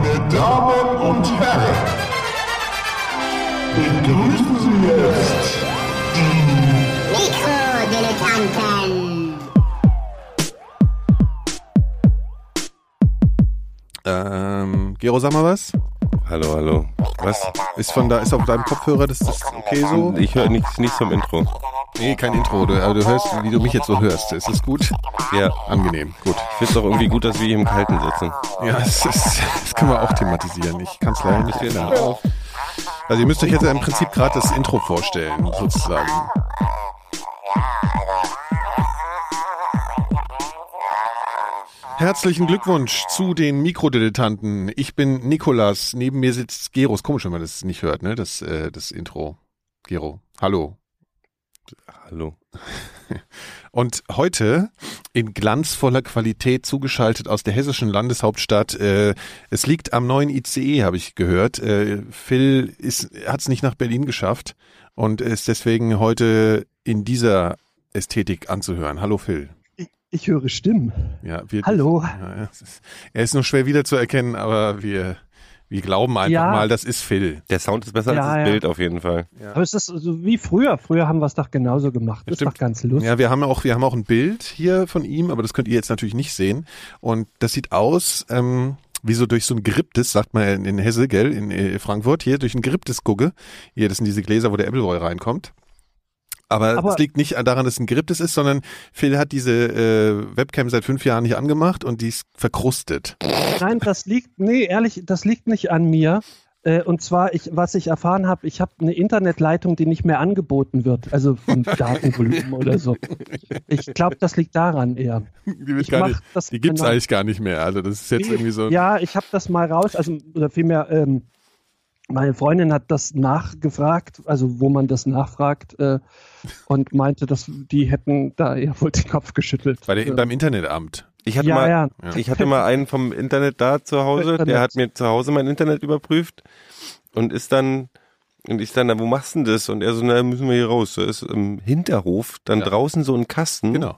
Damen und Herren, begrüßen Sie jetzt die Mikrodilettanten. Ähm, Gero, sag mal was. Hallo, hallo. Was? Ist von da, ist auf deinem Kopfhörer, das ist okay so? Ich höre nichts, nichts vom Intro. Nee, kein Intro. Du, aber du hörst, wie du mich jetzt so hörst. Ist das gut? Ja, Angenehm, gut. ich finde es doch irgendwie gut, dass wir hier im Kalten sitzen. Ja, das, ist, das können wir auch thematisieren. Ich kann es leider nicht ändern. Also ihr müsst euch jetzt im Prinzip gerade das Intro vorstellen, sozusagen. Herzlichen Glückwunsch zu den Mikrodilettanten. Ich bin Nikolas. Neben mir sitzt Geros. Komisch, wenn man das nicht hört, ne? Das, äh, das Intro. Gero. Hallo. Hallo. Und heute in glanzvoller Qualität zugeschaltet aus der hessischen Landeshauptstadt. Äh, es liegt am neuen ICE, habe ich gehört. Äh, Phil hat es nicht nach Berlin geschafft und ist deswegen heute in dieser Ästhetik anzuhören. Hallo Phil. Ich höre Stimmen. Ja, wir, Hallo. Ja, ja, es ist, er ist nur schwer wiederzuerkennen, aber wir, wir glauben einfach Ja. mal, das ist Phil. Der Sound ist besser Ja, als das ja. Bild auf jeden Fall. Aber es ist so wie früher. Früher haben wir es doch genauso Ja, gemacht. Das ist stimmt. doch ganz lustig. Ja, wir haben auch, wir haben auch ein Bild hier von ihm, aber das könnt ihr jetzt natürlich nicht sehen. Und das sieht aus, ähm, wie so durch so ein Griptis, sagt man in, in Hesse, gell, in äh, Frankfurt, hier durch ein Griptis gucke. Hier, das sind diese Gläser, wo der Appleboy reinkommt. Aber, Aber- das liegt nicht daran, dass es ein Griptis ist, sondern Phil hat diese äh, Webcam seit fünf Jahren nicht angemacht und die ist verkrustet. Nein, das liegt, nee, ehrlich, das liegt nicht an mir. Äh, und zwar, ich, was ich erfahren habe, ich habe eine Internetleitung, die nicht mehr angeboten wird. Also vom Datenvolumen oder so. Ich glaube, das liegt daran eher. Die, Ich mach das die gibt's genau. eigentlich gar nicht mehr. Also das ist jetzt irgendwie so. Ja, ich habe das mal raus, also oder vielmehr, ähm, meine Freundin hat das nachgefragt, also wo man das nachfragt, äh, und meinte, dass die hätten da eher wohl den Kopf geschüttelt. Bei der, Ja. Beim Internetamt. Ich hatte, Ja, mal, ja. ich hatte mal einen vom Internet da zu Hause, Internet. der hat mir zu Hause mein Internet überprüft und ist dann, und ich dann, na, wo machst du denn das? Und er so, na, müssen wir hier raus. Da ist im Hinterhof, dann Ja. draußen so ein Kasten. Genau.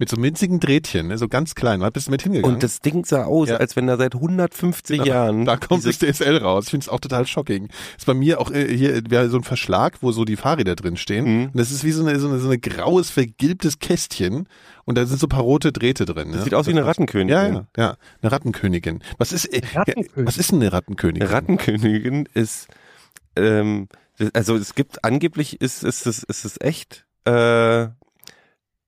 Mit so winzigen Drähtchen, ne, so ganz klein. Was bist du mit hingegangen? Und das Ding sah aus, Ja. als wenn da seit 150 Jahren Da kommt Hm, diese das DSL raus. Ich finde es auch total shocking. Ist bei mir auch äh, hier wäre so ein Verschlag, wo so die Fahrräder drin Hm. stehen. Und das ist wie so eine, so eine, so eine graues, vergilbtes Kästchen. Und da sind so ein paar rote Drähte drin. Das sieht aus wie eine Rattenkönigin. Ja, ja, ja. Eine Rattenkönigin. Was ist, äh, Rattenkönigin. was ist denn eine Rattenkönigin? Eine Rattenkönigin ist, ähm, das- also es gibt angeblich ist ist es ist es echt. Äh,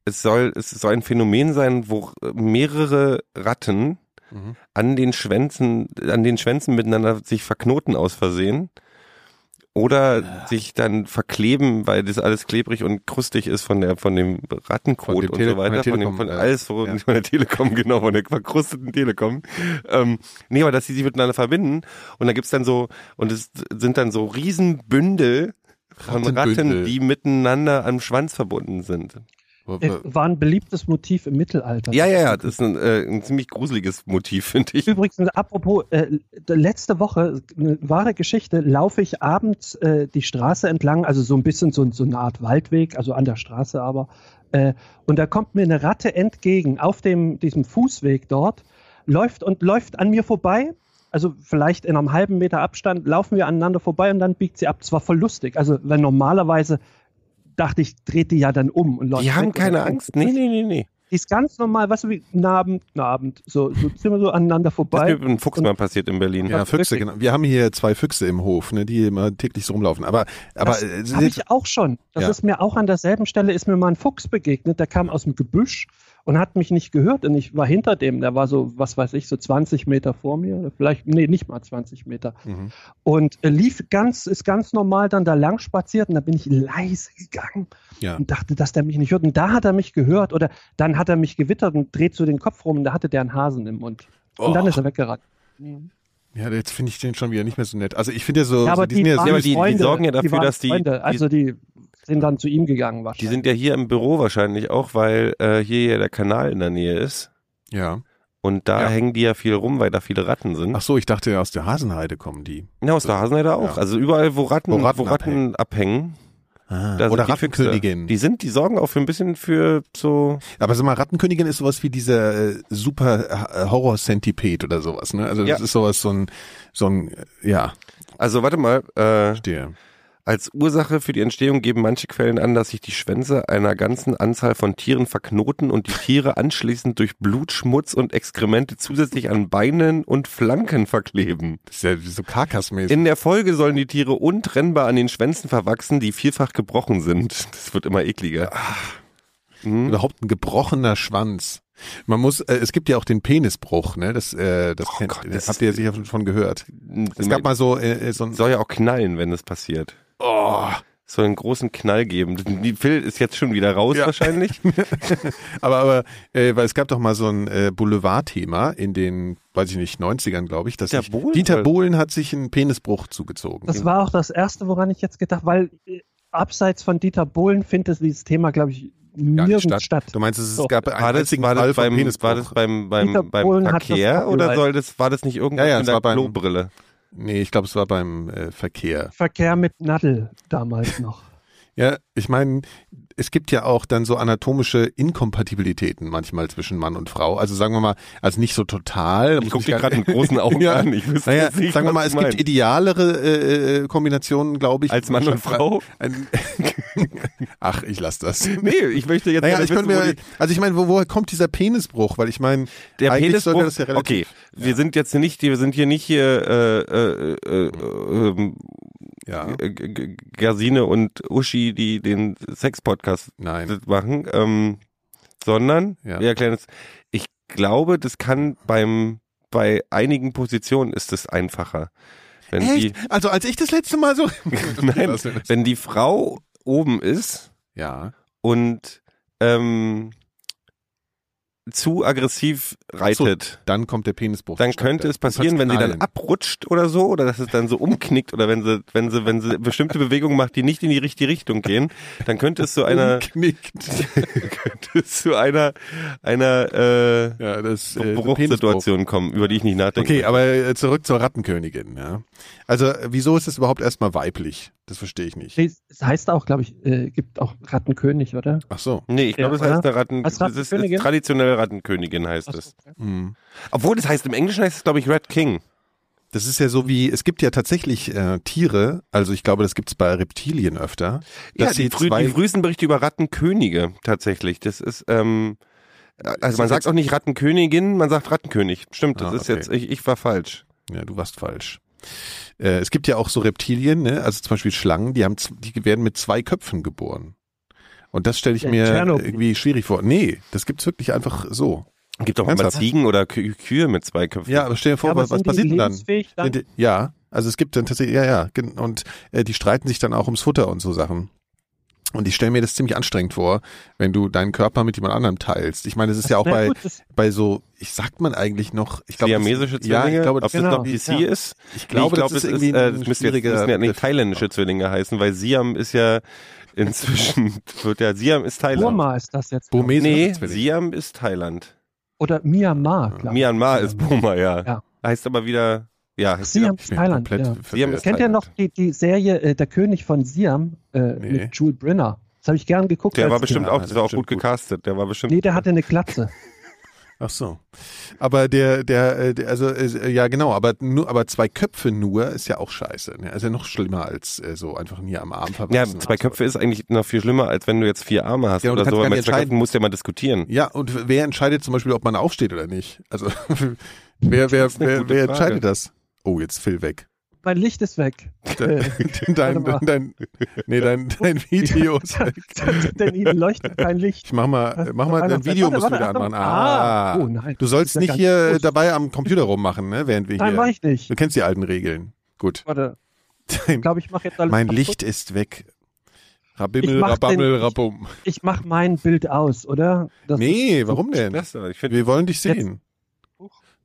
es soll es soll ein Phänomen sein, wo mehrere Ratten Mhm. an den Schwänzen an den Schwänzen miteinander sich verknoten aus Versehen Ah. oder sich dann verkleben, weil das alles klebrig und krustig ist von der von dem Von Rattenkot dem und Tele- so weiter, von von, der dem, von Telekom, äh, alles so, ja. von der Telekom genau, von der verkrusteten Telekom. Ähm, nee, aber dass die sich miteinander verbinden und da gibt's dann so und es sind dann so Riesenbündel von Rattenbündel. Ratten, die miteinander am Schwanz verbunden sind. Äh, war ein beliebtes Motiv im Mittelalter. Ja, ja, ja, das ist ein, äh, ein ziemlich gruseliges Motiv, finde ich. Übrigens, apropos, äh, letzte Woche, eine wahre Geschichte, laufe ich abends äh, die Straße entlang, also so ein bisschen so, so eine Art Waldweg, also an der Straße aber. Äh, und da kommt mir eine Ratte entgegen auf dem, diesem Fußweg dort, läuft und läuft an mir vorbei. Also vielleicht in einem halben Meter Abstand laufen wir aneinander vorbei und dann biegt sie ab. Zwar voll lustig, also wenn normalerweise dachte ich, dreht die ja dann um und läuft. Die haben weg. keine Angst. Nee, nee, nee, nee. Die ist ganz normal, weißt du, wie guten Abend, guten Abend, so, so sind wir so aneinander Das vorbei. ist mir mit dem Fuchs mal passiert in Berlin. ja, Füchse, Äh, wirklich. genau. Wir haben hier zwei Füchse im Hof, ne, die immer täglich so rumlaufen. Aber, aber das äh, habe ich auch schon. Das Ja. ist mir auch an derselben Stelle ist mir mal ein Fuchs begegnet, der kam aus dem Gebüsch und hat mich nicht gehört und ich war hinter dem, der war so, was weiß ich, so 20 Meter vor mir oder vielleicht, nee, nicht mal 20 Meter. Mhm. Und äh, lief ganz, ist ganz normal dann da lang spaziert und da bin ich leise gegangen ja. und dachte, dass der mich nicht hört und da hat er mich gehört oder dann hat er mich gewittert und dreht so den Kopf rum und da hatte der einen Hasen im Mund. Und dann Oh. ist er weggerannt. ja, jetzt finde ich den schon wieder nicht mehr so nett. Also ich finde ja so, Ja, so aber die, sind waren Ja, aber die- die Freunde, sorgen ja dafür, waren dass die- Freunde, also die sind dann zu ihm gegangen Die wahrscheinlich. sind ja hier im Büro wahrscheinlich auch, weil äh, hier ja der Kanal in der Nähe ist. ja. Und da Ja. hängen die ja viel rum, weil da viele Ratten sind. Ach so, ich dachte, aus der Hasenheide kommen die. ja, aus der Hasenheide auch. Ja. Also überall, wo Ratten, Wo Ratten wo Ratten abhängen, Ah, Da sind oder die Füchse. Rattenkönigin. Die sind, die sorgen auch für ein bisschen für so. Aber sag mal, Rattenkönigin ist sowas wie dieser äh, super äh, Horror-Centipede oder sowas, ne? Also das Ja. ist sowas, so ein, so ein, äh, ja, Also warte mal, äh, der. Als Ursache für die Entstehung geben manche Quellen an, dass sich die Schwänze einer ganzen Anzahl von Tieren verknoten und die Tiere anschließend durch Blutschmutz und Exkremente zusätzlich an Beinen und Flanken verkleben. Das ist ja so karkasmäßig. In der Folge sollen die Tiere untrennbar an den Schwänzen verwachsen, die vielfach gebrochen sind. Das wird immer ekliger. Mhm. Überhaupt ein gebrochener Schwanz. Man muss, äh, es gibt ja auch den Penisbruch, ne? Das, äh, das, kennt, Oh Gott, das habt ist- ihr sicher schon- schon gehört. Es gab mal so, äh, äh, so ein, soll ja auch knallen, wenn das passiert. oh, Es soll einen großen Knall geben. Die Phil ist jetzt schon wieder raus Ja. wahrscheinlich. aber, aber äh, weil es gab doch mal so ein äh, Boulevardthema in den, weiß ich nicht, 90ern, glaube ich, dass Dieter sich, Bohlen? Dieter Bohlen hat sich einen Penisbruch zugezogen. Das war auch das Erste, woran ich jetzt gedacht weil äh, abseits von Dieter Bohlen findet dieses Thema, glaube ich, Gar nicht nirgends statt. Du meinst, es So. gab einen War das, einzigen war Fall das, von beim, Penisbruch? war das beim, beim, Dieter beim Bohlen hat das Verkehr oder Copyright. soll das, war das nicht irgendwas Ja, ja, mit es einer war beim- Klobrille? Nee, ich glaube, es war beim äh, Verkehr. Verkehr mit Nadel damals noch. Ja, ich meine, es gibt ja auch dann so anatomische Inkompatibilitäten manchmal zwischen Mann und Frau. Also sagen wir mal, also nicht so total. Ich muss guck mich dir gar- gerade mit großen Augen Ja. an. Ich wüsste Naja, jetzt nicht, sagen wir was mal, du es gibt meinst. idealere äh, äh, Kombinationen, glaube ich. als Mann und Frau. Ein- Ach, ich lass das. Nee, ich möchte jetzt Naja, gerne ich könnte wissen, wo mir, die- also ich meine, wo, woher kommt dieser Penisbruch? Weil ich meine, der eigentlich Penis. sollte das ja relativ okay, wir sind jetzt nicht, wir sind hier nicht hier äh, äh, äh, äh, Ja, äh, G- G- Gersine und Uschi, die den Sex-Podcast nein. machen, ähm, sondern Ja. wir erklären es. Ich glaube, das kann beim bei einigen Positionen ist es einfacher, wenn die Echt? Also als ich das letzte Mal so. Nein. wenn die Frau oben ist. Ja. und ähm, zu aggressiv reitet, Dann kommt der Penisbruch. dann könnte es passieren, wenn sie dann abrutscht oder so, oder dass es dann so umknickt oder wenn sie, wenn sie, wenn sie bestimmte Bewegungen macht, die nicht in die richtige Richtung gehen, dann könnte es zu einer, abknickt. könnte es zu einer, einer äh, Ja, das äh, Penisbruch. Bruchsituation kommen, über die ich nicht nachdenke. Okay, aber äh, zurück zur Rattenkönigin. Ja. Also äh, wieso ist es überhaupt erstmal weiblich? Das verstehe ich nicht. Es es heißt auch, glaube ich, äh, gibt auch Rattenkönig, oder? Ach so. Nee, ich glaube, Ja, das heißt oder? eine Ratten, Als das ist, Rattenkönigin? ist traditionelle Rattenkönigin heißt es. Hm. Obwohl, das heißt, im Englischen heißt es, glaube ich, Red King. Das ist ja so wie, es gibt ja tatsächlich äh, Tiere, also ich glaube, das gibt's bei Reptilien öfter. Ja, dass die, sie früh, zwei- die frühesten Berichte über Rattenkönige tatsächlich. Das ist, ähm, also man sagt auch nicht Rattenkönigin, man sagt Rattenkönig. Stimmt, das Ah, ist okay. jetzt, ich, ich war falsch. Ja, du warst falsch. Äh, es gibt ja auch so Reptilien, ne? also zum Beispiel Schlangen, die, haben, z- die werden mit zwei Köpfen geboren. Und das stelle ich Ja, mir Tschernobyl. irgendwie schwierig vor. Nee, das gibt's wirklich einfach so. Gibt auch Ernsthaft? mal Ziegen oder Kü Kühe mit zwei Köpfen. Ja, aber stell dir vor, Ja, aber was, was sind die passiert denn dann? lebensfähig dann? Sind die- Ja, also es gibt dann tatsächlich, ja, ja, gen- und äh, die streiten sich dann auch ums Futter und so Sachen. Und ich stelle mir das ziemlich anstrengend vor, wenn du deinen Körper mit jemand anderem teilst. Ich meine, das ist ja auch Na bei, gut, das- bei so, ich sagt man eigentlich noch, ich glaube, das- Siamesische ja, Zwillinge, ich glaube, ob das, das Genau. noch PC Ja. ist. ich glaube, das, ist irgendwie äh, ein das müssen jetzt, schwieriger müssen ja nicht Begriff. thailändische Zwillinge heißen, weil Siam ist ja inzwischen, wird ja, Siam ist Thailand. Burma ist das jetzt. glaub ich. Burmese Nee, Zwillinge. Siam ist Thailand. Oder Myanmar, glaube ich. Myanmar ist Burma, ja. Ja. Heißt aber wieder, ja. heißt wieder- Siam Ich ist bin Thailand. komplett Ja. verwirrt. Siam ist Kennt ihr noch die, die Serie äh, Der König von Siam äh, Nee. mit Jules Brenner? Das habe ich gern geguckt. Der als war Kind. bestimmt Ja, auch, das das war auch stimmt gut gut. gecastet. Der war bestimmt. Nee, der hatte eine Glatze. Ach so. Aber der, der, äh, der also äh, ja genau, aber nur, aber zwei Köpfe nur ist ja auch scheiße. Ne? Also noch schlimmer als äh, so einfach hier am Arm Ja, verwachsen. zwei Köpfe ist eigentlich noch viel schlimmer, als wenn du jetzt vier Arme hast Genau, du oder kannst so. gar Mit nicht zwei Köpfen entscheiden. musst du ja mal diskutieren. Ja, und wer entscheidet zum Beispiel, ob man aufsteht oder nicht? Also wer, wer, eine wer, gute wer Frage. entscheidet das? Oh, jetzt Phil weg. Mein Licht ist weg. Äh, Dein, Warte mal. dein, nee, dein, dein Video ist weg. Denn ihnen leuchtet kein Licht. Ich mach mal, mach mal dein Weihnachtszeit. Video Warte, musst du warte, wieder Achtung. anmachen. Ah. Oh nein. Du sollst Das ist ja nicht gar hier nicht dabei am Computer rummachen, ne? Während wir Nein, mach hier. ich nicht. Du kennst die alten Regeln. Gut. Warte, ich glaube, ich mache jetzt alles Mein kaputt. Licht ist weg. Rabimmel, Ich mach rabammel, den- rabum. Ich mache mein Bild aus, oder? Das Nee, warum denn? Klasse. äh, Ich finde, Wir wollen dich Jetzt- sehen.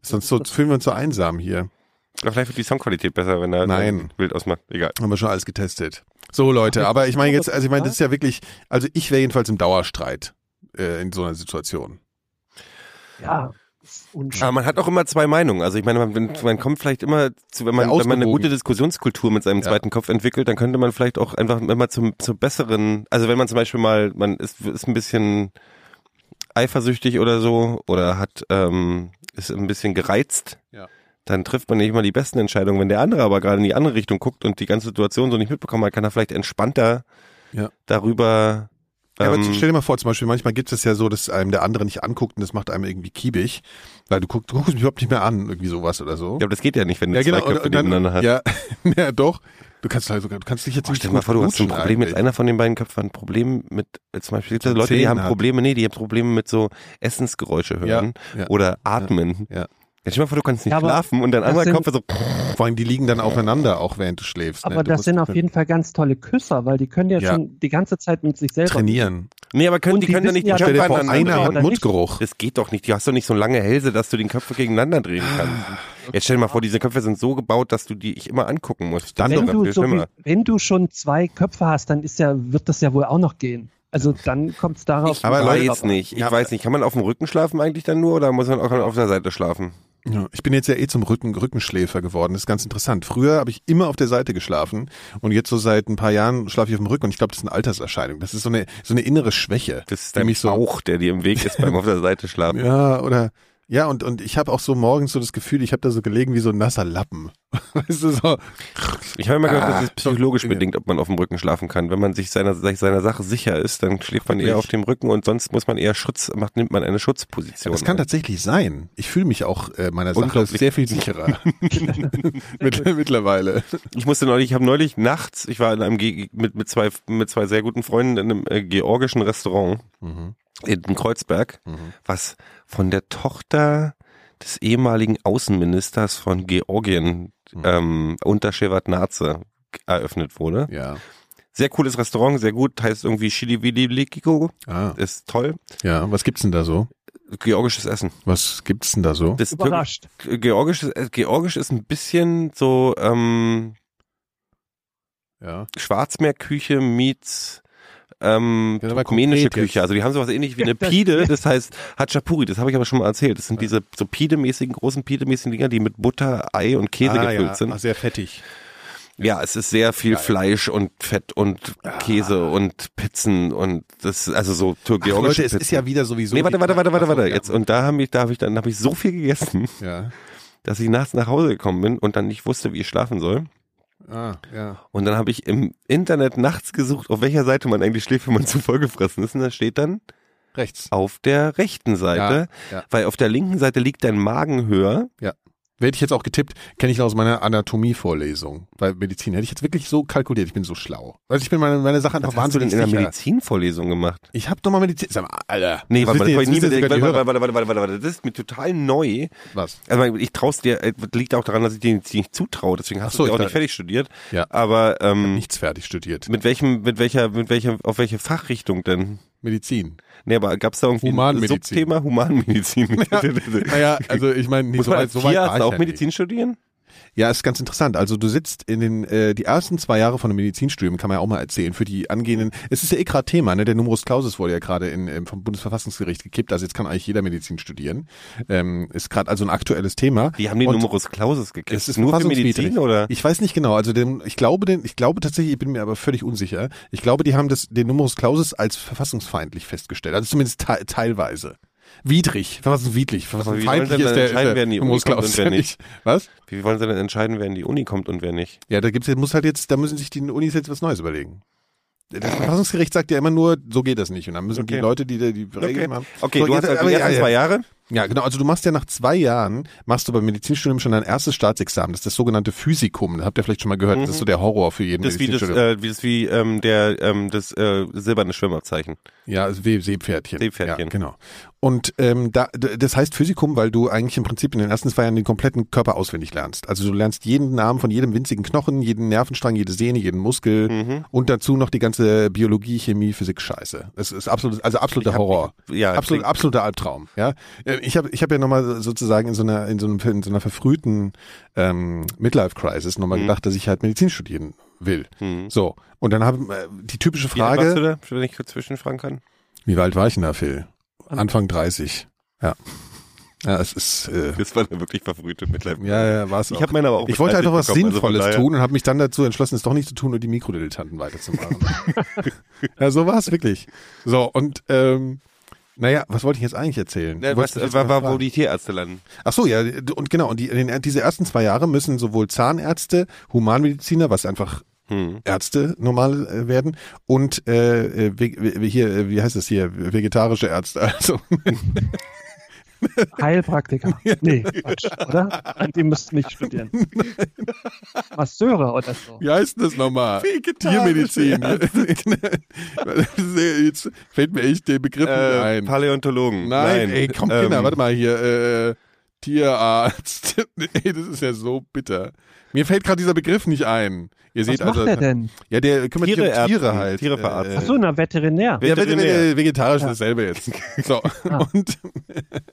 Sonst so, fühlen wir uns so einsam hier. vielleicht wird die Soundqualität besser, wenn er Nein. ein Bild ausmacht. Egal. Haben wir schon alles getestet. So, Leute, aber ich meine jetzt, also ich meine, das ist ja wirklich, also ich wäre jedenfalls im Dauerstreit äh, in so einer Situation. Ja, Und Aber man hat auch immer zwei Meinungen. Also ich meine, man, man kommt vielleicht immer zu, wenn man, Ja, wenn man eine ausgewogen. gute Diskussionskultur mit seinem Ja. zweiten Kopf entwickelt, dann könnte man vielleicht auch einfach immer zum, zum besseren, also wenn man zum Beispiel mal, man ist, ist ein bisschen eifersüchtig oder so oder hat, ähm, ist ein bisschen gereizt, Ja. dann trifft man nicht mal die besten Entscheidungen. Wenn der andere aber gerade in die andere Richtung guckt und die ganze Situation so nicht mitbekommen hat, kann er vielleicht entspannter Ja. darüber. Ja, aber ähm, stell dir mal vor, zum Beispiel, manchmal gibt es ja so, dass einem der andere nicht anguckt und das macht einem irgendwie kiebig, weil du, guck, du guckst mich überhaupt nicht mehr an, irgendwie sowas oder so. ja, aber das geht ja nicht, wenn du Ja, zwei genau. Köpfe Und, und nebeneinander dann, hast. ja, ja, doch. Du kannst, halt sogar, du kannst dich jetzt Boah, nicht stell dir mal vor, du hast ein knutschen Problem, jetzt eigentlich. einer von den beiden Köpfen hat ein Problem mit, äh, zum Beispiel gibt es Mit Leute, die Zähnen haben hat. Probleme, nee, die haben Probleme mit so Essensgeräusche hören Ja, ja, oder atmen. ja. Jetzt stell dir mal vor, du kannst nicht Ja, aber schlafen und dein das anderer sind- Kopf ist so, Vor allem, die liegen dann aufeinander, auch während du schläfst. aber ne? Du das musst sind auf jeden Fall ganz tolle Küsser, weil die können ja, Ja. schon die ganze Zeit mit sich selber trainieren. nee, aber können, Und die die können doch wissen nicht die ja Stell Köpfe dir vor, Oder einer aneinander hat drehen. nicht. Mundgeruch. Das geht doch nicht, du hast doch nicht so lange Hälse, dass du den Köpfe gegeneinander drehen Ah, kannst. Jetzt stell dir mal vor, diese Köpfe sind so gebaut, dass du die ich immer angucken musst. Dann Wenn doch. Andere, du, viel so wie, schlimmer. wenn du schon zwei Köpfe hast, dann ist ja, wird das ja wohl auch noch gehen. Also dann kommt es darauf. Ich aber weiß Leute, nicht, ich Ja. weiß nicht, kann man auf dem Rücken schlafen eigentlich dann nur oder muss man auch auf der Seite schlafen? Ja, ich bin jetzt ja eh zum Rücken, Rückenschläfer geworden. Das ist ganz interessant. Früher habe ich immer auf der Seite geschlafen und jetzt so seit ein paar Jahren schlafe ich auf dem Rücken und ich glaube, das ist eine Alterserscheinung. Das ist so eine, so eine innere Schwäche. Das ist die dein mich so, Bauch, der dir im Weg ist beim auf der Seite schlafen. Ja, oder ja, und, und ich habe auch so morgens so das Gefühl, ich habe da so gelegen wie so ein nasser Lappen. Weißt du, so, Ich habe immer gehört, das ist so- psychologisch Ah, ja. bedingt, ob man auf dem Rücken schlafen kann. Wenn man sich seiner, sich seiner Sache sicher ist, dann schläft man eher Wirklich? auf dem Rücken und sonst muss man eher Schutz, macht, nimmt man eine Schutzposition. das kann tatsächlich sein. Ich fühle mich auch äh, meiner Sache Unglaublich. sehr viel sicherer. Mittler- Mittlerweile. ich musste neulich, ich habe neulich nachts, ich war in einem Ge mit, mit zwei mit zwei sehr guten Freunden in einem äh, georgischen Restaurant Mhm. in Kreuzberg, was von der Tochter des ehemaligen Außenministers von Georgien Mhm. ähm, unter Shevardnadze eröffnet wurde. Ja. Sehr cooles Restaurant, sehr gut, heißt irgendwie Chiliwililikiko, Ah, ist toll. ja, was gibt's denn da so? georgisches Essen. Was gibt's denn da so? Das Türkisch, Überrascht. georgisches, äh, Georgisch ist ein bisschen so ähm, Ja. Schwarzmeerküche meets ähm, Ja, aber turkmenische konkret jetzt. Küche. Also die haben sowas ähnlich wie Ja, eine das- Pide, das heißt Hachapuri, das habe ich aber schon mal erzählt. Das sind diese so Pide-mäßigen, großen Pide-mäßigen Dinger, die mit Butter, Ei und Käse ah, gefüllt ja. also sind. Ah, sehr fettig. Ja, es ist sehr viel Fleisch und Fett und Käse und Pizzen und das also so tür- Ah. Ach, Leute, georgische es ist Pizzen. ja wieder sowieso. Nee, warte, die- warte, warte, warte, Ach so, warte. ja. Jetzt und da habe ich da habe ich dann habe ich so viel gegessen. Ja. dass ich nachts nach Hause gekommen bin und dann nicht wusste, wie ich schlafen soll. Ah, ja. Und dann habe ich im Internet nachts gesucht, auf welcher Seite man eigentlich schläft, wenn man zu voll gefressen ist. Und da steht dann Rechts. auf der rechten Seite, Ja, ja. weil auf der linken Seite liegt dein Magen höher. Hätte ich jetzt auch getippt, kenne ich aus meiner Anatomievorlesung bei Medizin. Hätte ich jetzt wirklich so kalkuliert. Ich bin so schlau. Also ich bin meine, meine Sache einfach Was hast du denn wahnsinnig in der sicher. Medizinvorlesung gemacht? Ich habe doch mal Medizin. Sag mal, Alter. Nee, warte, Das wissen warte, warte, jetzt- wissen jetzt warte, sogar die warte, Hörer. warte, warte, warte, warte, warte, das ist mir total neu. Was? Also ich traust dir, äh, das liegt auch daran, dass ich dir nicht- nicht zutraue, deswegen hast Ach so, du ja ich auch nicht dachte- fertig studiert. Ja. Aber ähm, Nichts fertig studiert. mit welchem, mit welcher, mit welcher, auf welche Fachrichtung denn? Medizin. Nee, aber gab's da irgendwie Humanmedizin. ein Subthema Humanmedizin? Naja, also ich meine, nee, Muss so man weit, als so weit war Tierarzt ich auch ja Medizin studieren? Nicht. Ja, ist ganz interessant. Also du sitzt in den äh, die ersten zwei Jahre von einem Medizinstudium, kann man ja auch mal erzählen, für die angehenden. Es ist ja eh gerade Thema, ne? Der Numerus Clausus wurde ja gerade in, ähm, vom Bundesverfassungsgericht gekippt. Also jetzt kann eigentlich jeder Medizin studieren. Ähm, ist gerade also ein aktuelles Thema. Die haben den Und- Numerus Clausus gekriegt. Es ist Nur für verfassungswidrig. Medizin oder? Ich weiß nicht genau. Also den, ich glaube den, ich glaube tatsächlich, ich bin mir aber völlig unsicher. Ich glaube, die haben das, den Numerus Clausus als verfassungsfeindlich festgestellt. Also zumindest te teilweise. Widrig, verfassungswidrig, sollen verfassungsfeindlich denn ist der, ist entscheiden, der wer in die Uni Numerus kommt und Clausus wer ja nicht. Was? Wie wollen sie denn entscheiden, wer in die Uni kommt und wer nicht? Ja, da gibt's jetzt, muss halt jetzt, da müssen sich die Unis jetzt was Neues überlegen. Das Verfassungsgericht sagt ja immer nur, so geht das nicht. Und dann müssen die Okay. Leute, die da die Regeln haben. Okay, So, du jetzt- hast also aber die ja, ersten ja. zwei Jahre. Ja, genau. Also du machst ja nach zwei Jahren, machst du beim Medizinstudium schon dein erstes Staatsexamen. Das ist das sogenannte Physikum. Das habt ihr vielleicht schon mal gehört. Das ist so der Horror für jeden Mhm. Das ist wie das, Medizinstudium. äh, wie das wie ähm, der ähm, das äh, silberne Schwimmabzeichen. Ja, also See- Seepferdchen. Seepferdchen. Ja, genau. Und ähm, da, d- das heißt Physikum, weil du eigentlich im Prinzip in den ersten zwei Jahren den kompletten Körper auswendig lernst. Also du lernst jeden Namen von jedem winzigen Knochen, jeden Nervenstrang, jede Sehne, jeden Muskel Mhm. und dazu noch die ganze Biologie, Chemie, Physik Scheiße. Das ist absolut, also absoluter Horror. Ja, Absolut, klingt- absoluter Albtraum. Ja, Äh, ich habe ich hab ja nochmal sozusagen in so einer in so, einem, in so einer verfrühten ähm, Midlife Crisis Mhm. nochmal gedacht, dass ich halt Medizin studieren will. So und dann haben äh, die typische Wie alt Frage. warst du da, wenn ich kurz zwischenfragen kann? Wie alt war ich denn da, Phil? Anfang 30. Ja. Ja, es ist. Äh, Das war eine wirklich verfrühte Mitleid. ja, ja, war es Ich habe meine aber auch. Ich wollte halt doch was bezahlt bekommen, Sinnvolles also von daher- tun und habe mich dann dazu entschlossen, es doch nicht zu tun und die Mikrodilettanten weiterzumachen. ja, so war es wirklich. So, und ähm, naja, was wollte ich jetzt eigentlich erzählen? Ne, Du wolltest mich was, jetzt war, was war, wo fragen. die Tierärzte landen. Ach so, ja, und genau, und die, den, diese ersten zwei Jahre müssen sowohl Zahnärzte, Humanmediziner, was einfach Hm. Ärzte normal äh, werden und äh, äh, ve- ve- hier, äh, wie heißt das hier, vegetarische Ärzte, also Heilpraktiker. Nee, Quatsch, oder? Die müssten nicht studieren. Masseure oder so. Wie heißt denn das nochmal? Vegetarische Tiermedizin. Jetzt fällt mir echt der Begriff nicht Äh, ein. Paläontologen. Nein, ey, komm, ähm, Kinder, warte mal hier. Äh, Tierarzt. ey, das ist ja so bitter. Mir fällt gerade dieser Begriff nicht ein. Ihr Was seht macht also. der denn? Ja, der kümmert sich Tiere um Tiere ärzten, halt. Tiere verarzten. Ach so, na, Veterinär. Ja, wenn, wenn, Veterinär. äh, vegetarisch ist dasselbe jetzt. So. Ah. Und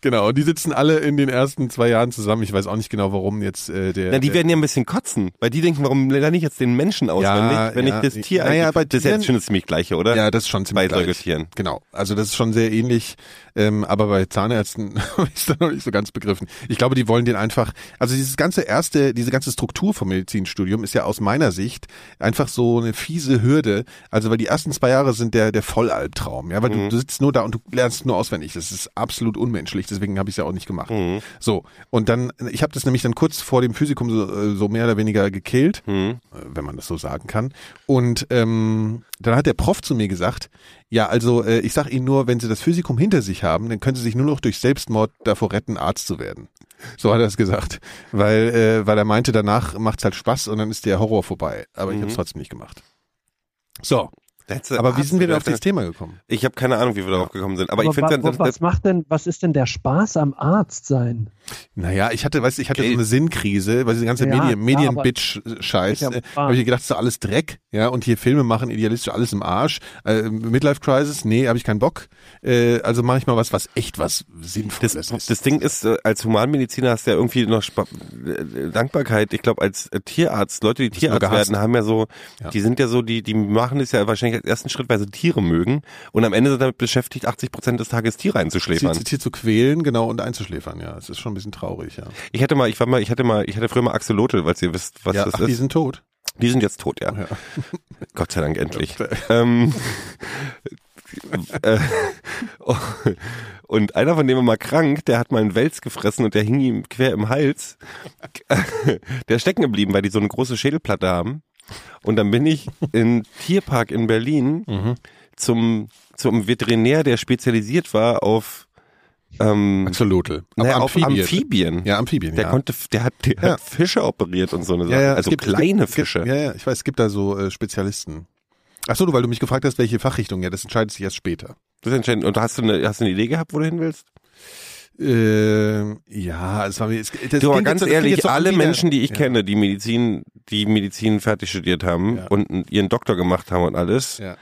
genau, und die sitzen alle in den ersten zwei Jahren zusammen. Ich weiß auch nicht genau, warum jetzt äh, der. Na, die der- werden ja ein bisschen kotzen, weil die denken, warum lerne ich jetzt den Menschen auswendig, wenn ja. ich das Tier Naja, eigentlich- bei Das ist Tieren- jetzt schon das ziemlich gleiche, oder? Ja, das ist schon bei ziemlich gleich. Säugetieren. Genau, also das ist schon sehr ähnlich, ähm, aber bei Zahnärzten habe ich es dann noch nicht so ganz begriffen. Ich glaube, die wollen den einfach, also dieses ganze erste, diese ganze Struktur vom Medizinstudium ist ja aus meiner Sicht einfach so eine fiese Hürde, also weil die ersten zwei Jahre sind der, der Vollalbtraum, ja, weil du, du sitzt nur da und du lernst nur auswendig, das ist absolut unmenschlich, deswegen habe ich es ja auch nicht gemacht. So, und dann, ich habe das nämlich dann kurz vor dem Physikum so, äh, so mehr oder weniger gekillt, Hm. äh, wenn man das so sagen kann. Und ähm, dann hat der Prof zu mir gesagt, ja, also äh, ich sag Ihnen nur, wenn Sie das Physikum hinter sich haben, dann können Sie sich nur noch durch Selbstmord davor retten, Arzt zu werden. So hat er es gesagt, weil, äh, weil er meinte, danach macht's halt Spaß und dann ist der Horror vorbei. Aber ich habe es trotzdem nicht gemacht. So, Letzte aber wie sind wir denn auf Arzt- dieses Thema gekommen? Ich habe keine Ahnung, wie wir darauf gekommen sind, aber, ich wa- finde wa- was macht denn, was ist denn der Spaß am Arzt sein? Naja, ich hatte, weißt du, ich hatte so Geld. eine Sinnkrise, weil diese ganze Ja, Medien, klar, aber- Medien-Bitch-Scheiß, Ja, äh, wahr. habe ich gedacht, ist doch alles Dreck, ja, und hier Filme machen, idealistisch, alles im Arsch. Äh, Midlife-Crisis, nee, habe ich keinen Bock. Äh, also mache ich mal was, was echt was Sinnvolles das, ist. das Ding ist, äh, als Humanmediziner hast du ja irgendwie noch Spa äh, Dankbarkeit. Ich glaube, als äh, Tierarzt, Leute, die nur Tierarzt gehasst. werden, haben ja so, Ja. die sind ja so, die, die machen es ja wahrscheinlich als ersten Schritt, weil sie Tiere mögen und am Ende sind damit beschäftigt, 80 Prozent des Tages Tiere Sie- einzuschläfern. Sie Tier zu quälen, genau, und einzuschläfern, ja. Es ist schon ein bisschen traurig, ja. Ich hatte mal, ich war mal, ich hatte mal, ich hatte früher mal Axolotl, weil ihr wisst, was ja das ach, ist. die sind tot. Die sind jetzt tot, ja. Ja. Gott sei Dank endlich. ähm, äh, und einer von denen war mal krank, der hat mal einen Wels gefressen und der hing ihm quer im Hals. der ist stecken geblieben, weil die so eine große Schädelplatte haben. Und dann bin ich im Tierpark in Berlin Mhm. zum, zum Veterinär, der spezialisiert war auf, ähm, Axolotl. Aber naja, auf Amphibien. Also Ja, Amphibien, Der ja. konnte, der hat, der Ja. hat Fische operiert und so eine ja, Sache. ja, es also gibt- es kleine gibt, Fische. Es gibt, ja, ja, ich weiß, es gibt da so äh, Spezialisten. Ach so, du, weil du mich gefragt hast, welche Fachrichtung, ja, das entscheidet sich erst später. Das ist entscheidend. Und hast du eine, hast du eine Idee gehabt, wo du hin willst? Ähm, ja, es war mir. Es, das du, aber klingt ganz jetzt- das klingt jetzt ehrlich, so alle wieder- Menschen, die ich ja, kenne, die Medizin, die Medizin fertig studiert haben Ja. und n- ihren Doktor gemacht haben und alles, Ja.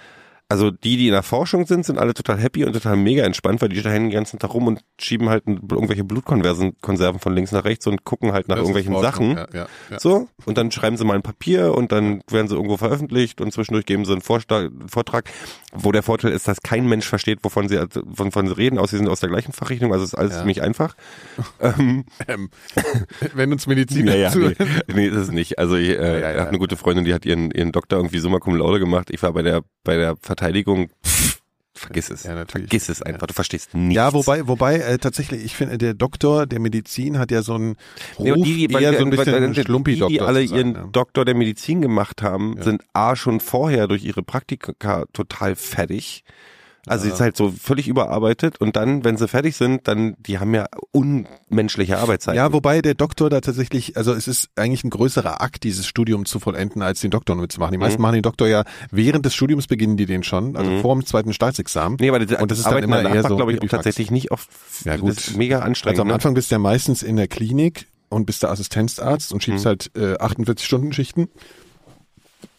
also die, die in der Forschung sind, sind alle total happy und total mega entspannt, weil die hängen den ganzen Tag rum und schieben halt n- irgendwelche Blutkonserven Konserven von links nach rechts und gucken halt nach das ist irgendwelchen Sachen. Forschung, Ja, ja, ja. So, und dann schreiben sie mal ein Papier und dann werden sie irgendwo veröffentlicht und zwischendurch geben sie einen Vorsta- Vortrag, wo der Vorteil ist, dass kein Mensch versteht, wovon sie, also, von, von sie reden, aus sie sind aus der gleichen Fachrichtung, also ist alles Ja. ziemlich einfach. ähm, Ähm, wenn uns Mediziner naja, zu. nee, nee, ist es nicht. Also ich äh, Ja, ja, habe ja. eine gute Freundin, die hat ihren, ihren Doktor irgendwie summa cum laude gemacht. Ich war bei der, bei der Verteidigung, pff, vergiss es. Ja, natürlich. vergiss es einfach, du verstehst nichts. Ja, wobei, wobei äh, tatsächlich, ich finde, der Doktor der Medizin hat ja so einen Nee, Ruf, und die, die, eher so ein weil- weil- bisschen die, schlumpi-Doktor. die alle zu sein, ne? ihren ja. Doktor der Medizin gemacht haben, Ja. sind A schon vorher durch ihre Praktika total fertig. Also Ja. ist halt so völlig überarbeitet und dann, wenn sie fertig sind, dann, die haben ja unmenschliche Arbeitszeiten. Ja, wobei der Doktor da tatsächlich, also es ist eigentlich ein größerer Akt, dieses Studium zu vollenden, als den Doktor mitzumachen. Die Mhm. meisten machen den Doktor ja während des Studiums beginnen die den schon, also vor dem zweiten Staatsexamen. nee, aber die Und das ist dann Arbeiten immer danach eher macht, so glaube ich, auch Pipifax. tatsächlich nicht oft. Ja, gut. Das ist mega anstrengend. Also am ne? Anfang bist du ja meistens in der Klinik und bist der Assistenzarzt und schiebst halt äh, 48 Stunden Schichten.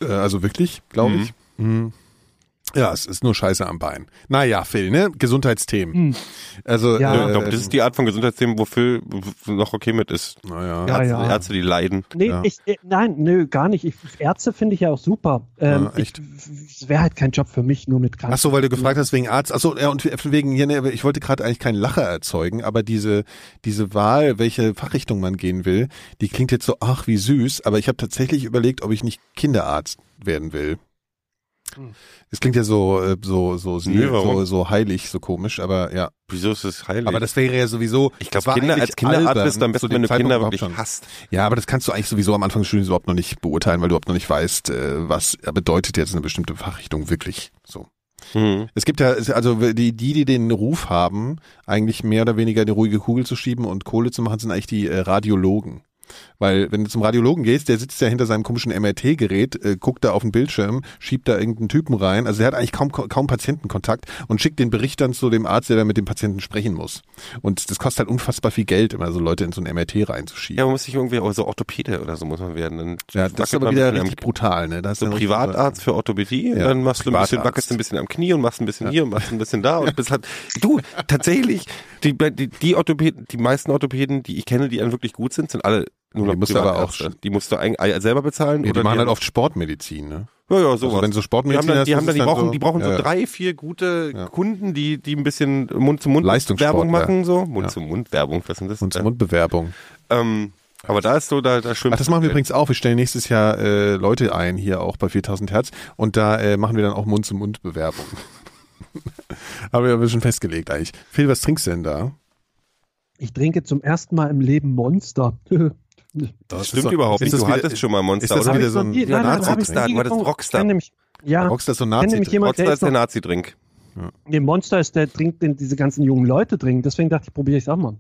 Äh, also wirklich, glaube ich. Mhm. Ja, es ist nur Scheiße am Bein. Naja, Phil, ne? Gesundheitsthemen. Hm. Also, Ja. ich glaube, das ist die Art von Gesundheitsthemen, wo Phil noch okay mit ist. naja. Ja, Ärzte, ja. Ärzte, die leiden. Nee, Ja. ich, äh, nein, nö, gar nicht. Ich, Ärzte finde ich ja auch super. Ähm, Ja, echt. ich- Es wäre halt kein Job für mich, nur mit Kranken. Ach so, weil du gefragt hast wegen Arzt. Ach so, ja, und wegen hier, ne, ich wollte gerade eigentlich keinen Lacher erzeugen, aber diese diese Wahl, welche Fachrichtung man gehen will, die klingt jetzt so ach wie süß, aber ich habe tatsächlich überlegt, ob ich nicht Kinderarzt werden will. Das klingt ja so äh, so so Nö, warum? so, so heilig, so komisch, aber ja, Wieso ist das heilig? aber das wäre ja sowieso ich das glaube, war Kinder, eigentlich als Kinderarzt albern bist du am zu besten, dem wenn du Zeitpunkt Kinder überhaupt wirklich schon. hast. Ja, aber das kannst du eigentlich sowieso am Anfang des Studiums überhaupt noch nicht beurteilen, weil du überhaupt noch nicht weißt, äh, was bedeutet jetzt eine bestimmte Fachrichtung wirklich so. Hm. Es gibt ja, es- also die, die, die den Ruf haben, eigentlich mehr oder weniger eine ruhige Kugel zu schieben und Kohle zu machen, sind eigentlich die äh, Radiologen. Weil wenn du zum Radiologen gehst, der sitzt ja hinter seinem komischen MRT-Gerät, äh, guckt da auf den Bildschirm, schiebt da irgendeinen Typen rein. Also der hat eigentlich kaum, kaum Patientenkontakt und schickt den Bericht dann zu dem Arzt, der dann mit dem Patienten sprechen muss. Und das kostet halt unfassbar viel Geld, immer so Leute in so ein MRT reinzuschieben. Ja, man muss sich irgendwie, aber so Orthopäde oder so muss man werden. Dann Ja, das ist wackelt aber man ein wieder bisschen am richtig brutal, ne? Das so ist ja Privatarzt für Orthopädie, Ja, dann machst du ein bisschen, Privatarzt. wackelst ein bisschen am Knie und machst ein bisschen hier und machst ein bisschen da und bist halt, du, tatsächlich, die, die, die Orthopäden, die meisten Orthopäden, die ich kenne, die dann wirklich gut sind, sind alle nur noch Die musst du aber Privatärzte. auch- die musst du eigentlich selber bezahlen Ja, die oder machen halt haben- oft Sportmedizin, ne? ja, ja, sowas. Also wenn so die haben Sportmedizin dann, die, haben dann, die brauchen, die brauchen so ja, ja. drei, vier gute Ja. Kunden, die, die ein bisschen Mund-zu-Mund-Werbung Leistungssport, machen, so. Ja. Mund-zu-Mund-Werbung, was sind das? Und Mundbewerbung. Ähm, aber da ist so, da, da schwimmt. Ach, Also das machen wir übrigens auch. Wir stellen nächstes Jahr äh, Leute ein, hier auch bei 4000 Hertz. Und da äh, machen wir dann auch Mund-zu-Mund-Bewerbung. Haben wir aber schon festgelegt eigentlich. Phil, was trinkst du denn da? Ich trinke zum ersten Mal im Leben Monster. Das stimmt überhaupt ist äh, Das nicht. Du wieder, hattest schon mal Monster, ist das oder? wieder ich so noch ein nie- ja, nein, nein, hab ich Rockstar, noch nie du hattest getrunken. Rockstar. Kenn nämlich- Ja, Rockstar so ein kenne nazi Ah, nämlich jemand, Rockstar der ist ist der noch, Nazi-Drink. nee, Monster ist der trinkt, den diese ganzen jungen Leute trinken. Deswegen dachte ich, probiere ich auch mal.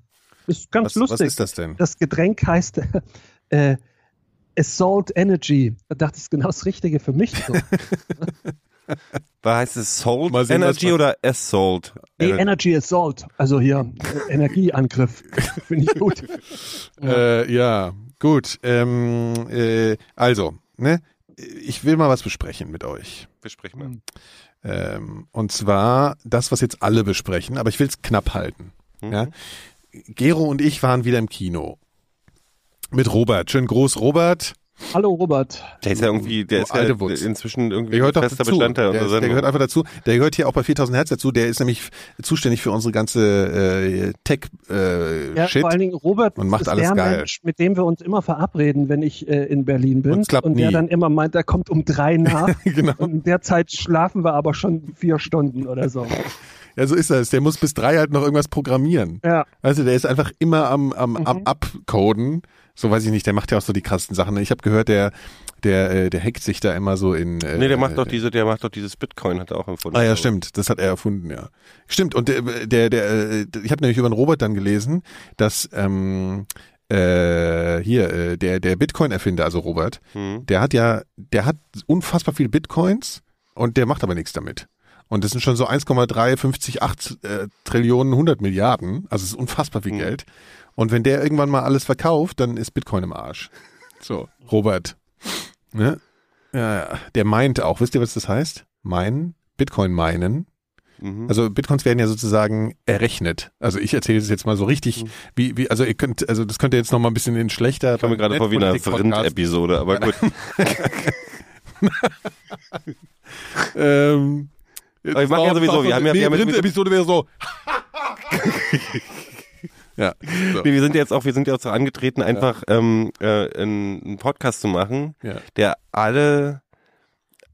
Ist ganz was, lustig. was ist das denn? das Getränk heißt äh, Assault Energy. Da dachte ich, ist genau das Richtige für mich. So. Da heißt es Salt Mal sehen, was Energy man- oder Assault? Nee, Energy. E Energy Assault. Also hier, äh, Energieangriff. Finde ich gut. Äh, ja, gut. Ähm, äh, also, ne? Ich will mal was besprechen mit euch. Besprechen wir. Ähm, und zwar das, was jetzt alle besprechen, aber ich will es knapp halten. Mhm. Ja? Gero und ich waren wieder im Kino. Mit Robert. Schön groß, Robert. Hallo Robert. Der ist ja irgendwie, der Du ist alte ja Wutz. inzwischen irgendwie Der gehört doch fester dazu. Bestandteil Der, unserer ist, der gehört Sendung. einfach dazu. Der gehört hier auch bei 4000 Hertz dazu. Der ist nämlich zuständig für unsere ganze äh, Tech-Shit. Ja, vor allen Dingen Robert Und macht ist alles der geil. Mensch, mit dem wir uns immer verabreden, wenn ich äh, in Berlin bin. Und es klappt der nie. dann immer meint, er kommt um drei nach. genau. und in der Zeit schlafen wir aber schon vier Stunden oder so. Ja, so ist das. Der muss bis drei halt noch irgendwas programmieren. Ja. Also der ist einfach immer am, am, Mhm. am Abcoden. So weiß ich nicht, der macht ja auch so die krassen Sachen. Ich habe gehört, der, der, äh, der hackt sich da immer so in. Äh, Nee, der macht doch äh, diese, der macht doch dieses Bitcoin, hat er auch empfunden. Ah ja, stimmt. Das hat er erfunden, ja. Stimmt. Und der, der, der äh, ich habe nämlich über den Robert dann gelesen, dass ähm, äh, hier äh, der der Bitcoin-Erfinder, also Robert, Hm. der hat ja, der hat unfassbar viel Bitcoins und der macht aber nichts damit. Und das sind schon so 1,3588 äh, Trillionen 100 Milliarden. Also es ist unfassbar viel Mhm. Geld. Und wenn der irgendwann mal alles verkauft, dann ist Bitcoin im Arsch. So, Robert. Ne? Ja, ja. der meint auch. Wisst ihr, was das heißt? Meinen? Bitcoin meinen. Mhm. Also Bitcoins werden ja sozusagen errechnet. Also ich erzähle es jetzt mal so richtig, wie, wie, also ihr könnt, also das könnt ihr jetzt noch mal ein bisschen in schlechter. Mhm. ich komme mir gerade vor wie eine Vrind-Episode, aber gut. Ähm, Aber ich mag ja sowieso, wir haben ja- nee, wir haben ja dritte sowieso- Episode wäre so. ja. So. Nee, wir sind jetzt auch, wir sind ja auch so angetreten, einfach ähm, äh, einen einen Podcast zu machen, Ja. der alle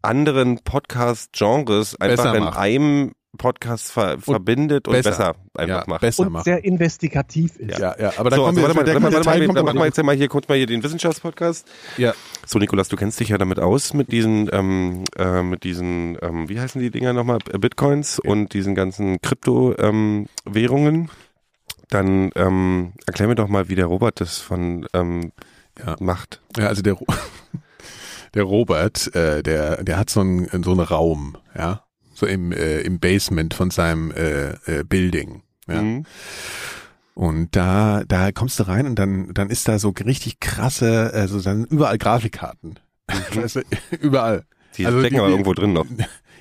anderen Podcast-Genres einfach Besser in macht. einem Podcast ver verbindet und besser. besser einfach ja, macht. besser Und machen. sehr investigativ ist. Ja, ja, aber da so, kommen wir also warte mal, der, warte mal, der warte mal, Teil kommt dann machen wir aber jetzt ja mal hier kurz mal hier den Wissenschaftspodcast. ja, So, Nikolas, du kennst dich ja damit aus mit diesen, ähm, äh, mit diesen, ähm, wie heißen die Dinger nochmal, B- Bitcoins und diesen ganzen Kryptowährungen. Ähm, Währungen. Dann ähm, erklär mir doch mal, wie der Robert das von ähm, Ja. macht. ja, also der Ro- der Robert, äh, der der hat so einen so einen Raum, ja, so im äh, im Basement von seinem äh, äh, Building, ja. Mhm. Und da, da kommst du rein und dann, dann ist da so richtig krasse, also dann überall Grafikkarten. Weißt du, überall. Mhm. Die Also stecken die- aber die- irgendwo drin noch.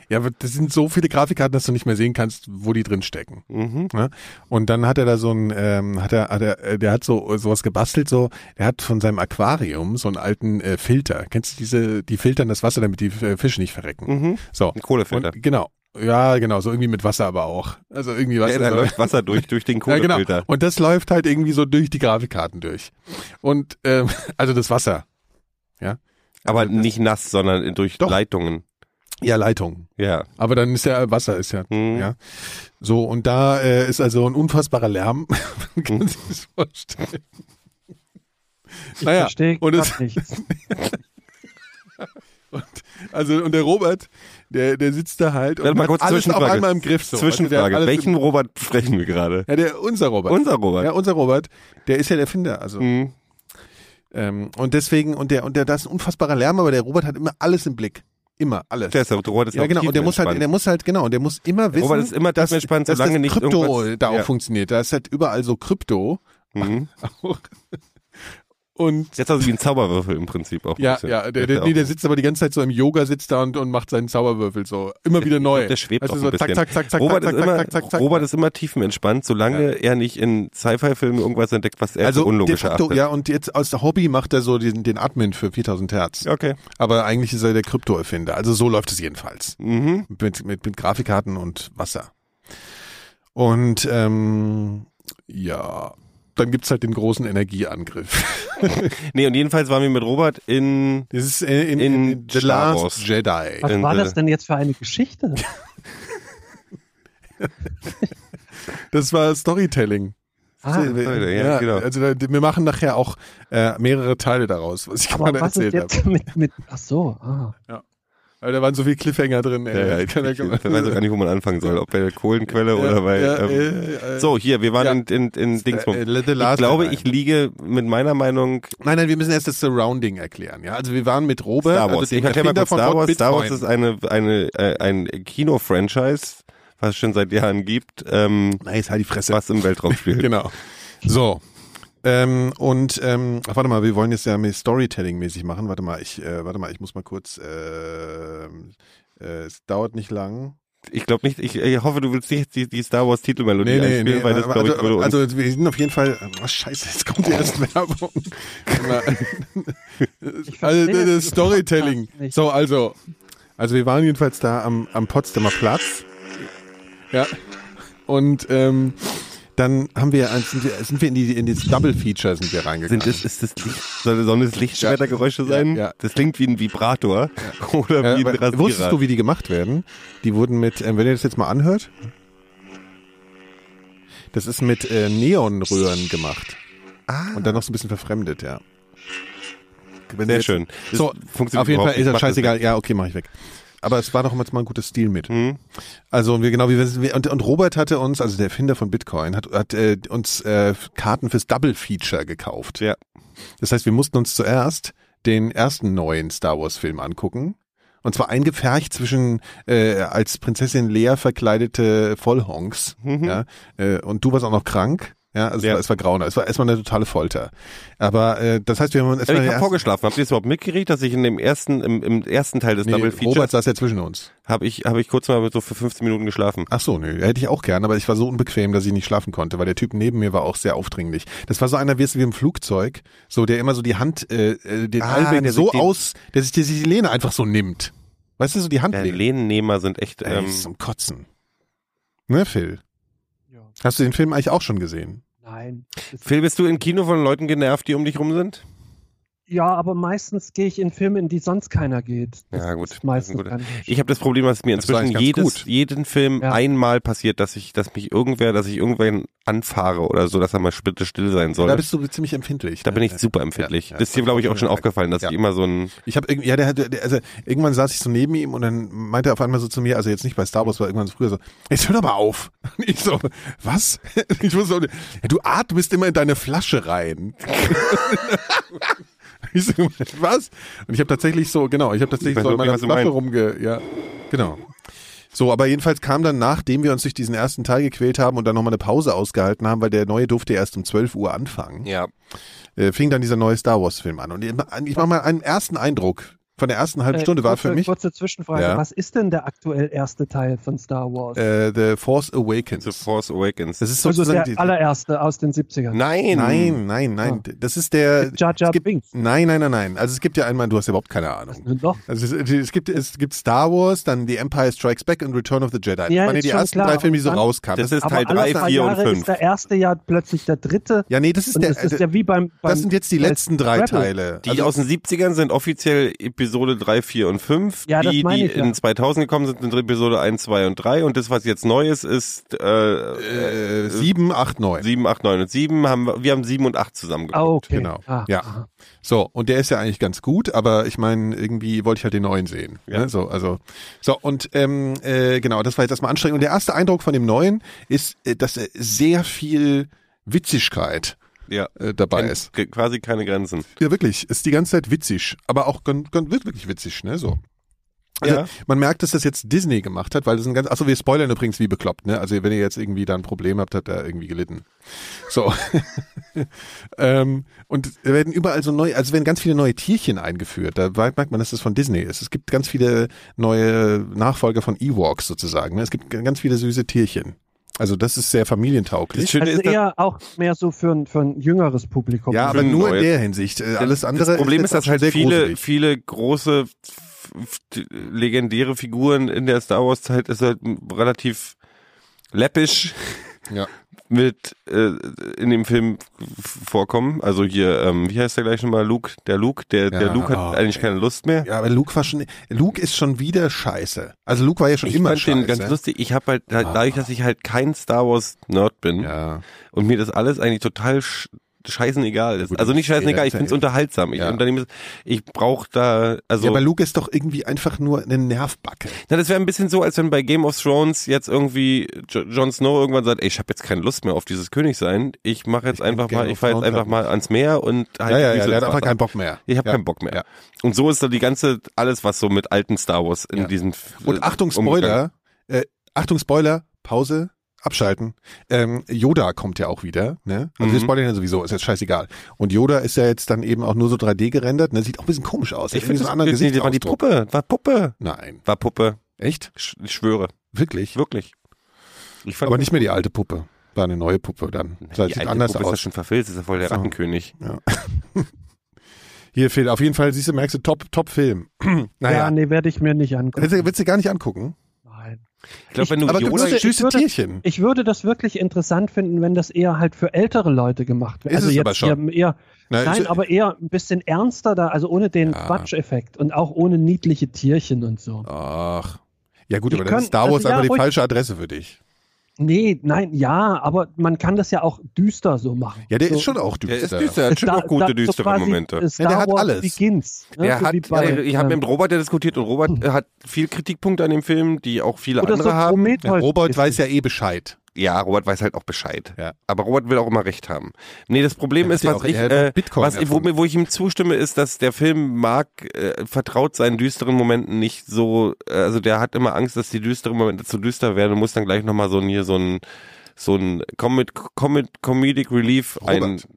Ja, aber das sind so viele Grafikkarten, dass du nicht mehr sehen kannst, wo die drin stecken. Mhm. Ne? Und dann hat er da so ein, ähm, hat er, hat er, äh, der hat so sowas gebastelt, so, der hat von seinem Aquarium so einen alten äh, Filter. Kennst du diese, die filtern das Wasser, damit die äh, Fische nicht verrecken. Mhm. So. Ein Kohlefilter. Und, genau. Ja, genau, so irgendwie mit Wasser aber auch. Also irgendwie was. Ja, da also- läuft Wasser durch, durch den ja, genau. Kohlefilter. Und das läuft halt irgendwie so durch die Grafikkarten durch. Und ähm, also das Wasser. Aber nicht nass, sondern durch Doch. Leitungen. Ja, Leitung. Ja. Aber dann ist ja Wasser, ist ja. Mhm. Ja. So, und da äh, ist also ein unfassbarer Lärm. Man kann sich das vorstellen. Ich Naja, verstehe und es- grad nichts. Also, und der Robert, der, der sitzt da halt Warte und mal hat kurz, alles auf Zwischenfrage. einmal im Griff. So. Zwischenfrage. Also der hat alles Welchen Robert sprechen wir gerade? Im, ja, der, unser Robert. Unser Robert. Ja, unser Robert, der ist ja der Finder. Also, Mhm. ähm, und deswegen, und der, und der, da ist ein unfassbarer Lärm, aber der Robert hat immer alles im Blick. Immer, alles. Der ist der Robert ist ja, auch genau. Und der muss halt, der muss halt, genau, und der muss immer wissen, Robert ist immer das entspannt, dass solange das nicht Krypto irgendwas- da auch Ja. funktioniert. Da ist halt überall so Krypto. Mhm. Und Jetzt hast du wie ein Zauberwürfel im Prinzip auch. ein ja, bisschen. ja, der, der, auch- nee, der sitzt aber die ganze Zeit so im Yoga, sitzt da und, und macht seinen Zauberwürfel so. Immer wieder neu. Der schwebt Weißt du, auch so ein bisschen. Zack, zack, zack, zack, Robert, zack, ist immer, zack, zack, zack, zack. Robert ist immer tiefenentspannt, solange er nicht in Sci-Fi-Filmen irgendwas entdeckt, was er also für unlogisch de facto, erachtet. ja, und jetzt aus der Hobby macht er so den, den Admin für 4000 Hertz. Okay. Aber eigentlich ist er der Krypto-Erfinder. Also so läuft es jedenfalls. Mhm. Mit, mit, mit Grafikkarten und Wasser. Und ähm, ja, dann gibt's halt den großen Energieangriff. Nee, und jedenfalls waren wir mit Robert in Das ist äh, in, in, In in The Star Last Wars. Jedi. Was in war the- das denn jetzt für eine Geschichte? Das war Storytelling. Ah, Leute, ja, genau. Also da- wir machen nachher auch äh, mehrere Teile daraus, was ich aber gerade was ist erzählt habe. jetzt mit, mit. Ach so, ah. Weil da waren so viele Cliffhanger drin. Ey. Ja, ja, ich, Kann ja- ich, ich weiß auch gar nicht, wo man anfangen soll. Ob bei der Kohlenquelle oder bei. ja, ähm, äh, äh, so, hier, wir waren ja. in, in, in Dingsbum. äh, The ich Last glaube, Jedi. ich liege mit meiner Meinung. Nein, nein, wir müssen erst das Surrounding erklären. Ja, also wir waren mit Robert, Star Wars. also ich dem erkläre mal Erfinder kurz von Star Wars. Star Wars Bitcoin. ist eine, eine, äh, ein Kino-Franchise, was es schon seit Jahren gibt, ähm, Nein, jetzt halt die Fresse. was im Weltraum spielt. Genau. So. Ähm, und ähm, ach, warte mal, wir wollen jetzt ja mit Storytelling mäßig machen. Warte mal, ich äh, warte mal, ich muss mal kurz. Äh, äh, es dauert nicht lang. Ich glaube nicht, ich, ich hoffe, du willst nicht die, die Star Wars Titelmelodie einspielen, weil das, aber- glaube ich, würde also, uns Oh. also wir sind auf jeden Fall. Oh, scheiße, jetzt kommt die erste Werbung. Ich also das verstehe den ist Storytelling. Podcast nicht. So, also. Also wir waren jedenfalls da am, am Potsdamer Platz. Ja. Und ähm, dann haben wir, sind wir, sind wir in die in das Double Feature sind wir reingegangen. Sind das, ist das Licht, soll, sollen das Lichtschwertergeräusche sein? Ja, ja. Das klingt wie ein Vibrator oder Ja, wie ein aber Rasierer. wusstest du, wie die gemacht werden? Die wurden mit, ähm, wenn ihr das jetzt mal anhört, das ist mit äh, Neonröhren gemacht. Ah. Und dann noch so ein bisschen verfremdet, ja. Wenn ihr Sehr jetzt- schön. Das So, funktioniert auf jeden Fall überhaupt ist nicht. das Mach das scheißegal. Ja, okay, mache ich weg. Aber es war doch jetzt mal ein gutes Stilmittel. Also und wir genau wie wir und, und Robert hatte uns, also der Erfinder von Bitcoin, hat, hat äh, uns äh, Karten fürs Double Feature gekauft. Ja. Das heißt, wir mussten uns zuerst den ersten neuen Star Wars Film angucken. Und zwar eingepfercht zwischen äh, als Prinzessin Lea verkleidete Vollhonks. Ja, äh, und du warst auch noch krank. Ja, also Es, Mhm. Ja. war, es war grauner. Es war erstmal eine totale Folter. Aber äh, das heißt, wir haben uns Also erstmal den ich habe ersten- vorgeschlafen. Habt ihr es überhaupt mitgekriegt, dass ich in dem ersten, im, im ersten Teil des Nee, Double Robert Features saß ja zwischen uns. habe ich, hab ich kurz mal so für 15 Minuten geschlafen. Ach so, nö, hätte ich auch gern, aber ich war so unbequem, dass ich nicht schlafen konnte, weil der Typ neben mir war auch sehr aufdringlich. Das war so einer wie wie im Flugzeug, so der immer so die Hand, äh, äh, den Ah, Allweg der so sich den- aus, der sich, der sich die Lehne einfach so nimmt. Weißt du, so die Hand Ja, nimmt. Lehnennehmer sind echt. Ey, Ähm, ist zum Kotzen. Ne, Phil? Ja. Hast du den Film eigentlich auch schon gesehen? Nein. Das- Phil, bist du im Kino von Leuten genervt, die um dich rum sind? Ja, aber meistens gehe ich in Filme, in die sonst keiner geht. Das Ja, gut. Ist Das ist ein meistens guter- dann- Ich habe das Problem, dass mir Das war inzwischen eigentlich ganz jedes, gut. jeden Film Ja. einmal passiert, dass ich, dass mich irgendwer, dass ich irgendwen anfahre oder so, dass er mal bitte still sein soll. Da bist du ziemlich empfindlich. Da ne? bin ich super empfindlich. Ja, ja. das ist dir, glaube ich, auch schon aufgefallen, dass Ja. ich immer so ein. Ich habe irgendwie, ja, der hatte, der, also irgendwann saß ich so neben ihm und dann meinte er auf einmal so zu mir, also jetzt nicht bei Star Wars, war irgendwann so früher so, jetzt hör doch mal auf. Und ich so, was? Ich wusste auch nicht, ja, du atmest immer in deine Flasche rein. ich so, was? Und ich habe tatsächlich so, genau, ich habe tatsächlich Ich weiß so in wirklich, meiner was du Flasche meinst. rumge, ja, genau. So, aber jedenfalls kam dann, nachdem wir uns durch diesen ersten Teil gequält haben und dann nochmal eine Pause ausgehalten haben, weil der neue durfte erst um 12 Uhr anfangen Ja. äh, fing dann dieser neue Star Wars Film an. Und ich mach mal einen ersten Eindruck von der ersten halben Stunde Äh, war kurze, für mich Kurze Zwischenfrage. Ja. Was ist denn der aktuell erste Teil von Star Wars? äh, The Force The Awakens. Force Awakens. Das ist also sozusagen der die, allererste aus den 70ern. Nein! Nein, nein, nein. Das ist der. Ah. Jar Jar es gibt, Binks. Nein, nein, nein, nein. Also es gibt ja einmal, du hast ja überhaupt keine Ahnung. Doch. Also es, es, gibt, es gibt Star Wars, dann The Empire Strikes Back und Return of the Jedi. Das Ja, waren ja ist die schon ersten klar. drei Filme, die so Dann- rauskamen. Das ist halt Teil 3, alle drei 4 und Jahre 5. Ist der erste Jahr plötzlich der dritte. ja, nee, das ist und der. äh, das ist ja wie beim, beim äh, das sind jetzt die bei letzten drei Rebel. Teile. Die Also- aus den 70ern sind offiziell Episode 3, 4 und 5. Ja, das die, meine die ich ja. in 2000 gekommen sind, sind Episode 1, 2 und 3. Und das, was jetzt neu ist, ist äh, äh, 7, 8, 9. 7, 8, 9 und 7. Haben wir, wir haben 7 und 8 Ah, zusammengebracht. okay. Genau. Ah, Ja. So, und der ist ja eigentlich ganz gut, aber ich meine, irgendwie wollte ich halt den neuen sehen. Ne? So, also, so, und ähm, äh, genau, das war jetzt erstmal anstrengend. Und der erste Eindruck von dem neuen ist, äh, dass er sehr viel Witzigkeit Ja. äh, dabei ist. Ke- Quasi keine Grenzen. Ja, wirklich. Ist die ganze Zeit witzig. Aber auch gon- gon- wird wirklich witzig, ne? So. Also, Ja. Man merkt, dass das jetzt Disney gemacht hat, weil das ein ganz. Achso, wir spoilern übrigens wie bekloppt, ne? Also wenn ihr jetzt irgendwie da ein Problem habt, hat er irgendwie gelitten. So. ähm, und da werden überall so neu, also werden ganz viele neue Tierchen eingeführt. Da merkt man, dass das von Disney ist. Es gibt ganz viele neue Nachfolger von Ewoks sozusagen. Ne? Es gibt g- ganz viele süße Tierchen. Also das ist sehr familientauglich. Das Schöne Also ist, dass- eher auch mehr so für ein, für ein jüngeres Publikum. ja, für aber ein nur in neues- der Hinsicht. Äh, Alles andere das Problem ist, jetzt dass schon halt sehr viele, gruselig. viele große, f- f- legendäre Figuren in der Star Wars-Zeit ist halt m- relativ läppisch Ja. mit äh, in dem Film f- vorkommen. Also hier, ähm, wie heißt der gleich nochmal? Luke, der Luke, der, Ja, der Luke hat oh, eigentlich keine Lust mehr. Ja, aber Luke war schon. Luke ist schon wieder scheiße. Also Luke war ja schon Ich immer fand scheiße. Ah. den ganz lustig. Ich habe halt, halt dadurch, dass ich halt kein Star Wars Nerd bin ja. und mir das alles eigentlich total sch scheißenegal ist. Gut, also nicht jeder scheißenegal, ich ist ja finde es eh- unterhaltsam. Ich, Ja. unternehme, ich brauche da, also ja, aber Luke ist doch irgendwie einfach nur eine Nervbacke. Na, das wäre ein bisschen so, als wenn bei Game of Thrones jetzt irgendwie jo Jon Snow irgendwann sagt, ey, ich habe jetzt keine Lust mehr auf dieses Königsein. Ich mache jetzt einfach Game mal, of ich fahre jetzt Thrones einfach grad mal ans Meer und halt Ja, ja, die ja, Füße der hat ins einfach Wasser." keinen Bock mehr. Ich habe ja. keinen Bock mehr. Ja. Und so ist da die ganze, alles was so mit alten Star Wars in Ja. diesen Und äh, Achtung umgegangen- Spoiler, äh, Achtung Spoiler, Pause, abschalten. Ähm, Yoda kommt ja auch wieder, ne? Also wir Mhm. spoilern ja sowieso, ist jetzt scheißegal. Und Yoda ist ja jetzt dann eben auch nur so 3D gerendert, ne? Sieht auch ein bisschen komisch aus. Hat Ich irgendwie finde, so das einen anderen nee, das war die Gesichtsausdruck. Puppe, war Puppe, Nein. war Puppe. Echt? Sch- Ich schwöre, Wirklich? wirklich. Ich fand Aber nicht mehr die alte Puppe. War eine neue Puppe dann. die Das sieht alte anders Puppe ist ja aus. schon verfilzt, ist ja voll der So. Rattenkönig. Hier fehlt auf jeden Fall, siehst du, merkst du, top, top Film. ja, naja. nee, werde ich mir nicht angucken. Willst du, willst du gar nicht angucken? Nein. Ich glaube, wenn du Aber Yoda- du bist ich süße würde- Tierchen. Ich würde das wirklich interessant finden, wenn das eher halt für ältere Leute gemacht wird. Also Ist es jetzt aber schon. Eher, eher, Na, nein, ist- aber eher ein bisschen ernster da, also ohne den Äh, Ja. Quatscheffekt und auch ohne niedliche Tierchen und so. Ach. Ja gut, Die aber dann können- ist Star also Wars ja, einfach die ruhig. falsche Adresse für dich. Nee, nein, ja, aber man kann das ja auch düster so machen. Ja, der so, ist schon auch der düster. ist düster, hat schon noch gute, düstere Momente. Star der hat Wars alles. Begins, ne, Er so hat, wie bei, äh, ich habe ähm, mit Robert ja diskutiert und Robert äh, hat viel Kritikpunkte an dem Film, die auch viele oder andere so Ja, haben. Prometheus. Robert weiß ja eh Bescheid. Ja, Robert weiß halt auch Bescheid. Ja. Aber Robert will auch immer recht haben. Nee, das Problem Er ist, hat ja was auch- ich, er hat äh, Bitcoin was, wo, erfunden. mir- wo ich ihm zustimme, ist, dass der Film mag, äh, vertraut seinen düsteren Momenten nicht so, äh, also der hat immer Angst, dass die düsteren Momente zu düster werden und muss dann gleich nochmal so ein, hier so ein, so ein Comic, Comic, Comedic Relief ein, Robert.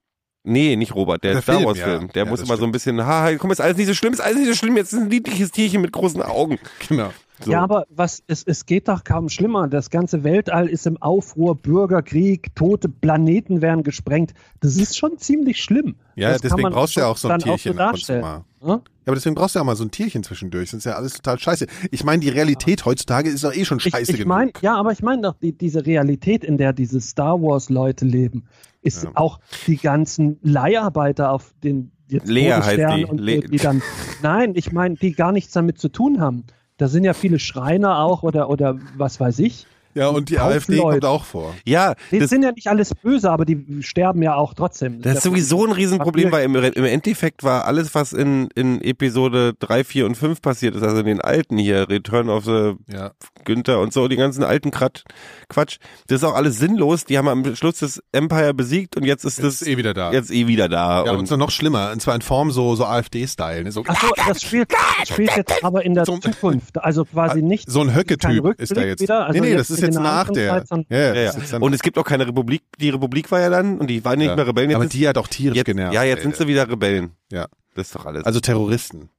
Nee, nicht Robert, der, Der Star Film, Wars Film. ja. Der Ja, muss das immer so ein bisschen, haha, komm, ist alles nicht so schlimm, ist alles nicht so schlimm, jetzt ist ein niedliches Tierchen mit großen Augen. Genau. So. Ja, aber was, es, es geht doch kaum schlimmer. Das ganze Weltall ist im Aufruhr, Bürgerkrieg, tote Planeten werden gesprengt. Das ist schon ziemlich schlimm. Ja, das kann deswegen man brauchst du ja auch so ein dann Tierchen so ab und zu darstellen. mal. Ne? Ja, aber deswegen brauchst du ja auch mal so ein Tierchen zwischendurch. Sonst ist ja alles total scheiße. Ich meine, die Realität heutzutage ist doch eh schon scheiße ich, ich genug. mein, Ja, aber ich meine doch, die, diese Realität, in der diese Star Wars-Leute leben, ist Ja. auch die ganzen Leiharbeiter auf den jetzt Lea Bodenstern heißt die. Und Le- so, die dann, nein, ich meine, die gar nichts damit zu tun haben. Da sind ja viele Schreiner auch oder, oder was weiß ich. ja, und die Kaufleute. AfD kommt auch vor. Ja, Die das, sind ja nicht alles böse, aber die sterben ja auch trotzdem. das ist sowieso ein Riesenproblem, Papier- weil im, im Endeffekt war alles, was in, in Episode 3, 4 und 5 passiert ist, also in den alten hier, Return of the Ja. Günther und so, die ganzen alten Krat Quatsch, das ist auch alles sinnlos. Die haben am Schluss das Empire besiegt und jetzt ist Das das ist eh wieder da. jetzt eh wieder da. ja, und, und so noch schlimmer. Und zwar in Form so, so AfD-Style. Ne? So, Ach so, das spielt, das spielt jetzt aber in der Zum- Zukunft. Also quasi Ah, nicht. so ein kein Höcke-Typ Rückblick ist da jetzt. wieder, also nee, nee, das jetzt ist in jetzt einer nach anderen der. Zeit, sondern- ja, ja, das ja. ist jetzt dann- und es gibt auch keine Republik, die Republik war ja dann und die waren nicht Ja. mehr Rebellen. Jetzt aber ist- die hat auch tierisch jetzt, genervt. ja, jetzt ey. sind sie wieder Rebellen. Ja. Das ist doch alles. Also Terroristen.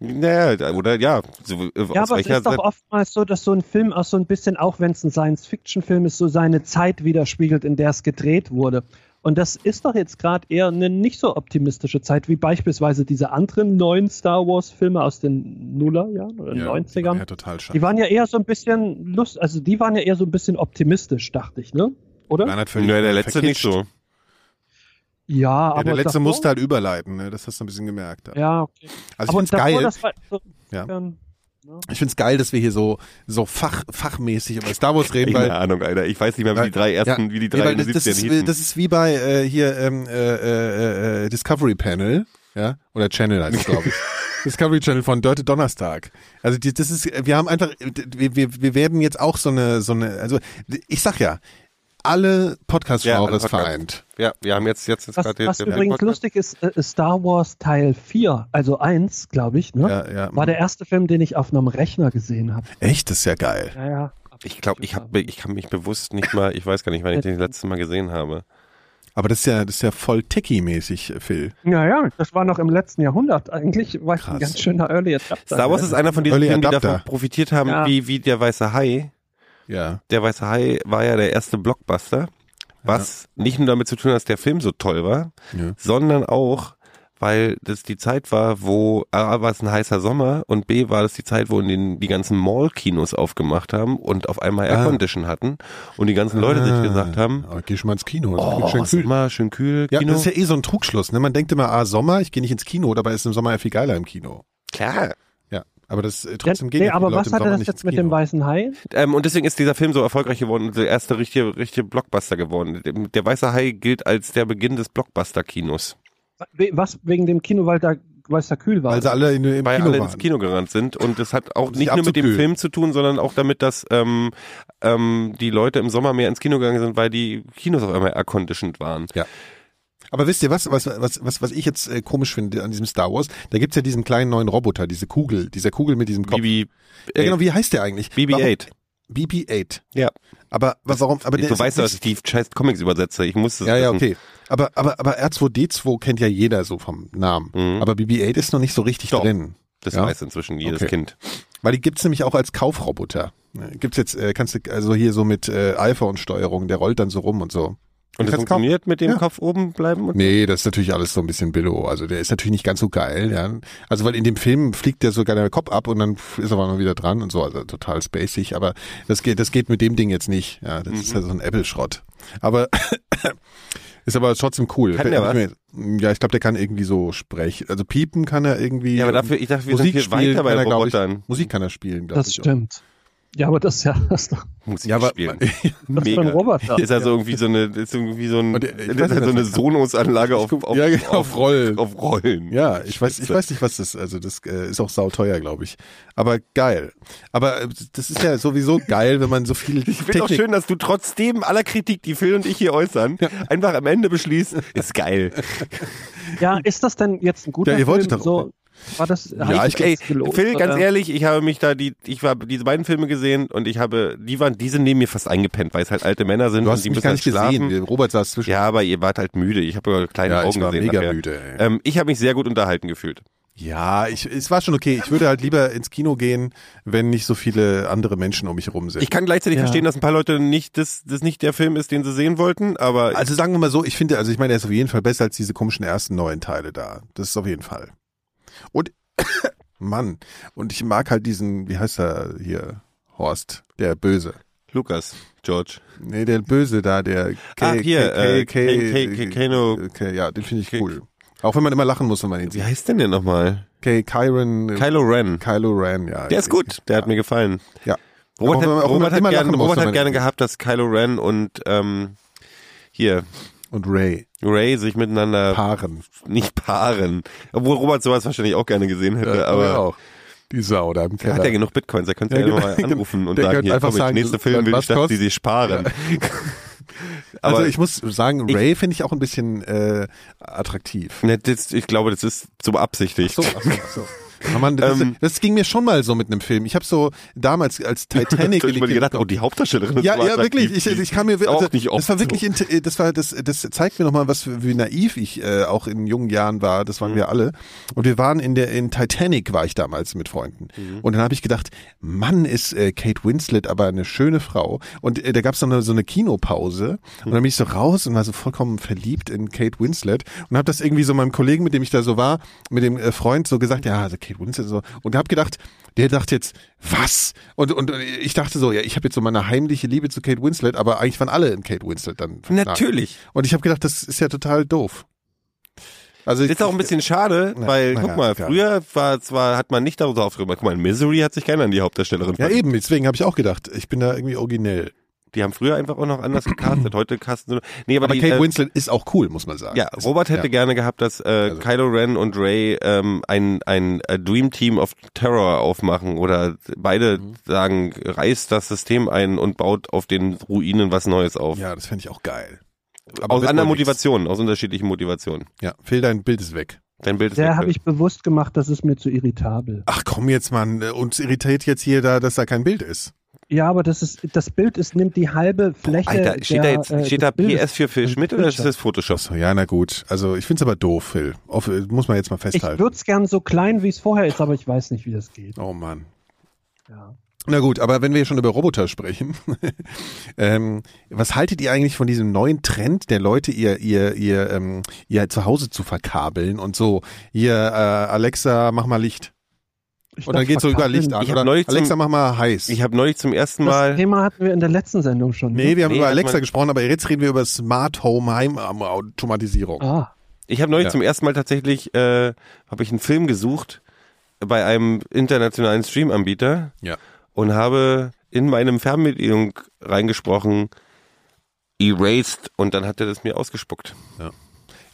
Naja, oder ja. So, äh, Ja, aber es ist doch oftmals so, dass so ein Film auch so ein bisschen, auch wenn es ein Science-Fiction-Film ist, so seine Zeit widerspiegelt, in der es gedreht wurde. Und das ist doch jetzt gerade eher eine nicht so optimistische Zeit, wie beispielsweise diese anderen neuen Star Wars-Filme aus den Nullerjahren oder Ja, 90ern. Ja, total scheiße. Die waren ja eher so ein bisschen lust, also die waren ja eher so ein bisschen optimistisch, dachte ich, ne? Oder? Nein, hat Nö, völlig der letzte nicht verkitscht. so. ja, Ja, aber der letzte davor- musste halt überleiten, ne? das hast du ein bisschen gemerkt. Ja, okay. Also ich aber find's davor, geil, das war so, Ja. ähm, ich find's geil, dass wir hier so, so fach, fachmäßig über Star Wars reden, weil Keine Ahnung, Alter. Ich weiß nicht mehr, wie Weil- die drei ersten, wie die Nee, drei weil das, das, ist, Musik- wie- das ist wie bei äh, hier ähm, äh, äh, äh, Discovery Panel, ja, oder Channel heißt es, glaube ich. Discovery Channel von Dörte Donnerstag. Also die, das ist, wir haben einfach, wir, wir, wir werden jetzt auch so eine, so eine, also ich sag ja, alle Ja, alle Podcast-Genres Podcast. vereint. Ja, wir haben jetzt, jetzt, jetzt Was, gerade den- was den übrigens Podcast. lustig ist, äh, ist Star Wars Teil 4, also 1, glaube ich, ne? Ja, ja. war der erste Film, den ich auf einem Rechner gesehen habe. Echt, das ist ja geil. Ja, ja. Ich glaube, ich, hab- ich kann mich bewusst nicht mal, ich weiß gar nicht, wann ich den letzten Mal gesehen habe. Aber das ist ja, das ist ja voll techie-mäßig, Phil. Ja, ja, das war noch im letzten Jahrhundert. Eigentlich war ich Krass. ein ganz schöner Early Adapter. Star Wars ist einer von diesen Early Filmen, die Adapter. davon profitiert haben, Ja. wie, wie der Weiße Hai. Ja. Der Weiße Hai war ja der erste Blockbuster, was nicht nur damit zu tun hat, dass der Film so toll war, Ja. sondern auch, weil das die Zeit war, wo A war es ein heißer Sommer und B war das die Zeit, wo in den, die ganzen Mall-Kinos aufgemacht haben und auf einmal Ah. Aircondition hatten und die ganzen Leute sich gesagt haben, Ah, geh schon mal ins Kino. das oh, wird schön schön kühl. kühl, schön kühl, Ja, Kino. das ist ja eh so ein Trugschluss. Ne? Man denkt immer, ah, Sommer, ich gehe nicht ins Kino, dabei ist im Sommer ja viel geiler im Kino. klar. Ja, aber das äh, Ja, trotzdem gehen nee, ja viele aber Leute was im hatte Sommer das nicht jetzt ins mit Kino. dem Weißen Hai? Ähm, und deswegen ist dieser Film so erfolgreich geworden und der erste richtige, richtige Blockbuster geworden. Der Weiße Hai gilt als der Beginn des Blockbuster-Kinos, We- Was wegen dem Kino, weil da, weil es da kühl war? Weil sie alle in, im weil Kino alle waren. ins Kino gerannt sind. Und das hat auch sich nicht nur mit dem abzukühlen. Film zu tun, sondern auch damit, dass ähm, ähm, die Leute im Sommer mehr ins Kino gegangen sind, weil die Kinos auf einmal airconditioned waren. Aber wisst ihr was, was, was, was, was ich jetzt äh, komisch finde an diesem Star Wars? Da gibt's ja diesen kleinen neuen Roboter, diese Kugel, dieser Kugel mit diesem Kopf. BB, ja, genau, wie heißt der eigentlich? äh, Warum- BB-8. BB-8. Ja. Aber was, warum? Aber der Du ist weißt, nicht- dass ich die scheiß Comics übersetze. Ich muss das Ja, ja, wissen. okay. Aber, aber, aber R2D2 kennt ja jeder so vom Namen. Mhm. Aber BB-8 ist noch nicht so richtig Doch. drin. Das Ja. weiß inzwischen jedes Okay. Kind. Weil die gibt's nämlich auch als Kaufroboter. Ne, Gibt's jetzt, äh, kannst du, also hier so mit äh, iPhone-Steuerung, der rollt dann so rum und so. Und das Kannst kaufen. funktioniert mit dem Ja. Kopf oben bleiben und Nee, das ist natürlich alles so ein bisschen Billo. Also der ist natürlich nicht ganz so geil, ja. Also weil in dem Film fliegt der sogar der Kopf ab und dann ist er aber mal wieder dran und so, also total spacig, aber das geht, das geht mit dem Ding jetzt nicht. Ja, das Mhm. ist ja so ein Apple-Schrott. Aber ist aber trotzdem cool. Kann der Hab ich mir- Ja, ich glaube, der kann irgendwie so sprechen. Also piepen kann er irgendwie. Ja, aber dafür, ich dachte, wir Musik sind viel spielen weiter bei kann er, glaub ich. Robotern. Musik kann er spielen, glaube das ich. stimmt. Ja, aber das ist ja das ist doch Musik Ja, aber spielen. das ist doch ein Roboter. Ist also irgendwie so eine, ist irgendwie so ein, Und, äh, ich ist weiß halt so nicht, eine was- Sonos-Anlage auf, auf, ja, genau, auf Rollen. auf Rollen. Ja, ich weiß, ich Spitze. weiß nicht, was das Also das äh, ist auch sauteuer, glaube ich. Aber geil. Aber äh, das ist ja sowieso geil, wenn man so viel Ich finde auch Technik. schön, dass du trotzdem aller Kritik, die Phil und ich hier äußern, einfach am Ende beschließt, ist geil. Ja, ist das denn jetzt ein guter Ja, ihr wolltet Film? darauf. So, war das, Ja, ich- Ey, jetzt gelobt, Phil, ganz oder? ehrlich, ich habe mich da die, ich habe diese beiden Filme gesehen und ich habe, die waren, diese neben mir fast eingepennt, weil es halt alte Männer sind Du und hast die mich müssen gar halt nicht gesehen. schlafen. Wir- Robert saß zwischen. Ja, aber ihr wart halt müde. Ich habe ja kleine Ja, Augen ich war gesehen. mega nachher. müde, ey. Ähm, ich habe mich sehr gut unterhalten gefühlt. Ja, ich, es war schon okay. Ich würde halt lieber ins Kino gehen, wenn nicht so viele andere Menschen um mich herum sind. Ich kann gleichzeitig Ja. verstehen, dass ein paar Leute nicht, das, das nicht der Film ist, den sie sehen wollten, aber also sagen wir mal so, ich finde, also ich meine, er ist auf jeden Fall besser als diese komischen ersten neuen Teile da. Das ist auf jeden Fall. Und Mann, und ich mag halt diesen, wie heißt er hier? Horst, der Böse. Lukas, George. Nee, der Böse da, der Ach, hier, äh, K- K- Kano- K- ja, den finde ich K- cool. Auch wenn man immer lachen muss, wenn man ihn Wie sieht. heißt denn der nochmal? K Kyron, äh, Kylo Ren. Kylo Ren, ja. Der ist gut, der hat mir gefallen. Ja. Robert Aber wenn man- hat, auch wenn man Robert hat, immer gern, lachen muss, Robert wenn hat man gerne ihn sieht. gehabt, dass Kylo Ren und ähm, hier Und Ray, Ray sich miteinander Paaren. nicht paaren. Obwohl Robert sowas wahrscheinlich auch gerne gesehen hätte, Ja, aber auch. Äh, Die Sau da im hat er Keller. genug Bitcoins, da könnt ihr Ja, ja, genau, mal anrufen und der sagen, könnte hier, einfach komm, sagen, der nächste Film dann will was ich, dass die kostet? sich sparen. Also aber- ich muss sagen, Ich- Ray finde ich auch ein bisschen äh, attraktiv. Ne, das, ich glaube, das ist so beabsichtigt. Ach so, ach so, ach so. Aber man, das, Ähm. das ging mir schon mal so mit einem Film. Ich habe so damals als Titanic Da hab ich mir gelegt- gedacht, oh, die Hauptdarstellerin ist ja, so ja, attraktiv. wirklich. Ich, Die ich kann mir ist also, auch nicht oft das war wirklich, so. int- äh, das war das, das zeigt mir nochmal, was für, wie naiv ich äh, auch in jungen Jahren war. Das waren Mhm. wir alle. Und wir waren in der in Titanic war ich damals mit Freunden. Mhm. Und dann habe ich gedacht, Mann, ist äh, Kate Winslet aber eine schöne Frau. Und äh, da gab es dann so eine Kinopause. Und dann bin ich so raus und war so vollkommen verliebt in Kate Winslet und habe das irgendwie so meinem Kollegen, mit dem ich da so war, mit dem äh, Freund so gesagt, ja, also Kate Winslet so. Und habe gedacht, der dachte jetzt, was? Und, und ich dachte so, ja, ich habe jetzt so meine heimliche Liebe zu Kate Winslet, aber eigentlich waren alle in Kate Winslet dann. verknallt. Natürlich. Und ich habe gedacht, das ist ja total doof. Also Das ist auch ein bisschen schade, Na, weil, na guck ja, mal, klar. früher war zwar, hat man nicht darüber aufgemacht. Guck mal, in Misery hat sich keiner an die Hauptdarstellerin Ja, verliebt. eben, deswegen habe ich auch gedacht, ich bin da irgendwie originell. Die haben früher einfach auch noch anders gecastet. Heute casten sie nur. Nee, aber, Aber die, Kate äh, Winslet ist auch cool, muss man sagen. Ja, Ist- Robert hätte ja. Also- gerne gehabt, dass äh, Kylo Ren und Ray ähm, ein, ein äh, Dream Team of Terror aufmachen oder beide Mhm. sagen, reißt das System ein und baut auf den Ruinen was Neues auf. Ja, das fände ich auch geil. aus wird anderen wohl nix. Motivationen, aus unterschiedlichen Motivationen. Ja, Phil, dein Bild ist weg. Dein Bild ist Der weg, habe Phil. ich bewusst gemacht, das ist mir zu irritabel. Ach komm jetzt, Mann, äh, uns irritiert jetzt hier da, dass da kein Bild ist. Ja, aber das ist das Bild ist nimmt die halbe Fläche. Alter, steht da der, jetzt äh, steht da des Bildes. PS4 für Schmidt oder ist das Photoshop? So, ja, na gut. Also ich finde es aber doof, Phil. Auf, äh, muss man jetzt mal Ich festhalten. würde es gern so klein, wie es vorher ist, aber ich weiß nicht, wie das geht. Oh Mann. Ja. Na gut, aber wenn wir schon über Roboter sprechen, ähm, was haltet ihr eigentlich von diesem neuen Trend der Leute, ihr ihr ihr ähm, ihr Zuhause zu verkabeln und so? Ihr äh, Alexa, mach mal Licht. Ich Und dann dachte, geht so über verkabeln- Licht an. Ich hab Oder neulich zum- Alexa, mach mal heiß. Ich habe neulich zum ersten Das Mal Thema hatten wir in der letzten Sendung schon. ne? nee, wir haben Nee, über hat Alexa man- gesprochen, aber jetzt reden wir über Smart Home Heim ähm, Automatisierung. Ah, Ich habe neulich Ja. zum ersten Mal tatsächlich äh, habe ich einen Film gesucht bei einem internationalen Stream-Anbieter Ja. und habe in meinem Fernbedienung reingesprochen erased und dann hat er das mir ausgespuckt.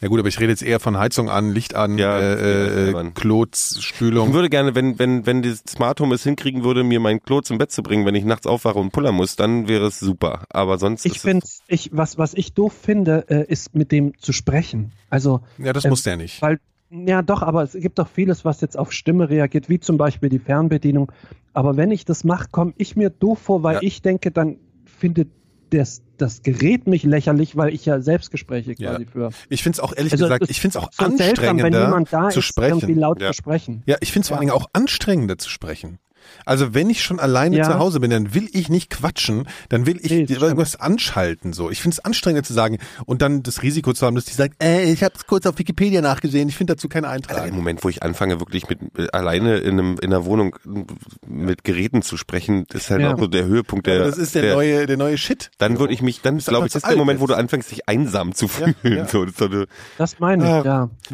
Ja gut, aber ich rede jetzt eher von Heizung an, Licht an, Ja, äh, Licht äh, an. Klotz, Ich Spülung. würde gerne, wenn wenn wenn dieses Smart Home es hinkriegen würde, mir meinen Klo zum Bett zu bringen, wenn ich nachts aufwache und pullern muss, dann wäre es super. Aber sonst ich ist finde, ich, was, was ich doof finde, äh, ist mit dem zu sprechen. Also, Ja, das Ähm, muss der nicht. weil, ja doch, aber es gibt doch vieles, was jetzt auf Stimme reagiert, wie zum Beispiel die Fernbedienung. Aber wenn ich das mache, komme ich mir doof vor, weil Ja. ich denke, dann findet das, das Gerät mich lächerlich, weil ich ja Selbstgespräche Ja. quasi für. Ich finde es auch ehrlich Also, gesagt, es ich finde es auch So seltsam, wenn anstrengender jemand da zu ist, irgendwie sprechen. laut Ja. zu sprechen. Ja, ich finde es vor allen Dingen auch anstrengender zu sprechen. Also wenn ich schon alleine Ja. zu Hause bin, dann will ich nicht quatschen, dann will ich Nee, das irgendwas anschalten so. Ich finde es anstrengender zu sagen und dann das Risiko zu haben, dass die sagt, ey, ich habe es kurz auf Wikipedia nachgesehen, ich finde dazu keinen Alter, Eintrag. im Moment, wo ich anfange, wirklich mit äh, alleine in, einem, in einer Wohnung äh, mit Geräten zu sprechen, ist halt Ja. auch so der Höhepunkt der. das ist der, neue, der neue Shit. Dann würde ich mich, dann Bist glaube einfach ich, zu das ist der alt Moment, wo jetzt. du anfängst, dich einsam zu fühlen. ja. So, das ist so eine, Das meine ich, Ah. ja.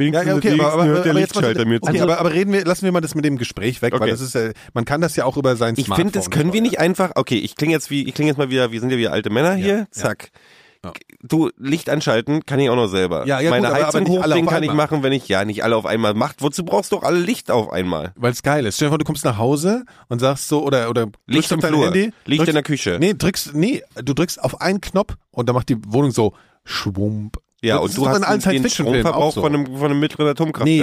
Ja, ja, okay, aber, aber, aber, jetzt mal, mir okay, zu. aber, aber reden wir, lassen wir mal das mit dem Gespräch weg, weil Okay. das ist, äh, man kann das ja auch über sein Ich Smartphone. finde, das können wir nicht einfach. Okay, ich klinge jetzt wie, ich klinge jetzt mal wieder, wir sind ja wieder alte Männer hier. Zack. Ja. Du, Licht anschalten kann ich auch noch selber. Ja, ja, gut, Meine aber- aber Heizung nicht alle hochbringen auf kann ich einmal. machen, wenn ich ja nicht alle auf einmal macht. Wozu brauchst du auch alle Licht auf einmal? Weil es geil ist. Stell dir vor, du kommst nach Hause und sagst so, oder, oder drückst Licht auf im dein Flur, Handy. Licht drückst, in der Küche. Nee, drückst, nee, du drückst auf einen Knopf und dann macht die Wohnung so schwump. Ja, das und ist du doch hast in allen den, den Science-Fiction-Filmen Stromverbrauch auch so. von, einem, von einem mittleren Nee,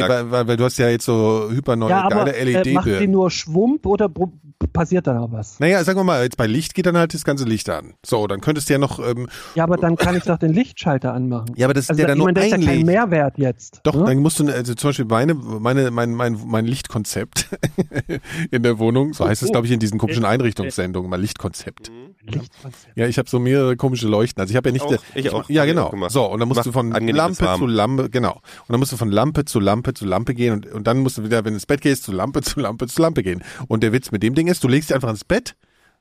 Atomkraftwerk. weil, weil, weil du hast ja jetzt so hyperneue, ja, aber geile E E led äh, macht die birnen nur Schwump oder br- passiert da noch was? Naja, sagen wir mal, jetzt bei Licht geht dann halt das ganze Licht an. So, dann könntest du ja noch, ähm, Ja, aber dann kann ich doch den Lichtschalter anmachen. ja, aber das ist also ja dann ich nur meine, das ist ja ein kein Licht. Mehrwert jetzt. Doch, ne? dann musst du, also zum Beispiel meine, meine, mein, mein, mein Lichtkonzept in der Wohnung, so heißt es, glaube ich, in diesen komischen Einrichtungssendungen, mal Lichtkonzept. Lichtkonzept. Ja, ich habe so mehrere komische Leuchten. Also ich habe ja nicht. Auch, ich auch. Ja, Hab ich genau. auch gemacht. So, und dann musst Macht du von angenehmes Lampe Warm. zu Lampe, genau. Und dann musst du von Lampe zu Lampe zu Lampe gehen und, und dann musst du wieder, wenn du ins Bett gehst, zu Lampe zu Lampe zu Lampe gehen. Und der Witz mit dem Ding ist, du legst dich einfach ins Bett,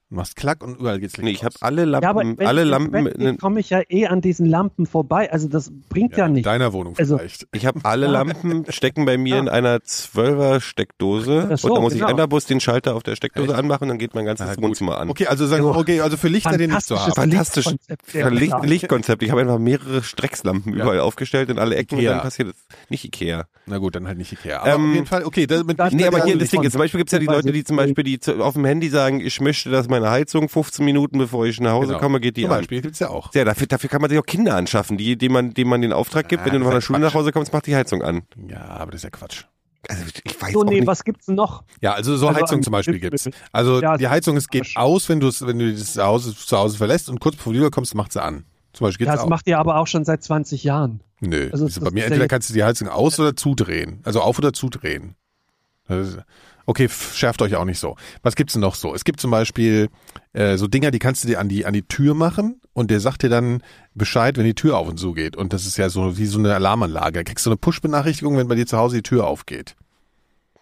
machst Klack und überall geht's Licht. Nee, ich aus. habe alle Ja, aber Lampen, wenn alle ich ins Lampen, Bett gehe, komme ich ja eh an diesen Lampen vorbei. Also das bringt ja, in nicht. deiner Wohnung Also- vielleicht. Ich habe alle Lampen stecken bei mir in einer 12er Steckdose Ach so, und dann muss ich genau. Enderbus den Schalter auf der Steckdose anmachen, dann geht mein ganzes Na gut. Wohnzimmer an. Okay, also sagen wir, okay, also für Lichter den nicht zu haben. Fantastisches Fantastisch. Lichtkonzept, ja, Licht, klar. Lichtkonzept. Ich habe einfach mehrere Streckslampen überall aufgestellt in alle Ecken Ikea. und dann passiert es. Nicht Ikea. Na gut, dann halt nicht Ikea. Aber Ähm, auf jeden Fall, okay, das mit dann- Nee, Ja, aber ja, hier und das Ding von- ist, zum Beispiel gibt's ja die Leute, die zum Beispiel die zu, auf dem Handy sagen, ich möchte, dass meine Heizung 15 Minuten, bevor ich nach Hause genau. komme, geht die Zum an. Beispiel gibt's ja auch. Ja, dafür, dafür kann man sich auch Kinder anschaffen, die, die man, denen man den Auftrag gibt, Ah, wenn du das von der ist ja Schule nach Quatsch. Hause kommst, mach die Heizung an. Ja, aber das ist ja Quatsch. Also ich weiß So, auch nee, nicht. was gibt's denn noch? Ja, also so Also Heizung an- zum Beispiel gibt's. Also Ja, die Heizung, es geht Arsch. aus, wenn du es- wenn du das Zuhause, zu Hause verlässt und kurz bevor du rüberkommst, macht sie an. Zum Beispiel Ja, geht's das auch. macht ihr aber auch schon seit 20 Jahren. Nö. also Also das bei mir ist ja entweder jetzt- kannst du die Heizung aus oder zudrehen. Also auf oder zudrehen. Das ist- Okay, f- schärft euch auch nicht so. Was gibt's denn noch so? Es gibt zum Beispiel äh, so Dinger, die kannst du dir an die an die Tür machen und der sagt dir dann Bescheid, wenn die Tür auf und zu geht. Und das ist ja so wie so eine Alarmanlage. Da kriegst du eine Push-Benachrichtigung, wenn bei dir zu Hause die Tür aufgeht.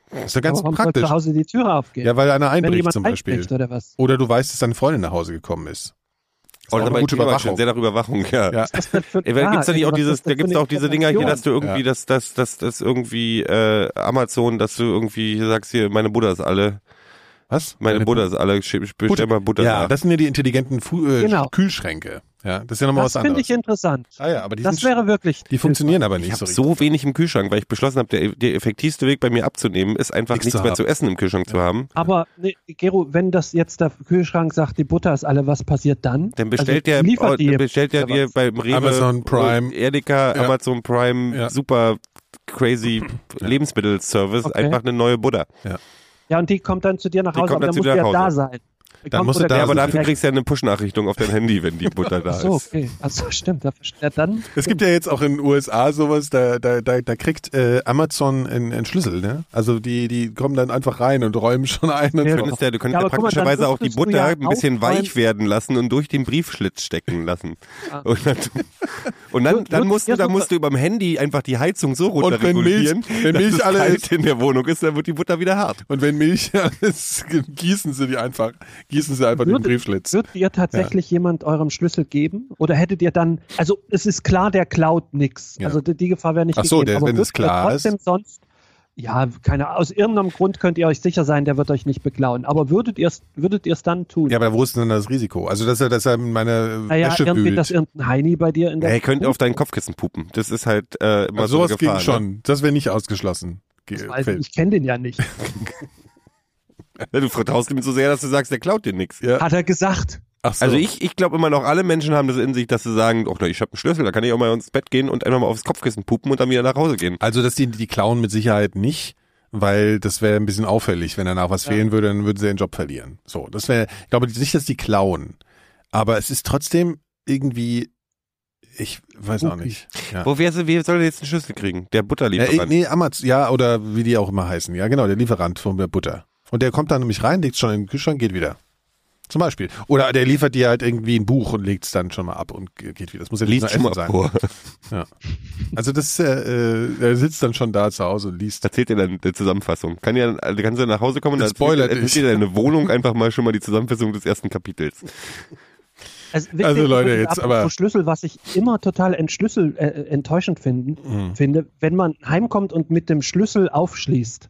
Das ist ja ganz aber warum soll praktisch. zu Hause die Tür aufgehen? Ja, weil einer einbricht zum Beispiel. einbricht oder was? Oder du weißt, dass deine Freundin nach Hause gekommen ist. Ist auch Oder eine bei gute Überwachung. Überwachung. Sehr nach Überwachung, ja. Ja. Was ist das denn für, Ah, also Ey, weil gibt's da nicht auch was ist dieses, das da gibt's für auch eine diese Dinger hier, Information? dass du irgendwie, Ja. dass, dass, dass, dass irgendwie äh, Amazon, dass du irgendwie sagst hier, meine Buddhas alle, Was? meine Buddhas alle, schick- bestell mal Buddha. Ja, nach. das sind ja die intelligenten Fu äh, Genau. Kühlschränke. Ja, das ist ja nochmal Das was finde anderes. ich interessant. ah ja, aber die, Das sind, wäre wirklich. die funktionieren aber ich nicht so habe richtig. so wenig im Kühlschrank, weil ich beschlossen habe, der, der effektivste Weg bei mir abzunehmen, ist einfach Nichts nichts, zu mehr haben. zu essen im Kühlschrank zu haben. Aber nee, Gero, wenn das jetzt der Kühlschrank sagt, die Butter ist alle, was passiert dann? Dann bestellt der, also, liefert die dann bestellt der oder dir was? beim Rewe, Amazon Prime. Edeka, Ja. Amazon Prime, Ja. super crazy Lebensmittelservice, Okay. einfach eine neue Buddha. Ja, und die kommt dann zu dir nach Die Hause, kommt dann aber dann zu muss dir die ja nach da Hause. sein. Die Dann kommt musst du oder da kommt Ja, aber sind dafür direkt- kriegst du ja eine Push-Nachrichtung auf dein Handy, wenn die Butter da Ach so, ist. okay. Ach so, stimmt. Da versteht er dann. Es gibt ja jetzt auch in den USA sowas, da, da, da, da kriegt äh, Amazon einen, einen Schlüssel, ne? Also die, die kommen dann einfach rein und räumen schon ein und Ja. so. Du könntest ja, du Ja, könntest ja, aber guck mal, dann praktischerweise auch die dürftest du Butter ja ein bisschen aufräumen. weich werden lassen und durch den Briefschlitz stecken lassen. Ah. Und dann, und dann, Wird- dann musst du, ja, dann super. musst du über dem Handy einfach die Heizung so wenn runter regulieren, Milch- wenn dass Milch es alle kalt ist. in der Wohnung ist, dann wird die Butter wieder hart. Und wenn Milch alles gießen sie die einfach, gießen sie einfach den Würde- Briefschlitz. Würdet ihr tatsächlich jemand eurem Schlüssel geben? Oder hättet ihr dann, also es ist klar, der klaut nichts. Ja. Also die, die Gefahr wäre nicht Ach so, gegeben. der- aber wenn das würdet ihr klar trotzdem sonst, ja, keine Ahnung, aus irgendeinem Grund könnt ihr euch sicher sein, der wird euch nicht beklauen. Aber würdet ihr es würdet ihr's dann tun? Ja, aber wo ist denn das Risiko? Also dass er, dass er meine naja, Wäsche irgendwie, wühlt. dass irgendein Heini bei dir in der Ja, ihr könnt auf dein Kopfkissen pupen. Das ist halt äh, immer Also so sowas eine Gefahr. ging schon. Das wäre nicht ausgeschlossen. Ge Ich weiß Phil. nicht, ich kenne den ja nicht. Ne? Du vertraust ihm so sehr, dass du sagst, der klaut dir nichts. Ja. Hat er gesagt. Ach so. Also ich, ich glaube immer noch, alle Menschen haben das in sich, dass sie sagen, oh ne, ich habe einen Schlüssel, da kann ich auch mal ins Bett gehen und einfach mal aufs Kopfkissen pupen und dann wieder nach Hause gehen. Also, dass die, die klauen mit Sicherheit nicht, weil das wäre ein bisschen auffällig. Wenn danach was Ja. fehlen würde, dann würden sie ihren Job verlieren. So, das wäre, ich glaube nicht, dass die klauen. Aber es ist trotzdem irgendwie, ich weiß auch Spooky. nicht. Ja. Wo wer, wer soll denn jetzt einen Schlüssel kriegen? Der Ja, Butterlieferant. eh, nee, Amaz, ja, oder wie die auch immer heißen. Ja, genau, der Lieferant von der Butter. Und der kommt dann nämlich rein, legt schon in den Kühlschrank, geht wieder. Zum Beispiel. Oder der liefert dir halt irgendwie ein Buch und legt es dann schon mal ab und ge- geht wieder. Das muss ja nicht Lies nur schon Essen mal sein. vor. Also das, äh, äh, er sitzt dann schon da zu Hause und liest. Erzählt dir dann eine Zusammenfassung. Kann ja, also kannst du nach Hause kommen und Das dann spoilert erzählt, dich. erzählt dir deine Wohnung einfach mal schon mal die Zusammenfassung des ersten Kapitels. Also, witzig, Also, Leute, übrigens, jetzt apropos aber- Schlüssel, was ich immer total entschlüssel, äh, enttäuschend finden, Mhm. finde, wenn man heimkommt und mit dem Schlüssel aufschließt.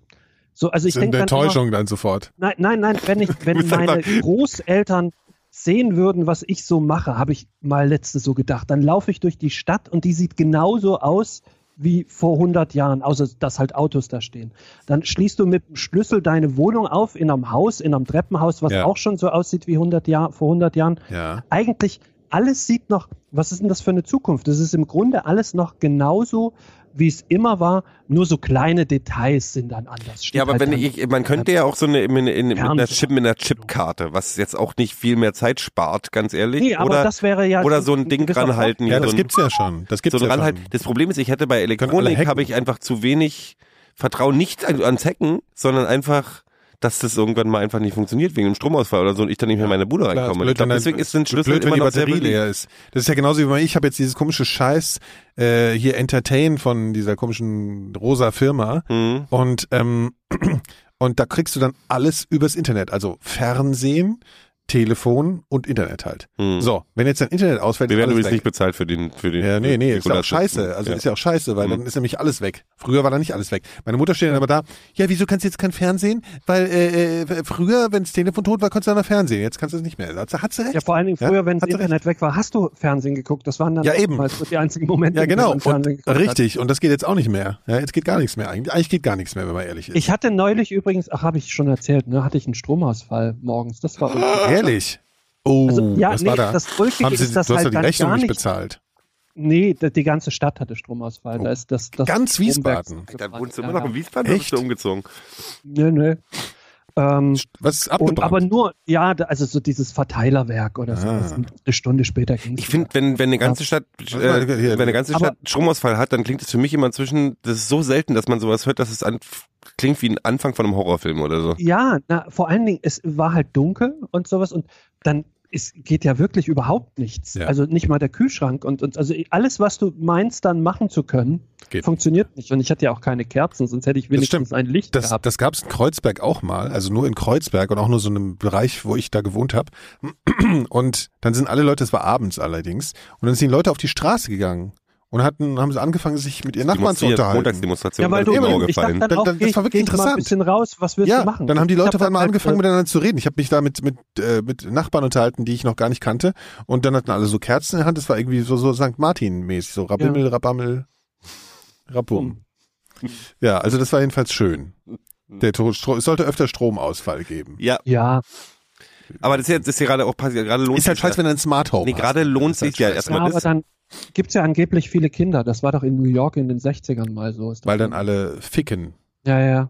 So, also ich Das ist eine denke dann immer, Enttäuschung dann sofort. nein, nein, nein, wenn ich, wenn bist meine einfach- Großeltern sehen würden, was ich so mache, habe ich mal letztes so gedacht. Dann laufe ich durch die Stadt und die sieht genauso aus wie vor 100 Jahren, außer dass halt Autos da stehen. Dann schließt du mit dem Schlüssel deine Wohnung auf in einem Haus, in einem Treppenhaus, was Ja. auch schon so aussieht wie 100 Jahr, vor 100 Jahren Ja. eigentlich alles sieht noch, was ist denn das für eine Zukunft? Das ist im Grunde alles noch genauso, wie es immer war, nur so kleine Details sind dann anders. Steht Ja, aber halt wenn dann- ich, man könnte ja auch so eine, in, in, in, mit einer Fernseh- Chip, mit einer Chipkarte, was jetzt auch nicht viel mehr Zeit spart, ganz ehrlich. Nee, aber oder, das wäre ja oder so ein Ding gewisser dranhalten. Ja, hier, das so ein- gibt's ja schon. Das gibt's so ja dran schon. halt. Das Problem ist, ich hätte bei alle Elektronik hacken. habe ich einfach zu wenig Vertrauen nicht an, ans Hacken, sondern einfach, dass das irgendwann mal einfach nicht funktioniert wegen dem Stromausfall oder so und ich dann nicht mehr in meine Bude Klar, reinkomme. ist ich glaub, wenn deswegen dann- ist ein Schlüssel blöd, wenn immer die noch sehr Batterie billig. leer ist. Das ist ja genauso wie bei mir. Ich habe jetzt dieses komische Scheiß äh, hier Entertain von dieser komischen rosa Firma Hm. und ähm, und da kriegst du dann alles übers Internet, also Fernsehen, Telefon und Internet halt. Hm. So, wenn jetzt dein Internet ausfällt, Wir ist werden alles übrigens weg. nicht bezahlt für den, für den. Ja, nee, nee, ist ja auch Nikolaus. scheiße. Also Ja. ist ja auch scheiße, weil Mhm. dann ist nämlich alles weg. Früher war da nicht alles weg. Meine Mutter steht dann aber da, ja, wieso kannst du jetzt kein Fernsehen? Weil äh, äh, früher, wenn das Telefon tot war, konntest du dann noch Fernsehen. Jetzt kannst du es nicht mehr. Hat sie, hat sie recht? Ja, vor allen Dingen Ja, früher, wenn hat das sie Internet weg war, hast du Fernsehen geguckt. Das waren dann Ja, eben. oftmals so die einzigen Momente, Ja, in denen genau. man Fernsehen Und, geguckt hat. richtig. Und das geht jetzt auch nicht mehr. Ja, jetzt geht gar nichts mehr. Eigentlich, eigentlich geht gar nichts mehr, wenn man ehrlich ist. Ich hatte neulich übrigens, ach, habe ich schon erzählt, ne, hatte ich einen Stromausfall morgens. Das war ehrlich. Oh, Also, ja, was nee, war da? das Ulkige Haben sie, ist, dass du hast halt ja die dann Rechnung gar nicht nicht- bezahlt. Oh. Nee, d- die ganze Stadt hatte Stromausfall. Da ist das, das Ganz Stromwerk Wiesbaden? Dann gefallen. wohnst du Ja, immer noch ja. in Wiesbaden oder Echt? bist du umgezogen? Nö, nö. Ähm, Was ist und, abgebrannt? aber nur, ja, da- also so dieses Verteilerwerk oder so. Ah. Das sind Eine Stunde später ging Ich finde, wenn, wenn eine ganze Stadt, äh, Warte mal, hier. wenn eine ganze Aber- Stadt Stromausfall hat, dann klingt es für mich immer inzwischen, das ist so selten, dass man sowas hört, dass es an, klingt wie ein Anfang von einem Horrorfilm oder so. Ja, na, vor allen Dingen, es war halt dunkel und sowas und dann ist, geht ja wirklich überhaupt nichts. Ja. Also nicht mal der Kühlschrank und, und also alles, was du meinst, dann machen zu können, Geht. funktioniert nicht. Und ich hatte ja auch keine Kerzen, sonst hätte ich wenigstens stimmt. ein Licht Das, gehabt. das gab es in Kreuzberg auch mal, also nur in Kreuzberg und auch nur so einem Bereich, wo ich da gewohnt habe. Und dann sind alle Leute, es war abends allerdings, und dann sind die Leute auf die Straße gegangen und hatten, haben sie angefangen, sich mit ihren Nachbarn zu Demonstriert- unterhalten. Montagsdemonstration, ja, weil dann du, ist Mauer ich dachte gefallen. dann Dann- auch, dann- das geh ich war wirklich jetzt mal ein interessant. bisschen raus, was willst Ja, du machen? dann haben die Ich Leute auf hab einmal dann halt, angefangen äh, miteinander zu reden. Ich habe mich da mit, mit, äh, mit Nachbarn unterhalten, die ich noch gar nicht kannte. Und dann hatten alle so Kerzen in der Hand. Das war irgendwie so, so St. Martin-mäßig, so Rabimmel, Rabammel, Rabum. Hm. Ja, also das war jedenfalls schön. Der Tro- Stro es sollte öfter Stromausfall geben. Ja, Ja, aber das ist jetzt ist ja gerade auch passiert, gerade lohnt Ist halt sich scheiße, wenn du ein Smart Home Nee, hast. gerade lohnt Das ist halt sich ja scheiße. ja erstmal aber das. dann gibt es ja angeblich viele Kinder. Das war doch in New York in den 60ern mal so. Ist doch Weil dann so. alle ficken. Ja, ja.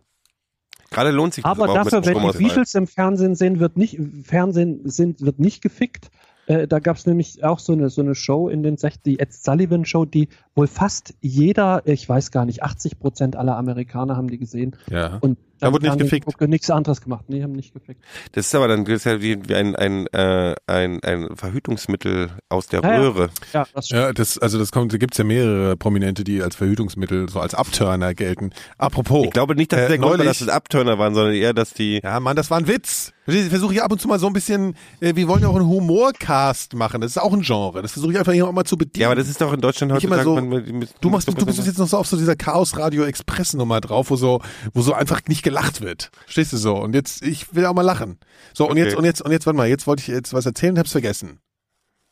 Gerade lohnt sich Aber das überhaupt dafür, mit dem wenn die Stromausfall. Beatles im Fernsehen sehen, wird nicht, Fernsehen sind, wird nicht gefickt. Äh, da gab es nämlich auch so eine, so eine Show in den 60 die Ed Sullivan Show, die wohl fast jeder, ich weiß gar nicht, 80 Prozent aller Amerikaner haben die gesehen. Ja. Und Da wurde nicht gefickt. Nichts anderes gemacht. Nee, haben nicht gefickt. Das ist aber dann das ist ja wie, wie ein, ein, äh, ein, ein Verhütungsmittel aus der Ja, ja. Röhre. Ja, das stimmt. Ja, das, also das kommt, da gibt's ja mehrere Prominente, die als Verhütungsmittel, so als Abturner gelten. Apropos. Ich glaube nicht, dass Äh, der Grund war, neulich- dass es Abturner waren, sondern eher, dass die ja, Mann, das war ein Witz. Ich versuche ja ab und zu mal so ein bisschen, äh, wir wollen ja auch einen Humorcast machen. Das ist auch ein Genre. Das versuche ich einfach hier auch mal zu bedienen. Ja, aber das ist doch in Deutschland Nicht immer heutzutage. so- man- mit- mit- du machst, du, du mit- bist jetzt noch so auf so dieser Chaos Radio Express Nummer drauf, wo so, wo so einfach nicht gelacht wird. Stehst du so? Und jetzt, ich will auch mal lachen. So, und Okay. jetzt, und jetzt, und jetzt, warte mal, jetzt wollte ich jetzt was erzählen und hab's vergessen.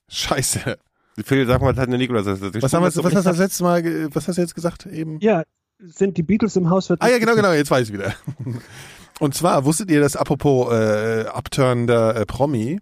Scheiße. Phil, sag mal, was hat der Nikolaus? Das, das Was, haben wir, das- was hast du das letzte Mal, ge- was hast du jetzt gesagt eben? Ja, sind die Beatles im Haus? Wird Ah nicht ja, genau, gefickt. genau, jetzt weiß ich wieder. Und zwar wusstet ihr, dass apropos äh, abturnender äh, Promi,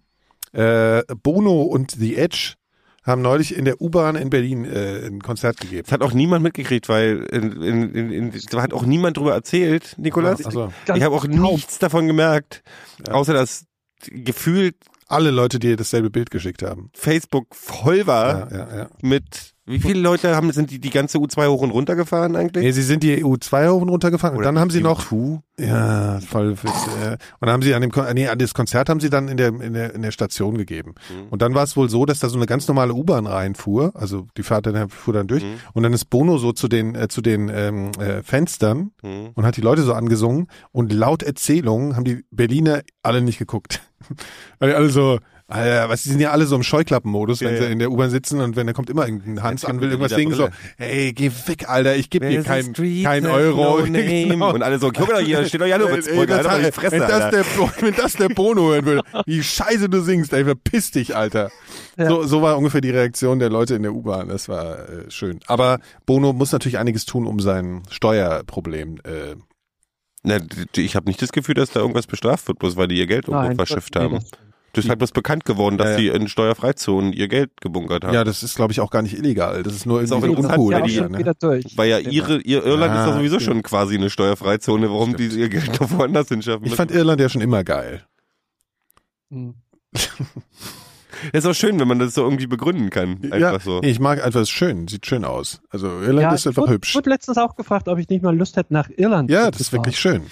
äh, Bono und The Edge haben neulich in der U-Bahn in Berlin äh, ein Konzert gegeben. Das hat auch niemand mitgekriegt, weil in, in, in, in, da hat auch niemand drüber erzählt, Nikolaus. Ach so. Ganz ich habe auch kaum. nichts davon gemerkt, außer dass gefühlt Alle Leute, die dasselbe Bild geschickt haben. Facebook voll war Ja, ja, ja. mit wie viele Leute haben sind die die ganze U2 hoch und runter gefahren eigentlich? Nee, sie sind die EU2 hoch und runter gefahren und Oder dann haben sie noch U2? ja, voll äh, und dann haben sie an dem Kon nee, an das Konzert haben sie dann in der in der, in der Station gegeben. Und dann war es wohl so, dass da so eine ganz normale U-Bahn reinfuhr, also die fährt dann fuhr dann durch Mhm. und dann ist Bono so zu den äh, zu den ähm, äh, Fenstern Hm. und hat die Leute so angesungen und laut Erzählungen haben die Berliner alle nicht geguckt. Weil die alle so, Alter, was, die sind ja alle so im Scheuklappenmodus, wenn Ja, sie ja. in der U-Bahn sitzen und wenn da kommt immer irgendein Hans Typ an, mit will irgendwas der singen, so, Brille. hey, geh weg, Alter, ich geb dir There's a keinen street kein that Euro. no name. Genau. Und alle so, guck mal hier, steht doch Ey, Janowitzbrücke, das- halt doch die wenn, Fresse, das Alter. der, Bo- wenn das der Bono hören würde, wie scheiße du singst, ey, verpiss dich, Alter. Ja. So, so war ungefähr die Reaktion der Leute in der U-Bahn, das war äh, schön. Aber Bono muss natürlich einiges tun, um sein Steuerproblem äh, Na, d- d- ich habe nicht das Gefühl, dass da irgendwas bestraft wird, bloß weil die ihr Geld irgendwo Nein, verschifft nee, haben. das- Das ist halt bloß bekannt geworden, dass Ja, sie in Steuerfreizonen ihr Geld gebunkert haben. Ja, das ist, glaube ich, auch gar nicht illegal. Das ist nur Ist irgendwie auch so interessant, uncool. ne? ja, auch die- schon wieder durch. Weil ja ihre, ihr Irland Ah, ist ja sowieso stimmt. schon quasi eine Steuerfreizone, warum die ihr Geld doch woanders hinschaffen Ich müssen. fand Irland ja schon immer geil. Hm. ist auch schön, wenn man das so irgendwie begründen kann. Einfach ja, so. nee, ich mag einfach, es ist schön, sieht schön aus. Also Irland ist einfach wurde, hübsch. Wurde letztens auch gefragt, ob ich nicht mal Lust hätte, nach Irland Ja, zu das ist fahren. wirklich schön.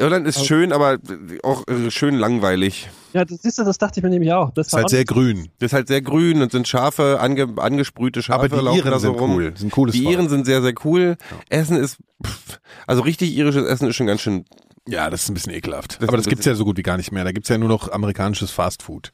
Irland ist schön, aber auch äh, schön langweilig. Ja, das, siehst du, das dachte ich mir nämlich auch. Das Ist war halt auch sehr grün. Das ist halt sehr grün und sind scharfe, ange, angesprühte Schafe Aber die laufen da Iren so sind rum. cool. Sind cooles Die Volk. Iren sind sehr, sehr cool. Essen ist, pff, also richtig irisches Essen ist schon ganz schön Ja, das ist ein bisschen ekelhaft. Das Aber das ist ein gibt's ja so gut wie gar nicht mehr. Da gibt's ja nur noch amerikanisches Fastfood.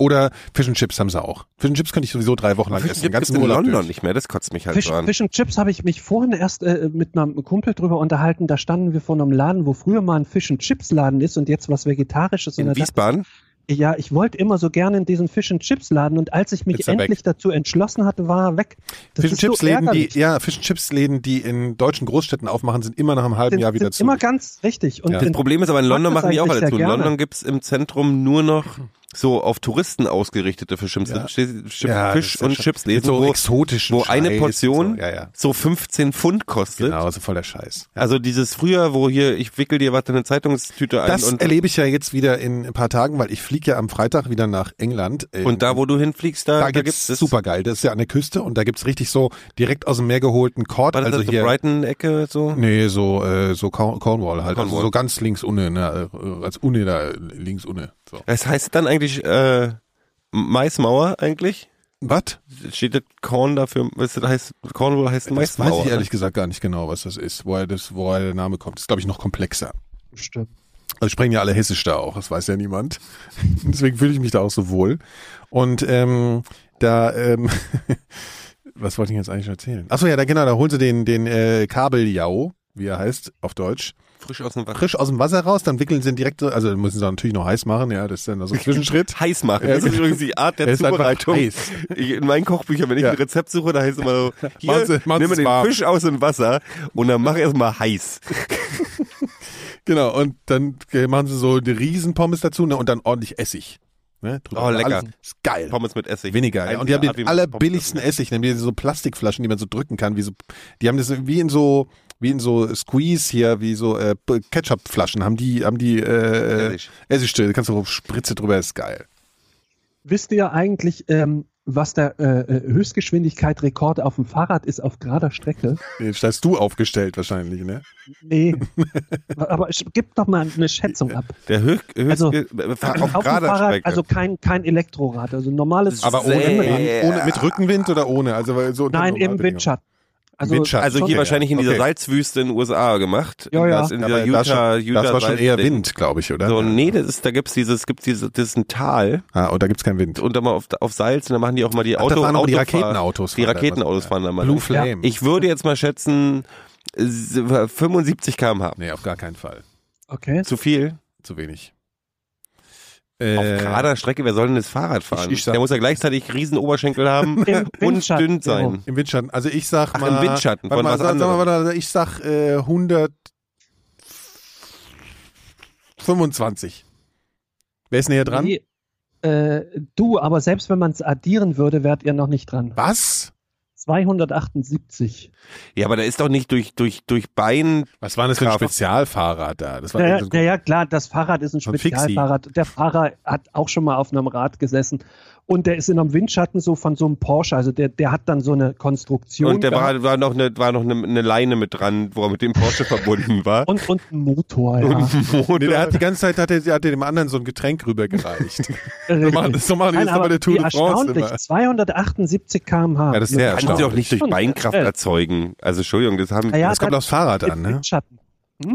Oder Fish and Chips haben sie auch. Fish and Chips könnte ich sowieso drei Wochen lang essen. Den gibt's ganzen in Urlaub London durch. nicht mehr, das kotzt mich halt Fish, so an. Fish and Chips habe ich mich vorhin erst äh, mit einem Kumpel drüber unterhalten. Da standen wir vor einem Laden, wo früher mal ein Fish and Chips Laden ist und jetzt was Vegetarisches. und in da dachte Wiesbaden? ich, Ja, ich wollte immer so gerne in diesen Fish and Chips Laden und als ich mich Jetzt ist er endlich dazu entschlossen hatte, war er weg. Das Fish and ist so Chips Läden, ärgerlich. die, ja, Fish and Chips Läden, die in deutschen Großstädten aufmachen, sind immer nach einem halben sind, Jahr wieder sind zu. immer ganz richtig. Und Ja. Das in- Problem ist aber, in mag London das machen die auch eigentlich alle sehr zu. In gerne. London gibt's im Zentrum nur noch so auf Touristen ausgerichtete Fisch, und Hm. Ja. Chips, Ja, das Fisch ist ja und schon- Chips mit lesen, so wo, exotischen wo eine Scheiß und Portion So. Ja, ja. so 15 Pfund kostet. Genau, so voll der Scheiß. Also dieses früher, wo hier, ich wickel dir was in eine Zeitungstüte ein Das und, erlebe ich ja jetzt wieder in ein paar Tagen, weil ich fliege ja am Freitag wieder nach England. Äh, und da, wo du hinfliegst, da, da gibt's das. super geil. Das ist ja an der Küste und da gibt's richtig so direkt aus dem Meer geholten Kord. War das Also also hier Brighton-Ecke so? Nee, so, äh, so Corn- Cornwall halt. Also Cornwall. so ganz links unne, ne, äh, als Unne da, links unne. So. Das heißt dann eigentlich äh, Maismauer eigentlich? Was? Steht das Corn dafür? Was das heißt, Cornwall heißt Das weiß Maismauer. ich ehrlich gesagt gar nicht genau, was das ist, woher, das, woher der Name kommt. Das ist, glaube ich, noch komplexer. Stimmt. Also sprechen ja alle Hessisch da auch, das weiß ja niemand. Deswegen fühle ich mich da auch so wohl. Und ähm, da, ähm, was wollte ich jetzt eigentlich erzählen? Achso, ja, da genau, da holen sie den, den äh, Kabeljau, wie er heißt, auf Deutsch. Frisch aus dem Wasser. Frisch aus dem Wasser raus, dann wickeln sie ihn direkt so, also müssen sie natürlich noch heiß machen, ja, das ist dann so ein Zwischenschritt. heiß machen. Ja, Das ist genau. übrigens die Art Er der ist einfach Zubereitung. heiß. Ich, in meinen Kochbüchern, wenn ich Ja. ein Rezept suche, da heißt es immer so, hier, Machen Sie- machen nimm Sie mir es den warm. Fisch aus dem Wasser und dann mach erstmal heiß. Genau, und dann äh, machen sie so eine Riesenpommes dazu ne, und dann ordentlich Essig. Ne, drüber. Oh, Also lecker. Alles, ist geil. Pommes mit Essig. Weniger, ja. Einzige Und die haben Art, wie den man allerbilligsten Pommes Essig, nämlich so Plastikflaschen, die man so drücken kann. Wie so, die haben das wie in so, wie in so Squeeze hier, wie so äh, P- Ketchup-Flaschen, haben die, haben die äh, Essig. Essigstille. Da kannst du drauf Spritze drüber, ist geil. Wisst ihr eigentlich, ähm, was der äh, äh, Höchstgeschwindigkeit-Rekord auf dem Fahrrad ist auf gerader Strecke? Jetzt hast du aufgestellt wahrscheinlich, ne? Nee. Aber sch- gib doch mal eine Schätzung ab. Der höch, höch, Also, auf dem gerader Fahrrad, Strecke. also kein, kein Elektrorad, also normales. Aber ohne, Sehr. ohne mit Rückenwind oder ohne? Also weil so unter Nein, im normalen Windschatten. Also, Windschatten. also hier Okay, wahrscheinlich in dieser okay. Salzwüste in den USA gemacht. Ja, ja. Das in Bedingungen. dieser Aber das, Also Utah, schon, Utah das war schon eher Salzding. Wind, glaube ich, oder? So, nee, das ist, da gibt's dieses, gibt's dieses, das ist ein Tal Ah, und da gibt's keinen Wind. und da mal auf, auf Salz und da machen die auch mal die Ach, das Auto, waren aber die Autofahr- Raketenautos Die fahren da immer so. Raketenautos fahren da mal. Blue lang. Flame. Ich würde jetzt mal schätzen, äh, 75 km/h. Nee, auf gar keinen Fall. okay. Zu viel? Zu wenig. Auf Äh, gerader Strecke, wer soll denn das Fahrrad fahren? ich sag- Der muss ja gleichzeitig riesen Oberschenkel haben Im genau. und Windschatten, dünn sein. Im Windschatten. Also ich sag Ach, mal. im Windschatten, Warte von mal, was sag, sag mal, anderem. warte, ich sag äh, 125. Wer ist näher dran? Nee, Äh, du, aber selbst wenn man es addieren würde, wärt ihr noch nicht dran. Was? 278. Ja, aber da ist doch nicht durch, durch, durch Bein. Was war denn das für ein Kraft. Spezialfahrrad da? Das war Naja, irgendein- naja, klar, das Fahrrad ist ein Von Fixie. Spezialfahrrad. Der Fahrer hat auch schon mal auf einem Rad gesessen und der ist in einem Windschatten so von so einem Porsche. Also der, der hat dann so eine Konstruktion. Und da gehabt war, war noch, eine, war noch eine, eine Leine mit dran, wo er mit dem Porsche verbunden war. und, und ein Motor, ja. Nee, der hat die ganze Zeit hat er, hat er dem anderen so ein Getränk rübergereicht. so Richtig. machen das so machen die Nein, das aber bei der Tour wie de France erstaunlich, immer. 278 km/h. Ja, das ist sehr Kann sie erstaunlich. auch nicht durch Schon Beinkraft schnell. erzeugen. Also Entschuldigung, das haben Naja, Das kommt aufs Fahrrad im an, ne? Windschatten.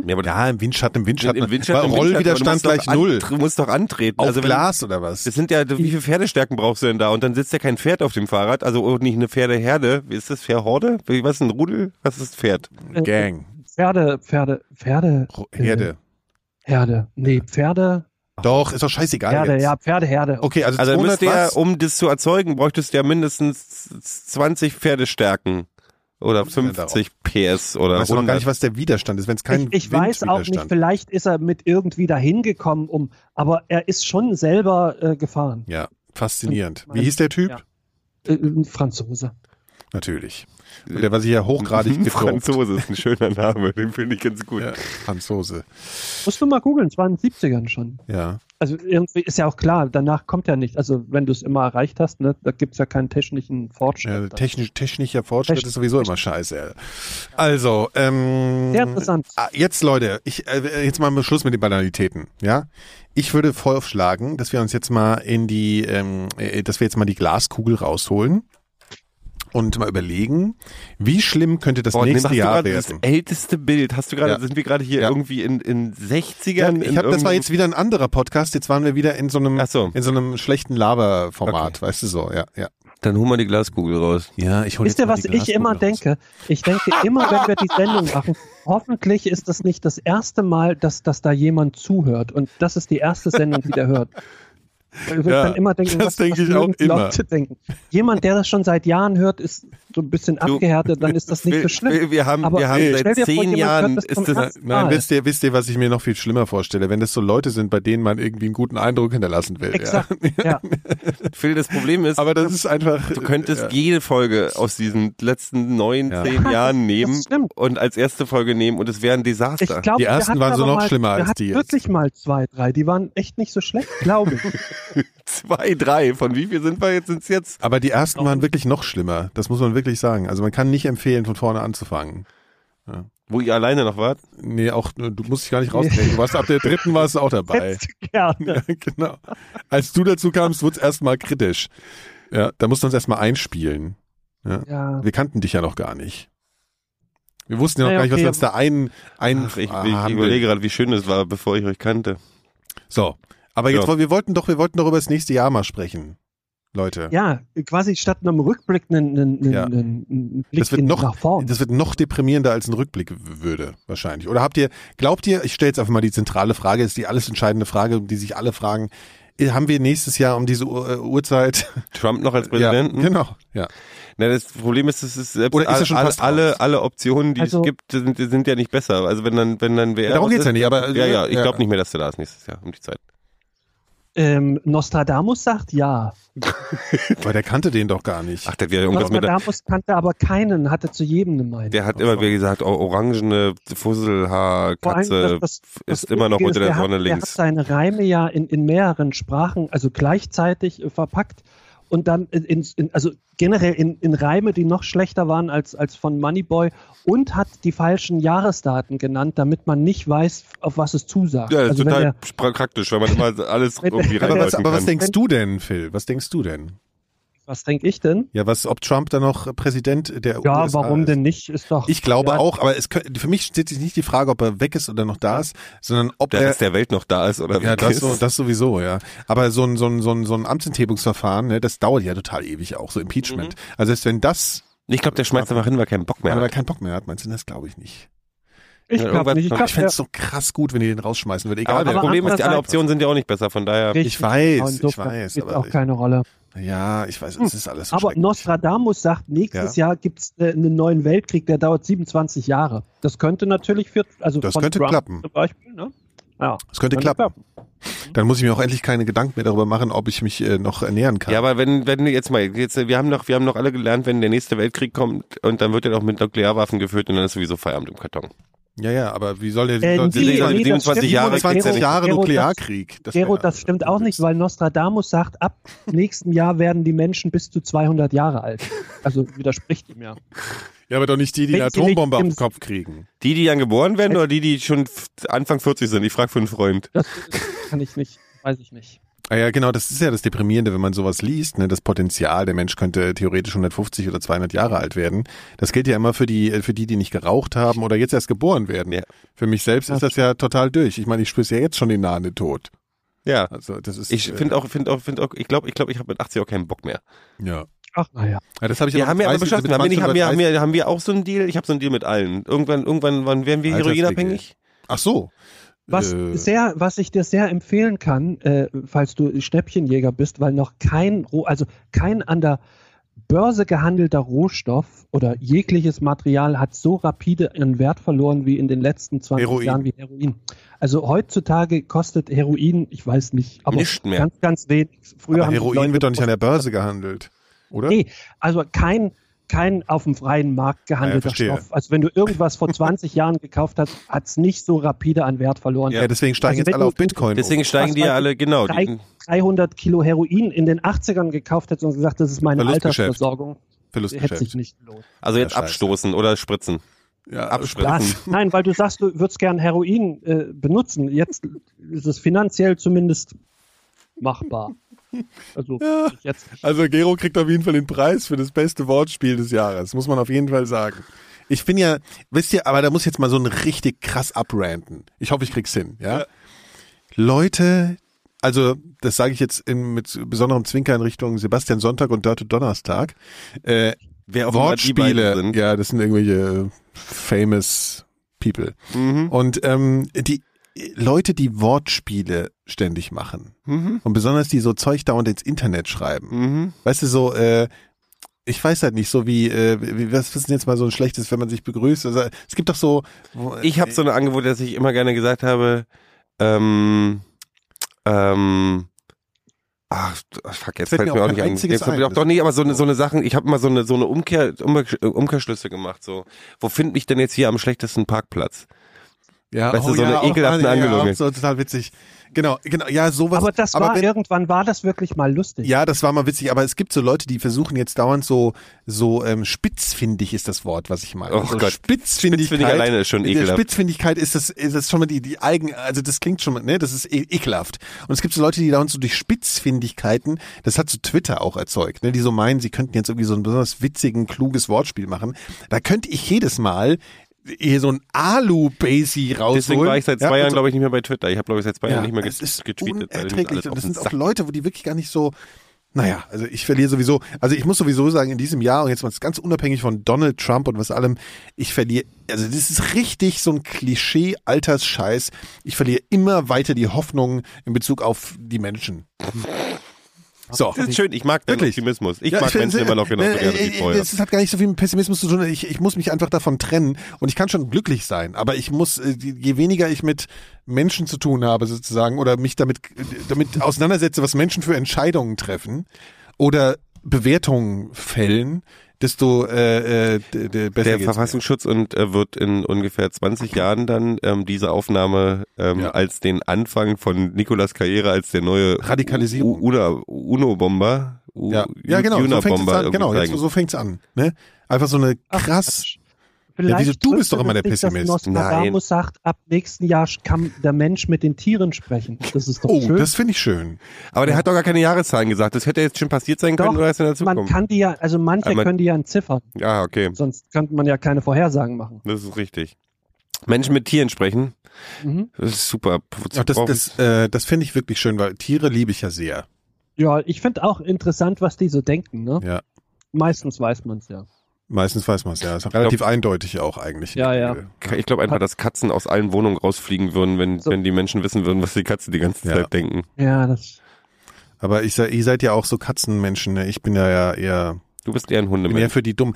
ja, aber Ja, im Windschatten, im Windschatten. Weil Im Windschatten, im Windschatten, Rollwiderstand aber du musst gleich null. doch an- Du musst doch antreten. Auf also wenn- Glas oder was? Das sind ja, wie viele Pferdestärken brauchst du denn da? Und dann sitzt ja kein Pferd auf dem Fahrrad, also auch nicht eine Pferdeherde. Wie Ist das Pferdhorde? Wie- Was ist ein Rudel? Was ist Pferd? Gang. Pferde, Pferde, Pferde, Ro- Herde. Herde. Nee, Pferde, Doch, ist doch scheißegal Herde, jetzt. ja, Pferdeherde. Okay, also, Also 200 müsst ihr ja, was? um das zu erzeugen, bräuchtest du ja mindestens 20 Pferdestärken. Oder Kommst du denn 50 PS oder Ich weiß noch gar 100. nicht, was der Widerstand ist, wenn es kein ich ich weiß auch nicht, Windwiderstand- vielleicht ist er mit irgendwie da hingekommen, um, aber er ist schon selber äh, gefahren. Ja, faszinierend. Mann. Wie hieß der Typ? Ja. Äh, ein Franzose. Natürlich. Und der war sich ja hochgradig gedopt. Mhm, Franzose ist ein schöner Name, den finde ich ganz gut. Ja. Franzose. Musst du mal googeln, es war in den 70ern schon. Ja. Also irgendwie ist ja auch klar, danach kommt ja nicht. Also wenn du es immer erreicht hast, ne, da gibt es ja keinen technischen ja Fortschritt. technisch, technischer Fortschritt Techn- ist sowieso immer scheiße. ey. Also, ähm, Sehr interessant. Ah, Jetzt, Leute, ich, äh, jetzt mal mit Schluss mit den Banalitäten, ja? Ich würde vorschlagen, dass wir uns jetzt mal in die, ähm, äh, dass wir jetzt mal die Glaskugel rausholen und mal überlegen, wie schlimm könnte das Boah, nächste hast Oh, du Jahr gerade das werden. älteste Bild. Hast du gerade, Ja. sind wir gerade hier Ja. irgendwie in, in 60ern? Ja, in ich hab, das war irgendeinem- jetzt wieder ein anderer Podcast, jetzt waren wir wieder in so einem, Ach so. Ah, in so einem schlechten Laberformat, weißt du so, ja, ja. Dann hol mal die Glaskugel raus. Ja, ich hole Wisst ihr, was ich immer denke? Ich denke immer, wenn wir die Sendung machen, hoffentlich ist das nicht das erste Mal, dass, dass da jemand zuhört. Und das ist die erste Sendung, die der hört. Weil ich dann immer denke, das was- denke was ich die auch Leute immer. Denken. Jemand, der das schon seit Jahren hört, ist so ein bisschen Du, abgehärtet, dann ist das nicht so wir, schlimm. Wir, wir haben, Aber wir haben stell dir seit vor, zehn jemand Jahren hört das ist zum das. ersten Nein, Ah. wisst ihr, wisst ihr, was ich mir noch viel schlimmer vorstelle? Wenn das so Leute sind, bei denen man irgendwie einen guten Eindruck hinterlassen will. Ja. Exakt, ja. Phil, das Problem ist, Aber das ist einfach. du könntest jede Folge aus diesen letzten neun, Ja. zehn Jahren nehmen stimmt. und als erste Folge nehmen und es wäre ein Desaster. Ich glaube, Die wir ersten hatten waren so aber noch mal, schlimmer wir als die hatten jetzt. wirklich mal zwei, drei. Die waren echt nicht so schlecht, glaube ich. Zwei, drei. Von wie viel sind wir jetzt? Sind's jetzt? aber die ersten waren wirklich noch schlimmer. Das muss man wirklich sagen. Also man kann nicht empfehlen, von vorne anzufangen. Wo ihr alleine noch wart? Nee, auch äh, du musst dich gar nicht rausnehmen. Du warst ab der dritten warst du auch dabei. Hättest du gerne. genau. Als du dazu kamst, wurde es erstmal kritisch. Ja, da musst du uns erstmal einspielen. Ja. Wir kannten dich ja noch gar nicht. Wir wussten ja noch Naja, gar nicht, was okay, wir uns da ein, ein Ach, ich, ich verhandeln. überlege gerade, wie schön es war, bevor ich euch kannte. So. Aber jetzt, Ja. woll- wir wollten doch, wir wollten doch über das nächste Jahr mal sprechen. Leute. Ja, quasi statt einem Rückblick einen, einen, einen, Ja. einen, einen Blick Das wird in- noch- nach vorn. Das wird noch deprimierender als ein Rückblick w- würde, wahrscheinlich. Oder habt ihr, glaubt ihr, ich stelle jetzt einfach mal die zentrale Frage, ist die alles entscheidende Frage, um die sich alle fragen, eh, haben wir nächstes Jahr um diese Uhr- äh, Uhrzeit Trump noch als Präsidenten? Ja, genau. Ja. Na, das Problem ist, es ist selbst Oder ist er schon alle, fast alle, alle Optionen, die Also- es gibt, sind, sind ja nicht besser. Also wenn dann, wenn dann wer. darum geht's ja nicht, aber- äh, ja, ja, ich ja. glaube nicht mehr, dass der da ist nächstes Jahr um die Zeit. Ähm, Nostradamus sagt ja. Weil der kannte den doch gar nicht. Ach, der hat wieder irgendwas Um mit der, Nostradamus kannte aber keinen, hatte zu jedem eine Meinung. der hat immer wieder gesagt, oh, orangene Fusselhaar, Vor allem, Katze das- das- das ist immer noch Lustige unter ist, der, hat- Sonne Der hat links. seine Reime ja in, in mehreren Sprachen, also gleichzeitig äh, verpackt und dann in- in, in, also generell in, in Reime, die noch schlechter waren als, als von Moneyboy und hat die falschen Jahresdaten genagt, damit man nicht weiß, auf was es zusagt. Ja, ist also wenn total der, spra- praktisch, weil man immer alles Wenn der- irgendwie Aber aber was, reinläuft. aber was kann. denkst du denn, Phil? Was denkst du denn? was denke ich denn? Ja, was, ob Trump dann noch Präsident der Ja, USA warum ist? denn nicht? Ist doch. Ich glaube ja, auch, aber es kö- für mich steht sich nicht die Frage, ob er weg ist oder noch da ist, sondern ob Der er Rest der Welt noch da ist oder ja, weg das, ist. so, das sowieso, ja. Aber so ein, so ein, so ein, so ein Amtsenthebungsverfahren, ne, das dauert ja total ewig auch, so Mhm. Impeachment. Also selbst wenn das, Ich glaube, der schmeißt einfach hin, weil er keinen Bock mehr wenn er hat. keinen Bock mehr hat, meinst du, das glaube ich nicht. Ich Ja, glaube irgendwas- nicht. Ich glaub, Ich fände es so krass gut, wenn die den rausschmeißen würde. Egal, Aber das wer. Aber Problem ist, die alle andererseits- Optionen sind ja auch nicht besser, von daher. richtig, ich weiß, genau, ich insofern weiß, spielt's aber auch ich- keine Rolle. ja, ich weiß, es ist alles so Hm. Aber schrecklich. Nostradamus sagt, nächstes Jahr gibt es äh, einen neuen Weltkrieg, der dauert 27 Jahre. Das könnte natürlich für, also Das von könnte Trump klappen. Zum Beispiel, ne? Ja, Es könnte könnte klappen. Dann muss ich mir auch endlich keine Gedanken mehr darüber machen, ob ich mich äh, noch ernähren kann. Ja, aber wenn, wenn du jetzt mal, jetzt, wir haben doch, wir haben doch alle gelernt, wenn der nächste Weltkrieg kommt und dann wird er doch mit Nuklearwaffen geführt und dann ist sowieso Feierabend im Karton. ja, ja, aber wie soll der, wie Äh, soll nee, der nee, 27 das stimmt Jahre nicht. 20 Gero, Jahre Gero, Nuklearkrieg? Das, Gero, wär- das stimmt auch nicht, weil Nostradamus sagt, ab nächsten Jahr werden die Menschen bis zu 200 Jahre alt. Also widerspricht ihm ja. Ja, aber doch nicht die, die eine Wenn sie nicht Atombombe auf im- den Kopf kriegen. Die, die dann geboren werden oder die, die schon f- Anfang 40 sind? Ich frage für einen Freund. Das kann ich nicht, weiß ich nicht. Ah ja, genau, das ist ja das Deprimierende, wenn man sowas liest, ne? das Potenzial, der Mensch könnte theoretisch 150 oder 200 Jahre alt werden. Das gilt ja immer für die, äh, für die, die nicht geraucht haben oder jetzt erst geboren werden. Ja. Für mich selbst ist das ja total durch. Ich meine, ich spüre ja jetzt schon den nahen Tod. Ja. Also das ist Ich finde auch, finde auch, finde auch, ich glaube, ich glaube, ich habe mit 80 auch keinen Bock mehr. äh, ja. Ach, naja. ja, das habe ich Wir aber haben mit ja aber 30 beschlossen, mit haben wir, nicht, 20 haben, oder wir, haben, 30 wir, haben wir auch so einen Deal? Ich habe so einen Deal mit allen. Irgendwann, irgendwann, wann werden wir Alter, heroinabhängig? Ach so. Was, Äh, sehr, was ich dir sehr empfehlen kann, äh, falls du Schnäppchenjäger bist, weil noch kein, Roh- also kein an der Börse gehandelter Rohstoff oder jegliches Material hat so rapide einen Wert verloren wie in den letzten 20 Heroin. Jahren wie Heroin. Also heutzutage kostet Heroin, ich weiß nicht, aber Nicht mehr. ganz, ganz wenig. Früher aber haben die Heroin Leute- wird doch nicht an der Börse gehandelt, oder? Nee, also kein, kein auf dem freien Markt gehandelter verstehe. Stoff. Also wenn du irgendwas vor 20 Jahren gekauft hast, hat es nicht so rapide an Wert verloren. Ja, deswegen steigen Also jetzt wenn alle du- auf Bitcoin. Deswegen um. steigen die ja alle, genau. Die, drei- 300 Kilo Heroin in den 80ern gekauft hätte und gesagt, das ist meine Verlustgeschäft. Altersversorgung, hätte sich Verlustgeschäft. nicht gelohnt. also jetzt Ja, scheiße. abstoßen oder spritzen. Ja, Abspritzen. Das, nein, weil du sagst, du würdest gern Heroin äh, benutzen. Jetzt ist es finanziell zumindest machbar. Also Ja. jetzt. Also Gero kriegt auf jeden Fall den Preis für das beste Wortspiel des Jahres, muss man auf jeden Fall sagen. Ich bin ja, wisst ihr, aber da muss jetzt mal so ein richtig krass abranten. Ich hoffe, ich krieg's hin, ja? Leute, also das sage ich jetzt in, mit besonderem Zwinker in Richtung Sebastian Sonntag und Dörte Donnerstag. Äh, Wer auch immer die beiden Wortspiele, sind. ja, das sind irgendwelche äh, famous people. Mhm. Und ähm, die Leute, die Wortspiele ständig machen. Mhm. Und besonders die so Zeug dauernd ins Internet schreiben. Mhm. Weißt du, so, äh, ich weiß halt nicht, so wie, äh, wie was ist denn jetzt mal so ein schlechtes, wenn man sich begrüßt? Also, es gibt doch so. wo- Ich habe so eine Angewohnheit, dass ich immer gerne gesagt habe, ähm, ähm, ach, fuck, jetzt Fällt fällt mir mir auch auch kein nicht ein. einziges Jetzt, fällt mir ein. auch, doch, nee, aber so eine, so eine Sachen, ich habe immer so eine, so eine Umkehr, Umkehr, Umkehrschlüsse gemacht, so. Wo finde ich denn jetzt hier am schlechtesten Parkplatz? ja, weißt du, so eine auch- ekelhaften Angelungen. so total witzig. Genau, genau, ja, sowas. Aber das war wenn- irgendwann war das wirklich mal lustig. Ja, das war mal witzig, aber es gibt so Leute, die versuchen jetzt dauernd so, so ähm, spitzfindig ist das Wort, was ich meine. Oh also Gott. Spitzfindigkeit. Spitzfindig alleine ist schon Die ekelhaft. Spitzfindigkeit ist das, ist das schon mal die, die Eigen, also das klingt schon mal, ne, das ist e ekelhaft. Und es gibt so Leute, die dauernd so durch Spitzfindigkeiten, das hat so Twitter auch erzeugt, ne, die so meinen, sie könnten jetzt irgendwie so ein besonders witzigen, kluges Wortspiel machen. Da könnte ich jedes Mal hier so ein Alu-Basie rausholen. Deswegen war ich seit zwei Ja, Jahren, und so- glaube ich, nicht mehr bei Twitter. Ich habe, glaube ich, seit zwei Jahren nicht mehr es ist get getweetet. weil mir Unerträglich. alles auf Und das den sind auch Sack- Leute, wo die wirklich gar nicht so. Naja, also ich verliere sowieso, also ich muss sowieso sagen, in diesem Jahr, und jetzt mal ganz unabhängig von Donald Trump und was allem, ich verliere, also das ist richtig so ein Klischee-Altersscheiß. Ich verliere immer weiter die Hoffnung in Bezug auf die Menschen. So. Das ist schön, ich mag deinen Wirklich. Optimismus. Ich Ja, mag find's- Menschen immer noch genauso äh, gerne äh, wie vorher. Es hat gar nicht so viel mit Pessimismus zu tun. Ich, ich muss mich einfach davon trennen und ich kann schon glücklich sein, aber ich muss, äh, die- je weniger ich mit Menschen zu tun habe sozusagen oder mich damit, damit auseinandersetze, was Menschen für Entscheidungen treffen oder Bewertungen fällen, desto äh, äh, d- d- besser Der geht's mir. Verfassungsschutz und äh, wird in ungefähr 20 Jahren dann ähm, diese Aufnahme ähm, Ja. als den Anfang von Nikolas Karriere als der neue Radikalisierung. U- Una- UNO-Bomber. U- Ja, ja genau, so fängt es Unabomber an. irgendwie Genau, jetzt, zeigen. so fängt's an. Ne? Einfach so eine Ach, krass. Quatsch. Vielleicht wieso? Du bist trifft doch immer es der nicht, dass Pessimist. Nein. Nostradamus sagt, ab nächsten Jahr kann der Mensch mit den Tieren sprechen. Das ist doch oh, schön. das finde ich schön. Aber der hat doch gar keine Jahreszahlen gesagt. Das hätte jetzt schon passiert sein können Doch, oder ist in der man Zukunft? kann die ja, also manche Aber- können die ja entziffern, ja, okay. sonst könnte man ja keine Vorhersagen machen. Das ist richtig. Menschen mit Tieren sprechen. Mhm. Das ist super. Wozu Ach, das brauchen- das, äh, das finde ich wirklich schön, weil Tiere liebe ich ja sehr. Ja, ich finde auch interessant, was die so denken. Ne? Ja. Meistens weiß man es ja. Meistens weiß man es ja. Ist relativ eindeutig auch eigentlich. Ja, ja. ich glaube einfach, dass Katzen aus allen Wohnungen rausfliegen würden, wenn, So. wenn die Menschen wissen würden, was die Katzen die ganze Ja. Zeit denken. Ja, das. Aber ich, se- ihr seid ja auch so Katzenmenschen. Ne? Ich bin ja, ja eher, Du bist eher ein bin eher Hundemensch. für die dumm.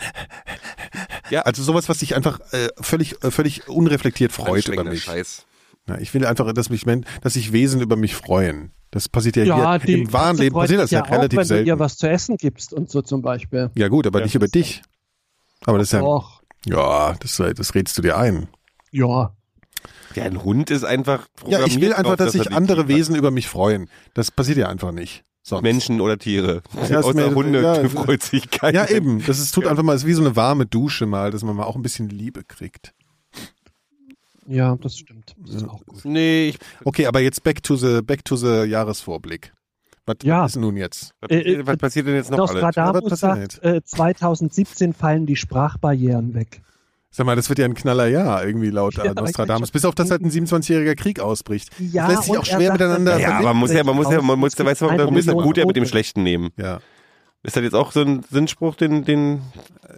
Ja. Also sowas, was sich einfach äh, völlig, äh, völlig unreflektiert freut über Anstrengender mich. Scheiß. Ja, ich will einfach, dass mich, Men- dass sich Wesen über mich freuen. Das passiert ja, Ja, hier im wahren Katze Leben freut passiert das sich ja, auch, relativ wenn du ihr selten. was zu essen gibst und so zum Beispiel. Ja gut, aber Ja. nicht über dich. Aber das ist ja, Doch, ja, das, das redst du dir ein. ja. Ja, ein Hund ist einfach Ja, programmiert. ich will einfach, drauf, dass er sich die andere Tiere hat. Wesen über mich freuen. Das passiert ja einfach nicht. Sonst. Menschen oder Tiere. Ja, ist Außer mir- Hunde ja, freut sich keiner. Ja, eben. Das ist, tut einfach mal, ist wie so eine warme Dusche mal, dass man mal auch ein bisschen Liebe kriegt. Ja, das stimmt. Das ist auch gut. Nee, ich, Okay, aber jetzt back to the, back to the Jahresvorblick. Was Ja. ist nun jetzt? was, Äh, äh, was passiert denn jetzt noch alles? Aber Nostradamus was passiert sagt, äh, 2017 fallen die Sprachbarrieren weg. Sag mal, das wird ja ein knaller Jahr irgendwie laut Ja, äh, aber ich Nostradamus. kann Bis auf, dass halt ein 27-jähriger Krieg ausbricht. Ja, das lässt sich und auch er schwer sagt, miteinander dass- Ja, verbinden. aber man muss ja, man muss ja, man muss ja, weißt du, man muss ja Eine gut ja mit dem Million. Schlechten nehmen. Ja. Ist das jetzt auch so ein Sinnspruch, den, den,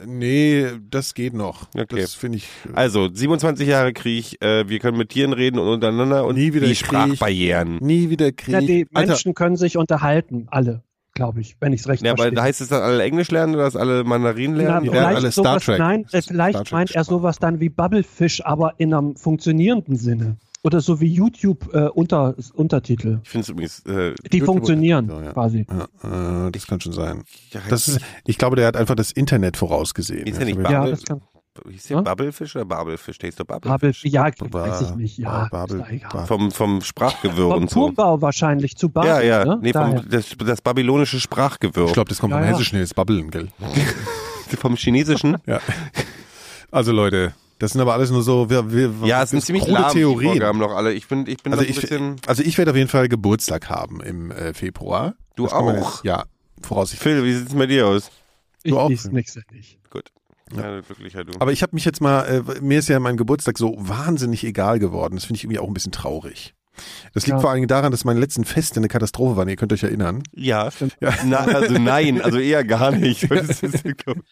Äh, Nee, das geht noch. Okay. Das finde ich. äh, also 27 Jahre Krieg, äh, wir können mit Tieren reden und untereinander und Nie wieder die Krieg. Sprachbarrieren. Nie wieder Krieg. Ja, die Alter, Menschen können sich unterhalten, alle, glaube ich, wenn ich es recht Ja, aber verstehe. heißt es dann alle Englisch lernen oder dass alle Mandarin Na, lernen? ja, vielleicht alle Star sowas, Trek. Nein, äh, Star Trek vielleicht meint er Sprache. sowas dann wie Bubblefish, aber in einem funktionierenden Sinne. Oder so wie YouTube äh, unter, Untertitel. Ich finde es übrigens, äh, Die YouTube- funktionieren Ja, ja. quasi. Ja, äh, das kann schon sein. ja, Das ist, ich glaube, der hat einfach das Internet vorausgesehen. Also, Ist ja nicht Ja, Bubble- das kann. hieß der Ja? Bubblefish oder Babelfisch? Der hieß doch Babel, Babelfisch. ja, Ba- weiß ich nicht. Ja, Ba- ist Babel- da egal. Ba- Vom, vom Sprachgewirr Vom und so. Turmbau wahrscheinlich zu Babel. Ja, ja. Ne? Nee, Daher. vom, das, das babylonische Sprachgewirr. Ich glaube, das kommt Ja, vom ja. Hessischen jetzt Babbeln, gell? vom chinesischen. Ja. Also Leute, das sind aber alles nur so, wir, wir, ja, es sind das ziemlich krude lahm, die Theorien. Vorgaben noch alle. Ich bin, ich bin Also noch ein ich, bisschen... also ich werde auf jeden Fall Geburtstag haben im äh, Februar. Du kann man auch? jetzt- Ja, voraussichtlich. Phil, wie sieht's bei dir aus? Ich auch. lies nix ja nicht. Ja, glücklicher du. Aber ich habe mich jetzt mal, äh, mir ist ja mein Geburtstag so wahnsinnig egal geworden. Das finde ich irgendwie auch ein bisschen traurig. Das liegt Ja. vor allen Dingen daran, dass meine letzten Feste eine Katastrophe waren. Ihr könnt euch erinnern. Ja, Na, also nein, also eher gar nicht. Das ist-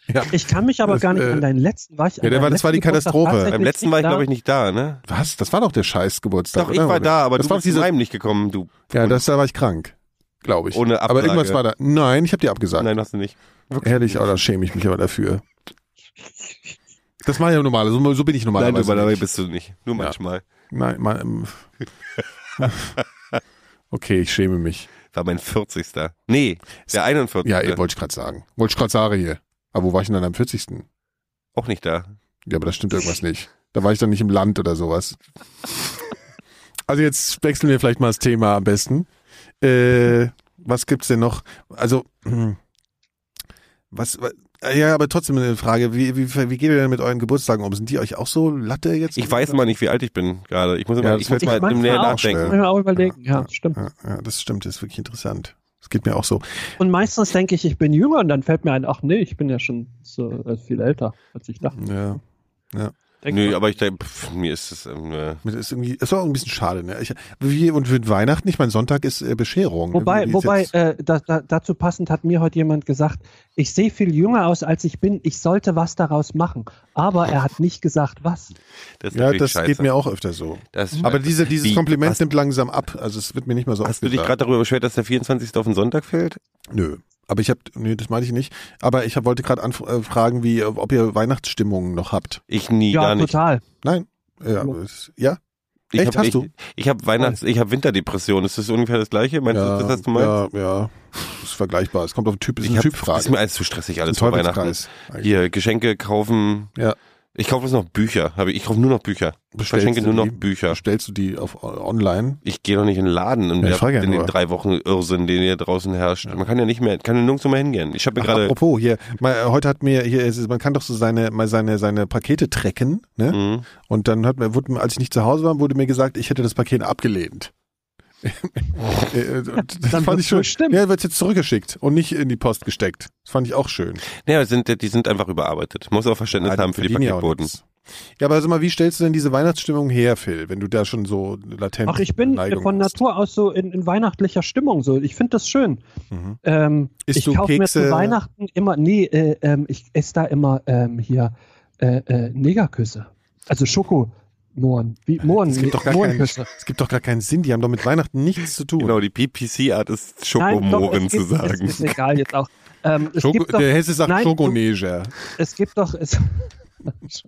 Ja. Ich kann mich aber Das, gar nicht äh, an deinen letzten war ich. an ja, der deinem war- das war die letzten Geburtstag Katastrophe. tatsächlich Beim letzten war ich, da. glaube ich, nicht da, ne? Was? Das war doch der Scheißgeburtstag. Doch, ich oder? war da, aber das du war bist dieser... dieser, heimlich gekommen, du. Ja, das, da war ich krank. Glaube ich. Ohne aber irgendwas Absage. war da. Nein, ich habe dir abgesagt. Nein, hast du nicht. Ehrlich, oder schäme ich mich aber dafür. Das mache ich ja normal. So, so bin ich Nein, du normalerweise. dabei nicht. bist du nicht. Nur Ja. manchmal. Nein, mal, ähm. Okay, ich schäme mich. War mein 40. Nee, der 41. Ja, eh, wollte ich gerade sagen. Wollte ich gerade sagen hier. Aber wo war ich denn dann am 40.? Auch nicht da. Ja, aber da stimmt irgendwas nicht. Da war ich dann nicht im Land oder sowas. Also jetzt wechseln wir vielleicht mal das Thema am besten. Äh, was gibt's denn noch? Also, hm, was, wa- ja, aber trotzdem eine Frage. Wie, wie, wie geht ihr denn mit euren Geburtstagen um? Sind die euch auch so Latte jetzt? Ich weiß mal nicht, wie alt ich bin gerade. Ich muss, Ja, mal, das ich muss wird- mal Ich mach's im Nähe mal auch nachdenken. schnell. Kann ich mir auch überlegen, ja, stimmt. Ja, ja, das stimmt. Das ist wirklich interessant. Das geht mir auch so. Und meistens denke ich, ich bin jünger und dann fällt mir ein, ach nee, ich bin ja schon so äh, viel älter, als ich dachte. Ja. Denk Nö, mal. aber ich denke, pff, mir ist es. Ähm, äh, Das ist irgendwie, ist auch ein bisschen schade, ne? Ich, wie, und für Weihnachten, ich meine, Sonntag ist äh, Bescherung. Wobei, Irgendwie ist wobei jetzt- äh, da, da, dazu passend hat mir heute jemand gesagt, ich sehe viel jünger aus, als ich bin, ich sollte was daraus machen. Aber er hat nicht gesagt, was. das ist ja, natürlich das scheiße. geht mir auch öfter so. Das ist Aber scheiße. diese, dieses Wie? Kompliment Hast- nimmt langsam ab. Also es wird mir nicht mehr so Hast oft du dich gesagt. gerade darüber beschwert, dass der 24. auf den Sonntag fällt? Nö. Aber ich habe, nee, das meine ich nicht. Aber ich hab, wollte gerade anf- äh, fragen, wie, äh, ob ihr Weihnachtsstimmungen noch habt. Ich nie, gar ja, nicht. total. Nein. Ja. aber es- ja? Ich Echt, hab, hast ich, du? Ich habe Weihnachts, ich habe Winterdepression. Ist das ungefähr das gleiche? Meinst ja, du, das hast du meinst? Ja, ja. Ist vergleichbar. Es kommt auf den Typ, ist Ich eine hab- Typfrage. Ist mir alles zu stressig alles Ein vor Weihnachten. Teufelskreis. Hier Geschenke kaufen. Ja. Ich kaufe jetzt noch Bücher. Hab ich ich kaufe nur noch Bücher. Ich Bestellst verschenke du nur noch die? Bücher. Stellst du die auf äh, online? Ich gehe doch nicht in den Laden Ja, in, ich der, frage ja in den nur. drei Wochen Irrsinn, den hier draußen herrscht. Man kann ja nicht mehr, kann ja nirgendwo mehr hingehen. Ich habe mir Ach, gerade apropos, hier, mal, äh, heute hat mir, hier, es ist- man kann doch so seine, mal seine, seine Pakete tracken, ne? Mhm. Und dann hat mir, wurde, mir- als ich nicht zu Hause war, wurde mir gesagt, ich hätte das Paket abgelehnt. Äh, und das Oh. Dann fand wird's ich schon. wohl stimmen. Ja, wird jetzt zurückgeschickt und nicht in die Post gesteckt. Das fand ich auch schön. Naja, sind, die sind einfach überarbeitet. Muss auch Verständnis Ja, haben für die verdienen ja auch Paketboten. nichts. Ja, aber sag mal, wie stellst du denn diese Weihnachtsstimmung her, Phil, wenn du da schon so latent Ach, ich bin Neigung von hast? Natur aus so in, in weihnachtlicher Stimmung so. Ich finde das schön. Mhm. Ähm, Isst ich du kaufe mir zu Kekse? Weihnachten immer, nee, äh, ähm, ich esse da immer ähm, hier äh, äh, Negerküsse. Also Schokomohren. Wie Mohren, Es gibt doch gar keinen, es gibt doch gar keinen Sinn, die haben doch mit Weihnachten nichts zu tun. Genau, die PPC-Art ist Nein, doch, Schokomoren es zu gibt- sagen. Es ist egal jetzt auch. Ähm, es, Schoko, gibt doch, der Hesse sagt Nein, du- Schokoneger. es gibt doch. Es,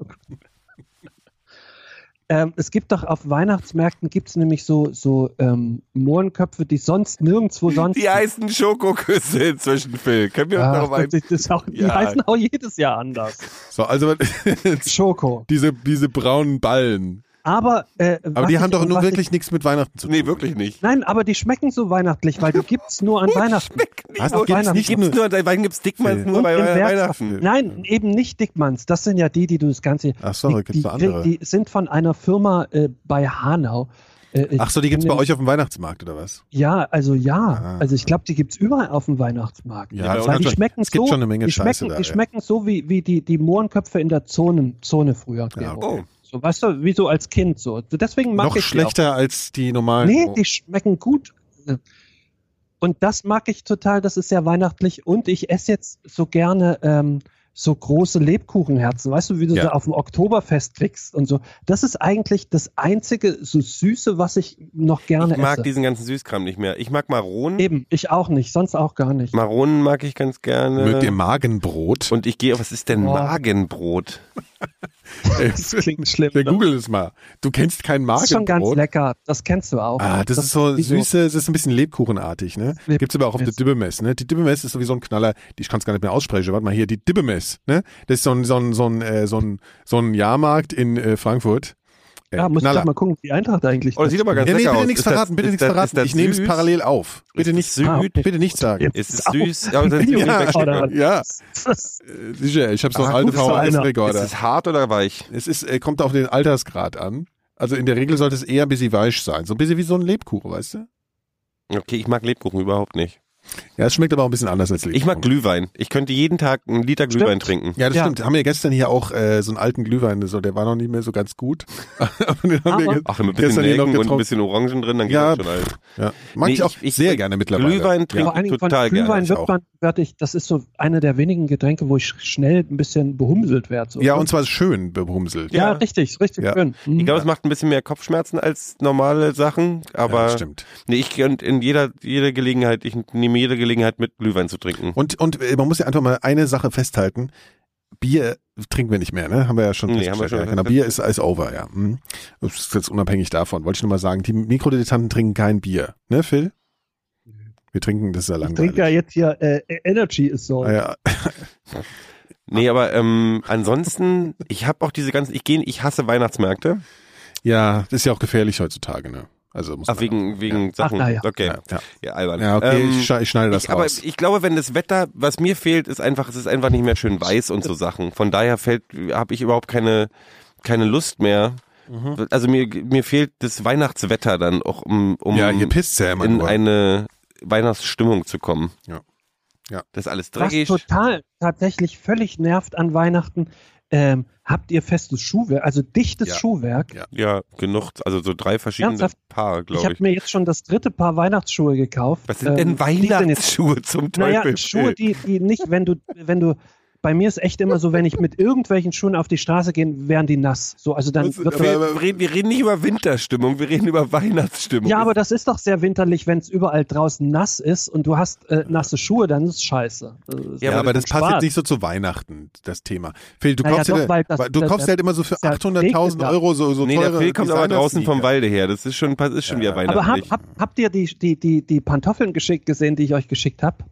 ähm, es gibt doch auf Weihnachtsmärkten gibt's nämlich so, so ähm, Mohrenköpfe, die sonst nirgendwo sonst. Die heißen Schokoküsse inzwischen, Phil. Können Ah, wir uns Ach, darauf ein... das ist- das ist auch, die Ja. heißen auch jedes Jahr anders. So, also Schoko. diese, diese braunen Ballen. Aber, äh, Aber was die ich- haben doch was nur ich- wirklich nichts mit Weihnachten zu tun. Nee, wirklich nicht. Nein, aber die schmecken so weihnachtlich, weil die gibt's nur an Weihnachten. Hast Auf du gibt's Weihnachten. nicht Gibt's nur nur, bei Weihnachten gibt's Dickmanns Phil. nur Und bei im bei Werk- Weihnachten. Nein, eben nicht Dickmanns. Das sind ja die, die du das ganze Ach so, da die, gibt's die, noch andere. die sind von einer Firma äh, bei Hanau. Äh, ich Ach so, die gibt's bin bei mir nicht- euch auf dem Weihnachtsmarkt oder was? Ja, also ja. Ah. Also ich glaube, die gibt's überall auf dem Weihnachtsmarkt. Ja, bei uns Weil die schon- schmecken es gibt so, schon eine Menge die Scheiße schmecken, da, die ja. schmecken so wie, wie die, die Mohrenköpfe in der Zone, Zone früher. Ja, Gero. Oh, So, weißt du, wie so als Kind so. Deswegen mag Noch ich die auch. schlechter als die normalen. äh, Nee, die schmecken gut. Und das mag ich total, das ist sehr weihnachtlich. Und ich esse jetzt so gerne ähm, so große Lebkuchenherzen. Weißt du, wie du Ja. da auf dem Oktoberfest kriegst und so. Das ist eigentlich das einzige so Süße, was ich noch gerne ich mag esse. diesen ganzen Süßkram nicht mehr. Ich mag Maronen. Eben, ich auch nicht, sonst auch gar nicht. Maronen mag ich ganz gerne. Mögt ihr Magenbrot? Und ich gehe auf, was ist denn Oh. Magenbrot? Das klingt schlimm. Der ne? Google es mal. Du kennst kein das ist schon ganz Magenbrot. lecker. Das kennst du auch. Ah, das, ist so wie süße, das ist ein bisschen Lebkuchenartig, ne? Leb- Gibt's aber auch auf der Mess. Dibbemess, ne? Die Dibbemess ist sowieso ein Knaller, die ich kann es gar nicht mehr aussprechen. Warte mal hier, die Dibbemess, ne? Das ist so ein, so ein, so ein, äh, so ein, so ein Jahrmarkt in äh, Frankfurt. Äh, Ja, muss ich Knaller. doch mal gucken, wie die Eintracht eigentlich. Oh, das sieht aber ganz Ja, nee, lecker bitte aus. nichts Ist das- verraten, bitte ist nichts das- verraten. ist das ich nehme es süß? parallel auf. Bitte das nichts, süß? Ah, okay. bitte nichts sagen. Ist es Au. süß? Ja, aber das ist Ja. nicht Oder wegschmecken. was? Ja, äh, sicher, ich habe so einen Ah, alten guckst du einer. Ist VHS-Rekorder. es hart oder weich? Es ist, äh, kommt auf den Altersgrad an. Also in der Regel sollte es eher ein bisschen weich sein. So ein bisschen wie so ein Lebkuchen, weißt du? Okay, ich mag Lebkuchen überhaupt nicht. Ja, es schmeckt aber auch ein bisschen anders als Ich mag Glühwein. Ich könnte jeden Tag einen Liter Stimmt. Glühwein trinken. Ja, das Ja. stimmt. Haben wir gestern hier auch äh, so einen alten Glühwein, so, der war noch nicht mehr so ganz gut. aber den haben Aber- wir ge- Ach, mit ein gestern bisschen hier noch Nelken und ein getrunken. bisschen Orangen drin, dann geht Ja, das schon halt. Ja. Mag Nee, ich auch ich- ich- sehr gerne mittlerweile. Glühwein Vor allen trinke ich Dingen von total gerne. Glühwein ich auch. wird man, werd ich, das ist so eine der wenigen Getränke, wo ich sch- schnell ein bisschen behumselt werde. So. ne? ja, und zwar schön bebumselt. ja. ja, richtig, richtig Ja. schön. Mhm. Ich glaube, es macht ein bisschen mehr Kopfschmerzen als normale Sachen, Ja, aber das stimmt. nee, ich könnte in jeder, jeder Gelegenheit, ich nehme jede Gelegenheit mit, Glühwein zu trinken. Und, und äh, man muss ja einfach mal eine Sache festhalten. Bier trinken wir nicht mehr, ne? Haben wir ja schon Nee, festgestellt. haben wir schon ja, genau. Bier ist alles over, ja. Hm. Das ist jetzt unabhängig davon. Wollte ich nur mal sagen, die Mikrodilettanten trinken kein Bier, ne, Phil? Wir trinken, das ist ja ich langweilig. trinke ja jetzt hier äh, Energy ist so. Ah, ja. Nee, aber ähm, ansonsten, ich habe auch diese ganzen, ich gehe, ich hasse Weihnachtsmärkte. ja, das ist ja auch gefährlich heutzutage, ne? Also muss Ach, man wegen, wegen Sachen. na ja. Okay. Ja, ja. Ja, albern. Ja, okay, Ähm, ich, schneide, ich schneide das ich, aber raus. ich glaube, wenn das Wetter, was mir fehlt, ist einfach, es ist einfach nicht mehr schön weiß und so Sachen. Von daher fällt, habe ich überhaupt keine, keine Lust mehr. Mhm. Also mir, mir fehlt das Weihnachtswetter dann auch, um, um ja, hier pisst ja immer in nur. eine Weihnachtsstimmung zu kommen. Ja. Ja. Das ist alles Was dreckig. total tatsächlich völlig nervt an Weihnachten, ähm, habt ihr festes Schuhwerk, also dichtes Ja. Schuhwerk. Ja. Ja, genug. Also so drei verschiedene Ernsthaft? Paar, Ich glaube habe ich. mir jetzt schon das dritte Paar Weihnachtsschuhe gekauft. Ähm, Was sind denn die jetzt- Weihnachtsschuhe zum Teufel? Naja, Schuhe, die, die nicht, wenn du, wenn du, bei mir ist echt immer so, wenn ich mit irgendwelchen Schuhen auf die Straße gehe, wären die nass. So, also dann wir, wird wir, reden, wir reden nicht über Winterstimmung, wir reden über Weihnachtsstimmung. Ja, aber das ist doch sehr winterlich, wenn es überall draußen nass ist und du hast äh, nasse Schuhe, dann ist es scheiße. Also, ist Ja, Ja, doch aber das passt Spaß. jetzt nicht so zu Weihnachten, das Thema. Phil, du Naja, kaufst, doch, ja, weil das- du das- kaufst das- halt immer so für das- 800.000 das- Euro so, so nee, teure der Phil kommt aber Designer- draußen vom Sneaker. Walde her. Das ist schon, ist schon wieder Aber hab, weihnachtlich. hab, habt ihr die, die, die, die Pantoffeln geschickt gesehen, die ich euch geschickt habe?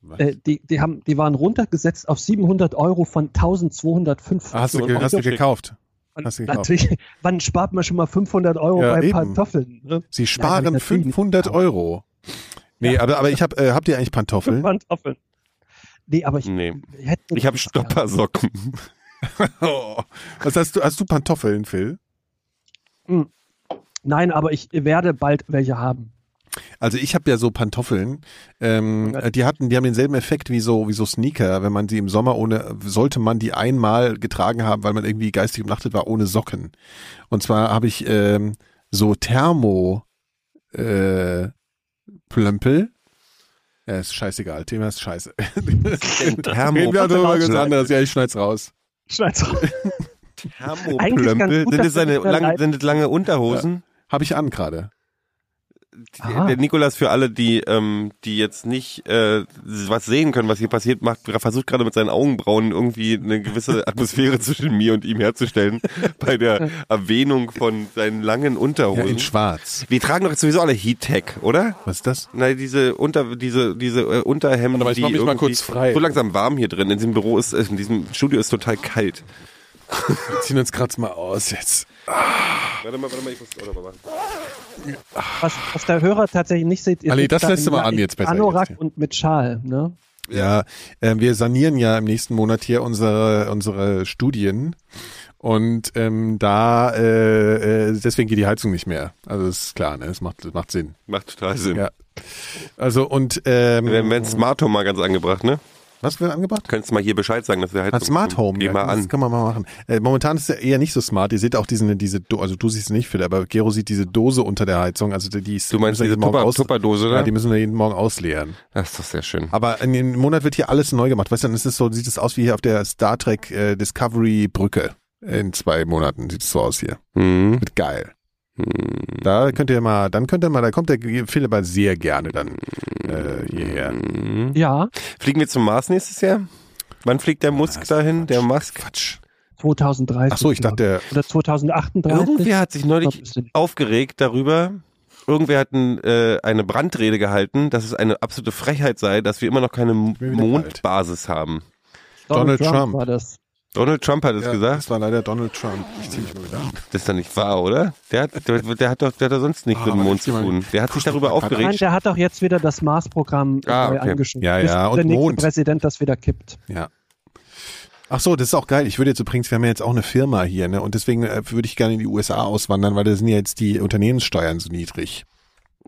Was? Äh, die, die, haben, die waren runtergesetzt auf 700 Euro von 1205. Ah, Hast du, ge- hast du gekauft? Und hast du gekauft. natürlich, wann spart man schon mal 500 Euro Ja, bei eben. Pantoffeln? Ne? Sie sparen natürlich nicht. 500 Euro. Nee, aber, aber ich hab, äh, habt ihr eigentlich Pantoffeln? Pantoffeln. Nee, aber ich, Nee. ich hätte. Ich habe Stoppersocken. Oh. Was hast du, hast du Pantoffeln, Phil? Nein, aber ich werde bald welche haben. Also ich habe ja so Pantoffeln, ähm, Oh äh, die hatten, die haben denselben Effekt wie so, wie so Sneaker, wenn man sie im Sommer ohne, sollte man die einmal getragen haben, weil man irgendwie geistig umnachtet war, ohne Socken. Und zwar habe ich ähm, so Thermo äh, Plömpel. Ja, ist scheißegal, Thema ist scheiße. Reden wir darüber ganz anderes, ja, ich schneid's raus. Schneid's raus. Eigentlich ganz Thermoplömpel. gut, Sind das, dass du seine nicht mehr lange, live- sind das lange Unterhosen? Habe ich an gerade. Ah. Der Nikolas für alle, die, ähm, die jetzt nicht äh, was sehen können, was hier passiert, macht, versucht gerade mit seinen Augenbrauen irgendwie eine gewisse Atmosphäre zwischen mir und ihm herzustellen bei der Erwähnung von seinen langen Ja, Unterhosen. in schwarz. wir tragen doch jetzt sowieso alle Heat-Tech, oder? Was ist das? Nein, diese Unter diese diese äh, Unterhemden, Warte mal, ich die mach mich mal irgendwie- kurz frei. So langsam warm hier drin. In diesem Büro ist in diesem Studio ist total kalt. Wir ziehen uns grad mal aus jetzt. Warte mal, warte mal, ich muss auch noch mal machen. Was, was der Hörer tatsächlich nicht sieht, ist. Ali, das lässt du mal an jetzt besser Anorak jetzt. und mit Schal, ne? Ja, äh, wir sanieren ja im nächsten Monat hier unsere, unsere Studien. Und ähm, da, äh, äh, deswegen geht die Heizung nicht mehr. Also das ist klar, ne? Das macht, das macht Sinn. Macht total Sinn. Ja. Also und ähm, Wir haben jetzt Smart Home mal ganz angebracht, ne? was wird angebracht? Könntest du mal hier Bescheid sagen, dass wir halt Ein Smart Home, Geh ja, mal das an. kann man mal machen. Äh, momentan ist er eher nicht so smart. Ihr seht auch diese, diese Do also du siehst sie nicht, Phil, aber Gero sieht diese Dose unter der Heizung. Also die, die ist, Du meinst müssen wir diese jeden Morgen Tupper- aus- Tupperdose, Ja, oder? die müssen wir jeden Morgen ausleeren. Das ist doch sehr schön. Aber in dem Monat wird hier alles neu gemacht. Weißt du, dann ist es so, sieht es aus wie hier auf der Star Trek äh, Discovery Brücke. In zwei Monaten sieht es so aus hier. Mhm. Wird geil. Mhm. Da könnt ihr mal, dann könnt ihr mal, da kommt der Philipp aber sehr gerne dann äh, hierher. Mhm. Ja, Fliegen wir zum Mars nächstes Jahr? Wann fliegt der Musk dahin? Der Musk? Quatsch. 2030. Ach so, ich dachte, genau. Oder 2038. Irgendwer hat sich neulich aufgeregt darüber. Irgendwer hat ein, äh, eine Brandrede gehalten, dass es eine absolute Frechheit sei, dass wir immer noch keine M- mir wieder kalt. Mondbasis haben. Donald Trump. war das. Donald Trump hat es ja, gesagt. das war leider Donald Trump. Ich zieh mich mal wieder. an. Das ist doch nicht wahr, oder? Der hat, der, der hat doch der hat doch sonst nichts Ah, mit dem aber Mond jetzt zu hier mal- tun. Der hat sich darüber Nein, aufgeregt. der hat doch jetzt wieder das Mars-Programm äh, Ah, neu okay. angeschoben. Ja, Bis ja, und der nächste Mond. Präsident das wieder kippt. Ja. Ach so, das ist auch geil. Ich würde jetzt übrigens, wir haben ja jetzt auch eine Firma hier, ne? Und deswegen äh, würde ich gerne in die USA auswandern, weil da sind ja jetzt die Unternehmenssteuern so niedrig.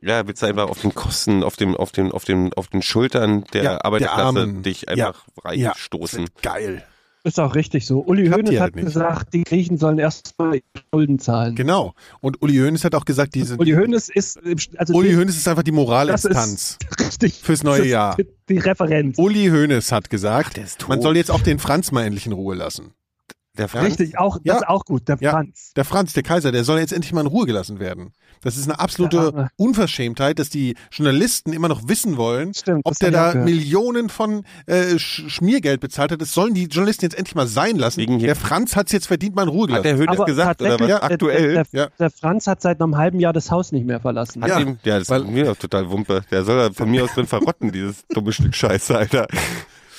Ja, willst du einfach auf den Kosten, auf dem, auf den, auf den, auf den Schultern der Ja, der Arbeiterklasse Armen. dich Ja. einfach Ja. reinstoßen. Geil. Ist auch richtig so. Uli Klappt Hoeneß hier hat halt nicht. gesagt, die Griechen sollen erstmal ihre Schulden zahlen. Genau. Und Uli Hoeneß hat auch gesagt, diese, Uli Hoeneß ist, im St- also Uli die- Hoeneß ist einfach die das Moralinstanz. ist richtig. Fürs neue das ist Jahr. Die Referenz. Uli Hoeneß hat gesagt, der ist tot. man soll jetzt auch den Franz mal endlich in Ruhe lassen. Der Franz, Richtig, auch, Ja. das ist auch gut, der Ja. Franz. Der Franz, der Kaiser, der soll jetzt endlich mal in Ruhe gelassen werden. Das ist eine Der absolute Arme. Unverschämtheit, dass die Journalisten immer noch wissen wollen, Stimmt, ob das der hab ich auch da gehört. Millionen von äh, Sch Schmiergeld bezahlt hat. Das sollen die Journalisten jetzt endlich mal sein lassen. Wegen hier- Der Franz hat es jetzt verdient, mal in Ruhe hat gelassen. der Höhnes Aber gesagt oder was? tatsächlich, äh, Aktuell? Der, der, ja. der Franz hat seit einem halben Jahr das Haus nicht mehr verlassen. Hat Ja, ja, ihm, ja, das weil- ist mir doch total Wumpe. Der soll da von mir aus drin verrotten, dieses dumme Stück Scheiße, Alter.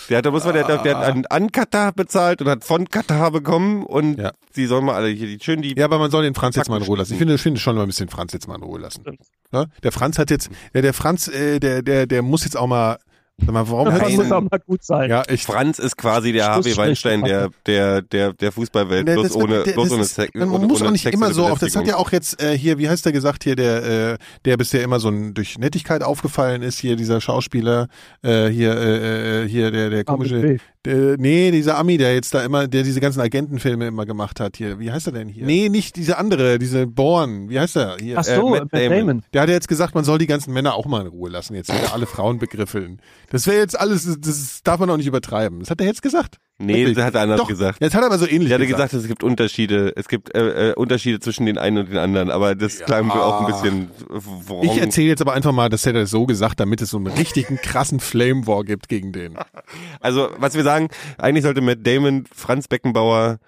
Der hat, da muss man, der, hat- der hat an, an Katar bezahlt und hat von Katar bekommen und Ja. die sollen mal alle hier die schön die. Ja, aber man soll den Franz jetzt mal in Ruhe lassen. Ich Fakten- finde, ich finde schon mal ein bisschen Franz jetzt mal in Ruhe lassen. Stimmt. Ne? Der Franz hat jetzt, der, der Franz, äh, der, der, der muss jetzt auch mal, sag mal, warum das hörst muss du? auch mal gut sein. Ja, ich, Franz ist quasi der Harvey Schlussstrich. Weinstein der, der, der, der Fußballwelt, Ne, bloß das- ohne, der- bloß das ohne ist- Sex. Man ohne, muss ohne auch nicht immer sexuelle so auf, das hat Belästigung. ja auch jetzt äh, hier, wie heißt der gesagt hier, der, äh, der bisher immer so ein, durch Nettigkeit aufgefallen ist, hier dieser Schauspieler, äh, hier, äh, äh, hier der, der Ah, mit komische, B. der, nee, dieser Ami, der jetzt da immer, der diese ganzen Agentenfilme immer gemacht hat hier, wie heißt er denn hier? Nee, nicht diese andere, diese Born, wie heißt er hier? Ähm, Ach so, äh, Matt Matt Damon. Damon. Der hat ja jetzt gesagt, man soll die ganzen Männer auch mal in Ruhe lassen, jetzt wieder alle Frauen begriffeln. Das wäre jetzt alles, das darf man auch nicht übertreiben. Das hat er jetzt gesagt. Nee, Wirklich. das hat er anders Doch, gesagt. Jetzt hat er aber so ähnlich Ich hatte gesagt, es gibt Unterschiede, es gibt äh, äh, Unterschiede zwischen den einen und den anderen, aber das klang mir auch ein bisschen äh, wrong. Ich erzähle jetzt aber einfach mal, dass er das so gesagt, damit es so einen richtigen krassen Flame War gibt gegen den. Also, was wir sagen, eigentlich sollte Matt Damon, Franz Beckenbauer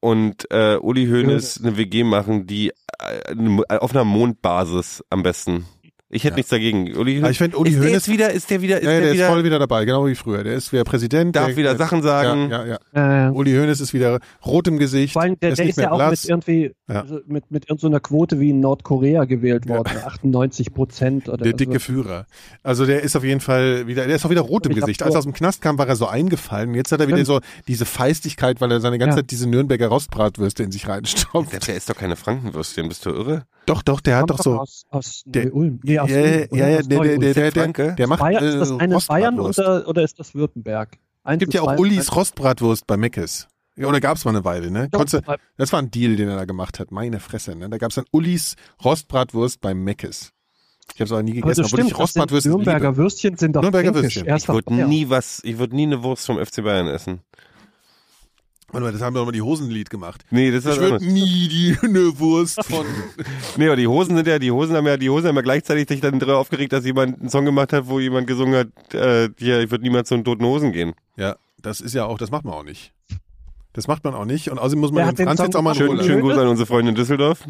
und äh, Uli Hoeneß eine WG machen, die äh, auf einer Mondbasis am besten. Ich hätte nichts dagegen. Uli Aber ich find, Uli ist der Hoeneß- jetzt wieder, ist der wieder, ist Ja, ja, der der ist wieder, voll wieder dabei, genau wie früher. Der ist wieder Präsident. darf der, wieder Sachen sagen. Ja, ja, ja. Äh, Uli Hoeneß ist wieder rot im Gesicht. Vor allem, der, ist der nicht ist mehr ja auch blass. mit irgendwie Ja. also mit, mit irgendeiner Quote wie in Nordkorea gewählt worden. 98 Prozent oder Der so. dicke Führer. Also der ist auf jeden Fall wieder, der ist auch wieder rot im Ich hab Gesicht. so- Als er aus dem Knast kam, war er so eingefallen. Jetzt hat er wieder so diese Feistigkeit, weil er seine ganze Ja. Zeit diese Nürnberger Rostbratwürste in sich reinstopft. Der, der ist doch keine Frankenwürstchen, bist du irre? Doch, doch, der hat Kommt doch so. Aus, aus der- Neu-Ulm. Nee, Ja, aus ja, Ulm, oder? ja, der, Aus der, Neu-Ulm. der, der, der, Franke? der macht Bayern, ist das äh, eine Bayern Rostbratwurst. oder, oder ist das Württemberg? Eins Es gibt ist ja auch Bayern, Ulis Rostbratwurst bei Meckes. Ja, oder gab's mal eine Weile, ne? eins- Konntest, du- das war ein Deal, den er da gemacht hat. Meine Fresse, ne? Da gab's dann Ulis Rostbratwurst bei Meckes. Ich habe auch nie Aber gegessen, obwohl das stimmt, ich das sind Rostbratwürste Nürnberger liebe. Würstchen sind doch Nürnberger fränkisch. Würstchen. Erst Ich nach würde Bayern. nie was, ich würde nie eine Wurst vom FC Bayern essen. Warte mal, das haben wir doch mal die Hosenlied gemacht. Nee, das ist Ich was anderes. würde nie die eine Wurst von. Nee, aber die Hosen sind ja, die Hosen haben ja, die Hosen haben ja gleichzeitig sich dann darüber aufgeregt, dass jemand einen Song gemacht hat, wo jemand gesungen hat, äh, hier, ich würde niemals zu den toten Hosen gehen. ja, das ist ja auch, das macht man auch nicht. Das macht man auch nicht. Und außerdem muss Wer man hat den den Franz Song jetzt auch mal in gemacht? Ruhe Schön, lassen. schönen Gruß an unsere Freunde in Düsseldorf.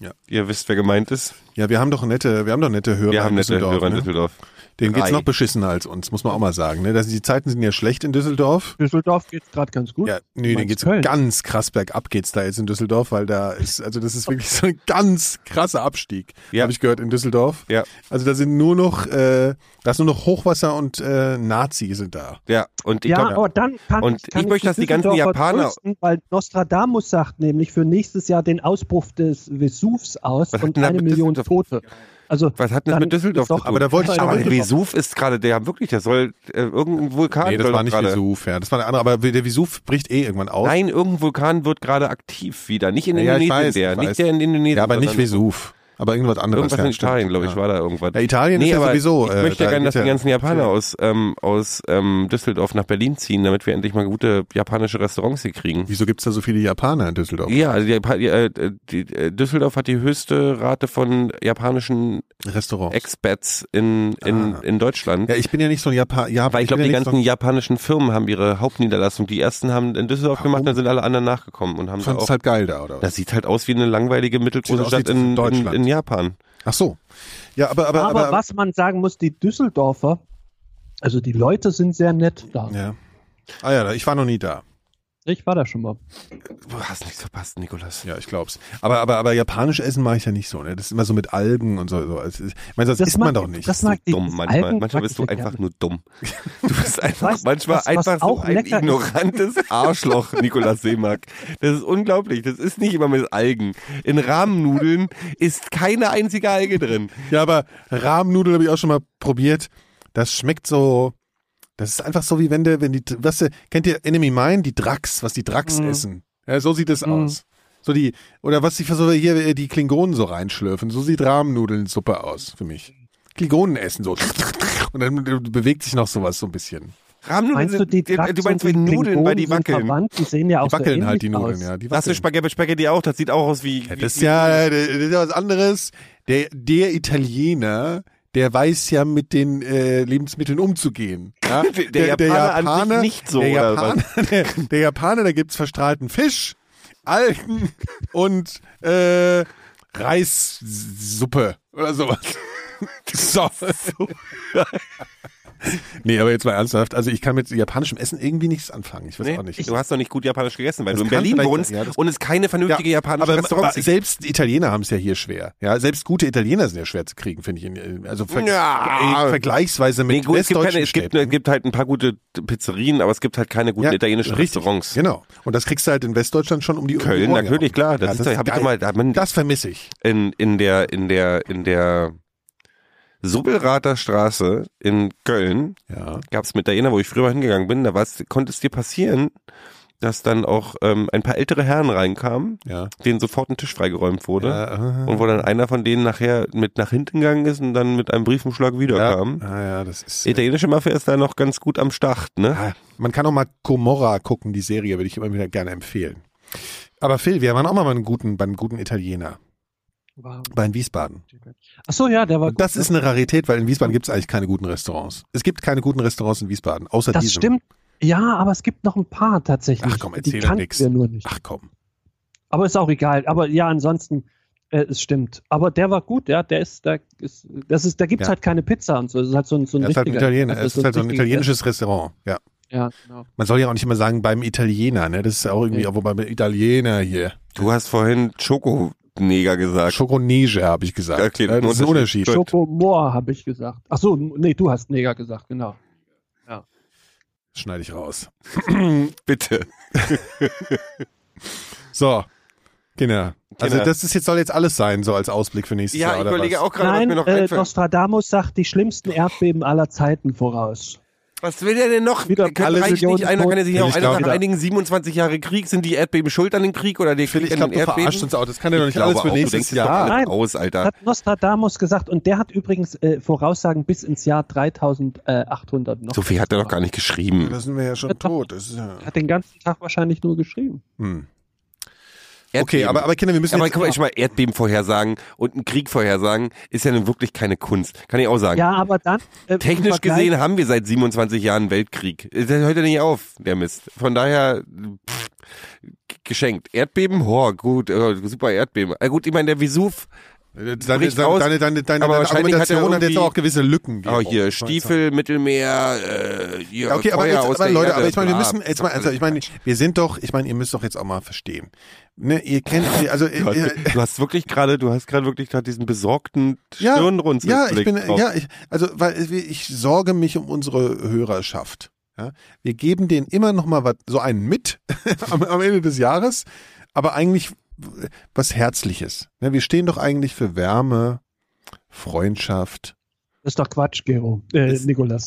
Ja. Ihr wisst, wer gemeint ist. Ja, wir haben doch nette, wir haben doch nette Hörer. Wir haben in nette Düsseldorf, Hörer in ne? Düsseldorf. Denen geht's Drei. noch beschissener als uns, muss man auch mal sagen. Ne? Das, die Zeiten sind ja schlecht in Düsseldorf. Düsseldorf geht gerade ganz gut. Ja, nee, dann meinst geht's um Köln? ganz krass bergab geht's da jetzt in Düsseldorf, weil da ist, also das ist wirklich so ein ganz krasser Abstieg, Ja. habe ich gehört in Düsseldorf. Ja. Also da sind nur noch, äh, da ist nur noch Hochwasser und äh, Nazi sind da. Ja, und ich ja, glaube, oh, aber dann kann Und kann ich möchte, dass die ganzen Düsseldorfer Japaner- trösten, weil Nostradamus sagt nämlich für nächstes Jahr den Ausbruch des Vesuvs aus Was hat und denn da eine mit Million Düsseldorf- Tote. Also was hat denn das dann mit Düsseldorf ist doch- zu tun? aber da wollte ich aber aber der nicht- Vesuv ist gerade, der haben wirklich, der soll äh, irgendein Vulkan nee, das soll war doch nicht gerade. Vesuv, ja. Das war der andere, aber der Vesuv bricht eh irgendwann aus. Nein, irgendein Vulkan wird gerade aktiv wieder. Nicht in Ja, ja, ich Indonesien weiß, der. ich Nicht weiß. der in Indonesien. ja, aber nicht sondern Vesuv. Aber irgendwas anderes. Irgendwas ja, in stimmt. Italien, glaube ich, ja. war da irgendwas. Ja, Italien ist ja aber sowieso, Ich äh, möchte da ja gerne, dass geht die ja- ganzen Japaner aus, ähm, aus ähm, Düsseldorf nach Berlin ziehen, damit wir endlich mal gute japanische Restaurants hier kriegen. Wieso gibt's da so viele Japaner in Düsseldorf? Ja, also die, Japa- die, äh, die, äh, Düsseldorf hat die höchste Rate von japanischen Restaurants. Expats in, in, Ah. in Deutschland. Ja, ich bin ja nicht so ein Japan. Ja, Weil ich glaube, bin die ja nicht ganzen japanischen Firmen haben ihre Hauptniederlassung. Die ersten haben in Düsseldorf Warum? gemacht, dann sind alle anderen nachgekommen und haben so, da fand's auch. halt geil da, oder? was? Das sieht halt aus wie eine langweilige mittelgroße aus wie Stadt in, in, Deutschland. in Japan. Ach so. Ja, aber, aber, aber, aber, was man sagen muss, die Düsseldorfer, also die Leute sind sehr nett da. Ja. Ah ja, ich war noch nie da. Ich war da schon mal. Du hast nichts verpasst, Nikolas. Ja, ich glaub's. Aber, aber, aber japanisch Essen mache ich ja nicht so, ne? Das ist immer so mit Algen und so. so. Es ist- Ich meine, das, Das isst man mag- doch nicht. das mag ich- dumm manchmal. Algen manchmal bist du mag ich ja einfach gerne. nur dumm. Du bist einfach Weißt du, manchmal was- was einfach so auch ein lecker ist? ignorantes Arschloch, Nikolaus Seemack. Das ist unglaublich. Das ist nicht immer mit Algen. In Rahmennudeln ist keine einzige Alge drin. ja, aber Rahmennudeln habe ich auch schon mal probiert. Das schmeckt so. Das ist einfach so wie wenn der, wenn die, was weißt du, kennt ihr Enemy Mine, die Drax, was die Drax Mhm. essen? Ja, so sieht es Mhm. aus. So die, oder was ich versuche hier äh, die Klingonen so reinschlürfen, so sieht Rahmennudeln-Suppe aus für mich. Klingonen essen so. Und dann äh, bewegt sich noch sowas so ein bisschen. Rahmennudeln Meinst du, sind, die du Draxen meinst und bei die Nudeln, weil die Klingonen sind wackeln. Verwandt, die sehen ja auch Die wackeln so halt die ähnlich Nudeln, aus. ja. Die Lass wackeln. du Spaghetti, Spaghetti auch, das sieht auch aus wie. Ja, wie- das ist wie- ja, das ist ja was anderes. Der, der Italiener, der weiß ja mit den äh, Lebensmitteln umzugehen. Ja? Der Japaner an sich nicht so, der oder Japaner, der, der Japaner, da gibt's verstrahlten Fisch, Algen und äh, Reissuppe oder sowas. So. nee, aber jetzt mal ernsthaft. Also ich kann mit japanischem Essen irgendwie nichts anfangen. Ich weiß Nee, auch nicht. du hast noch nicht gut japanisch gegessen, weil Das du in kann Berlin vielleicht- wohnst ja, das- und es keine vernünftige japanische aber Restaurants gibt. selbst Italiener haben es ja hier schwer. Ja, selbst gute Italiener sind ja schwer zu kriegen, finde ich. in- Also ver Ja. äh, vergleichsweise mit Nee, gut, es, gibt westdeutschen keine, es, gibt, Städten. es gibt halt ein paar gute Pizzerien, aber es gibt halt keine guten Ja, italienischen richtig. Restaurants. Genau. Und das kriegst du halt in Westdeutschland schon um die um die Köln, Ohren natürlich, gehauen. klar. Das, ist, doch- hab ich geil. doch mal, da hat man das vermisse ich. in, in der, in der, in der Subbelrather Straße in Köln Ja. gab es mit der Jena, wo ich früher mal hingegangen bin, da war's, konnte es dir passieren, dass dann auch ähm, ein paar ältere Herren reinkamen, Ja. denen sofort ein Tisch freigeräumt wurde. Ja, äh, Und wo dann einer von denen nachher mit nach hinten gegangen ist und dann mit einem Briefumschlag ja. wiederkam. Ah, ja, das ist. Italienische Mafia ist da noch ganz gut am Start, ne? Ah, man kann auch mal Comorra gucken, die Serie würde ich immer wieder gerne empfehlen. Aber Phil, wir waren auch mal bei einem guten, beim guten Italiener, Wow. bei in Wiesbaden. Ach so, ja, der war Und das gut, ist ne? eine Rarität, weil in Wiesbaden gibt es eigentlich keine guten Restaurants. Es gibt keine guten Restaurants in Wiesbaden, außer Das diesem. stimmt. Ja, aber es gibt noch ein paar tatsächlich. Ach komm, die erzähl doch kannten nix. wir nur nicht. Ach komm. Aber ist auch egal. Aber ja, ansonsten, äh, es stimmt. Aber der war gut, ja, der ist, da ist, das ist, da gibt es Ja. halt keine Pizza und so. Es ist halt so ein, so ein Er ist halt ein richtiger. Italiener. also Es ist halt so ein richtiges italienisches Restaurant. Ja. Essen. Ja, genau. Man soll ja auch nicht immer sagen beim Italiener, ne? Das ist ja auch irgendwie, Nee. aber beim Italiener hier. Du hast vorhin Schoko-Neger gesagt. Schokonege, habe ich gesagt. Ja, okay, Ja, das ist ein Unterschied. Gut. Schokomor, habe ich gesagt. Ach so, nee, du hast Neger gesagt, genau. Schneide ich raus. Bitte. So. Genau. Also Genau. das ist jetzt soll jetzt alles sein, so als Ausblick für nächstes Jahr. Ja, ich oder überlege was? auch gerade, was Nein, mir noch äh, einfällt. Nostradamus sagt die schlimmsten Erdbeben aller Zeiten voraus. Was will der denn noch? Wieder Kann, alle reicht Millionen nicht einer, kann er sich Tote. auf Ich einer glaube- Sache einigen, 27 Jahre Krieg, sind die Erdbeben schuld an den Krieg oder der Phil, Krieg ich an glaube, den du verarscht Erdbeben? uns auch. Das kann ja doch nicht glaube alles für auch, du nächstes denkst jetzt doch Jahr. alles Nein. aus, Alter. Hat Nostradamus gesagt und der hat übrigens äh, Voraussagen bis ins Jahr 3800 noch. So viel hat er noch gar nicht geschrieben. Da sind wir ja schon Hat doch- tot. Das ist ja, Hat den ganzen Tag wahrscheinlich nur geschrieben. hm. Okay, aber, aber Kinder, wir müssen Aber jetzt, guck mal, ich mal Erdbeben vorhersagen und einen Krieg vorhersagen, ist ja nun wirklich keine Kunst. Kann ich auch sagen. Ja, aber dann. äh, im Technisch Vergleich- gesehen haben wir seit 27 Jahren Weltkrieg. Das hört ja nicht auf, der Mist. Von daher, pff, geschenkt. Erdbeben, oh, gut, äh, super Erdbeben. Äh, gut, ich meine, der Vesuv, deine, deine, bricht raus. deine, deine, deine Aber wahrscheinlich hat er Argumentation hat jetzt irgendwie- auch gewisse Lücken. oh, Gero. hier, Stiefel, Mittelmeer, äh, hier, Ja, okay, aber, Feuer jetzt, aus aber der Leute, Erde, aber ich meine, wir bla. müssen jetzt mal, also ich meine, wir sind doch, ich meine, ihr müsst doch jetzt auch mal verstehen. Ne, ihr kennt, also Du ihr, hast, du hast wirklich gerade, du hast gerade wirklich gerade diesen besorgten Stirnrunzel. ja, ich Blick bin, drauf. ja, ich, also weil ich- ich sorge mich um unsere Hörerschaft. Ja? Wir geben denen immer noch mal wat, so einen mit am, am Ende des Jahres, aber eigentlich w- was Herzliches. Ne? Wir stehen doch eigentlich für Wärme, Freundschaft. Das ist doch Quatsch, Gero. Äh, Ist- Nikolas,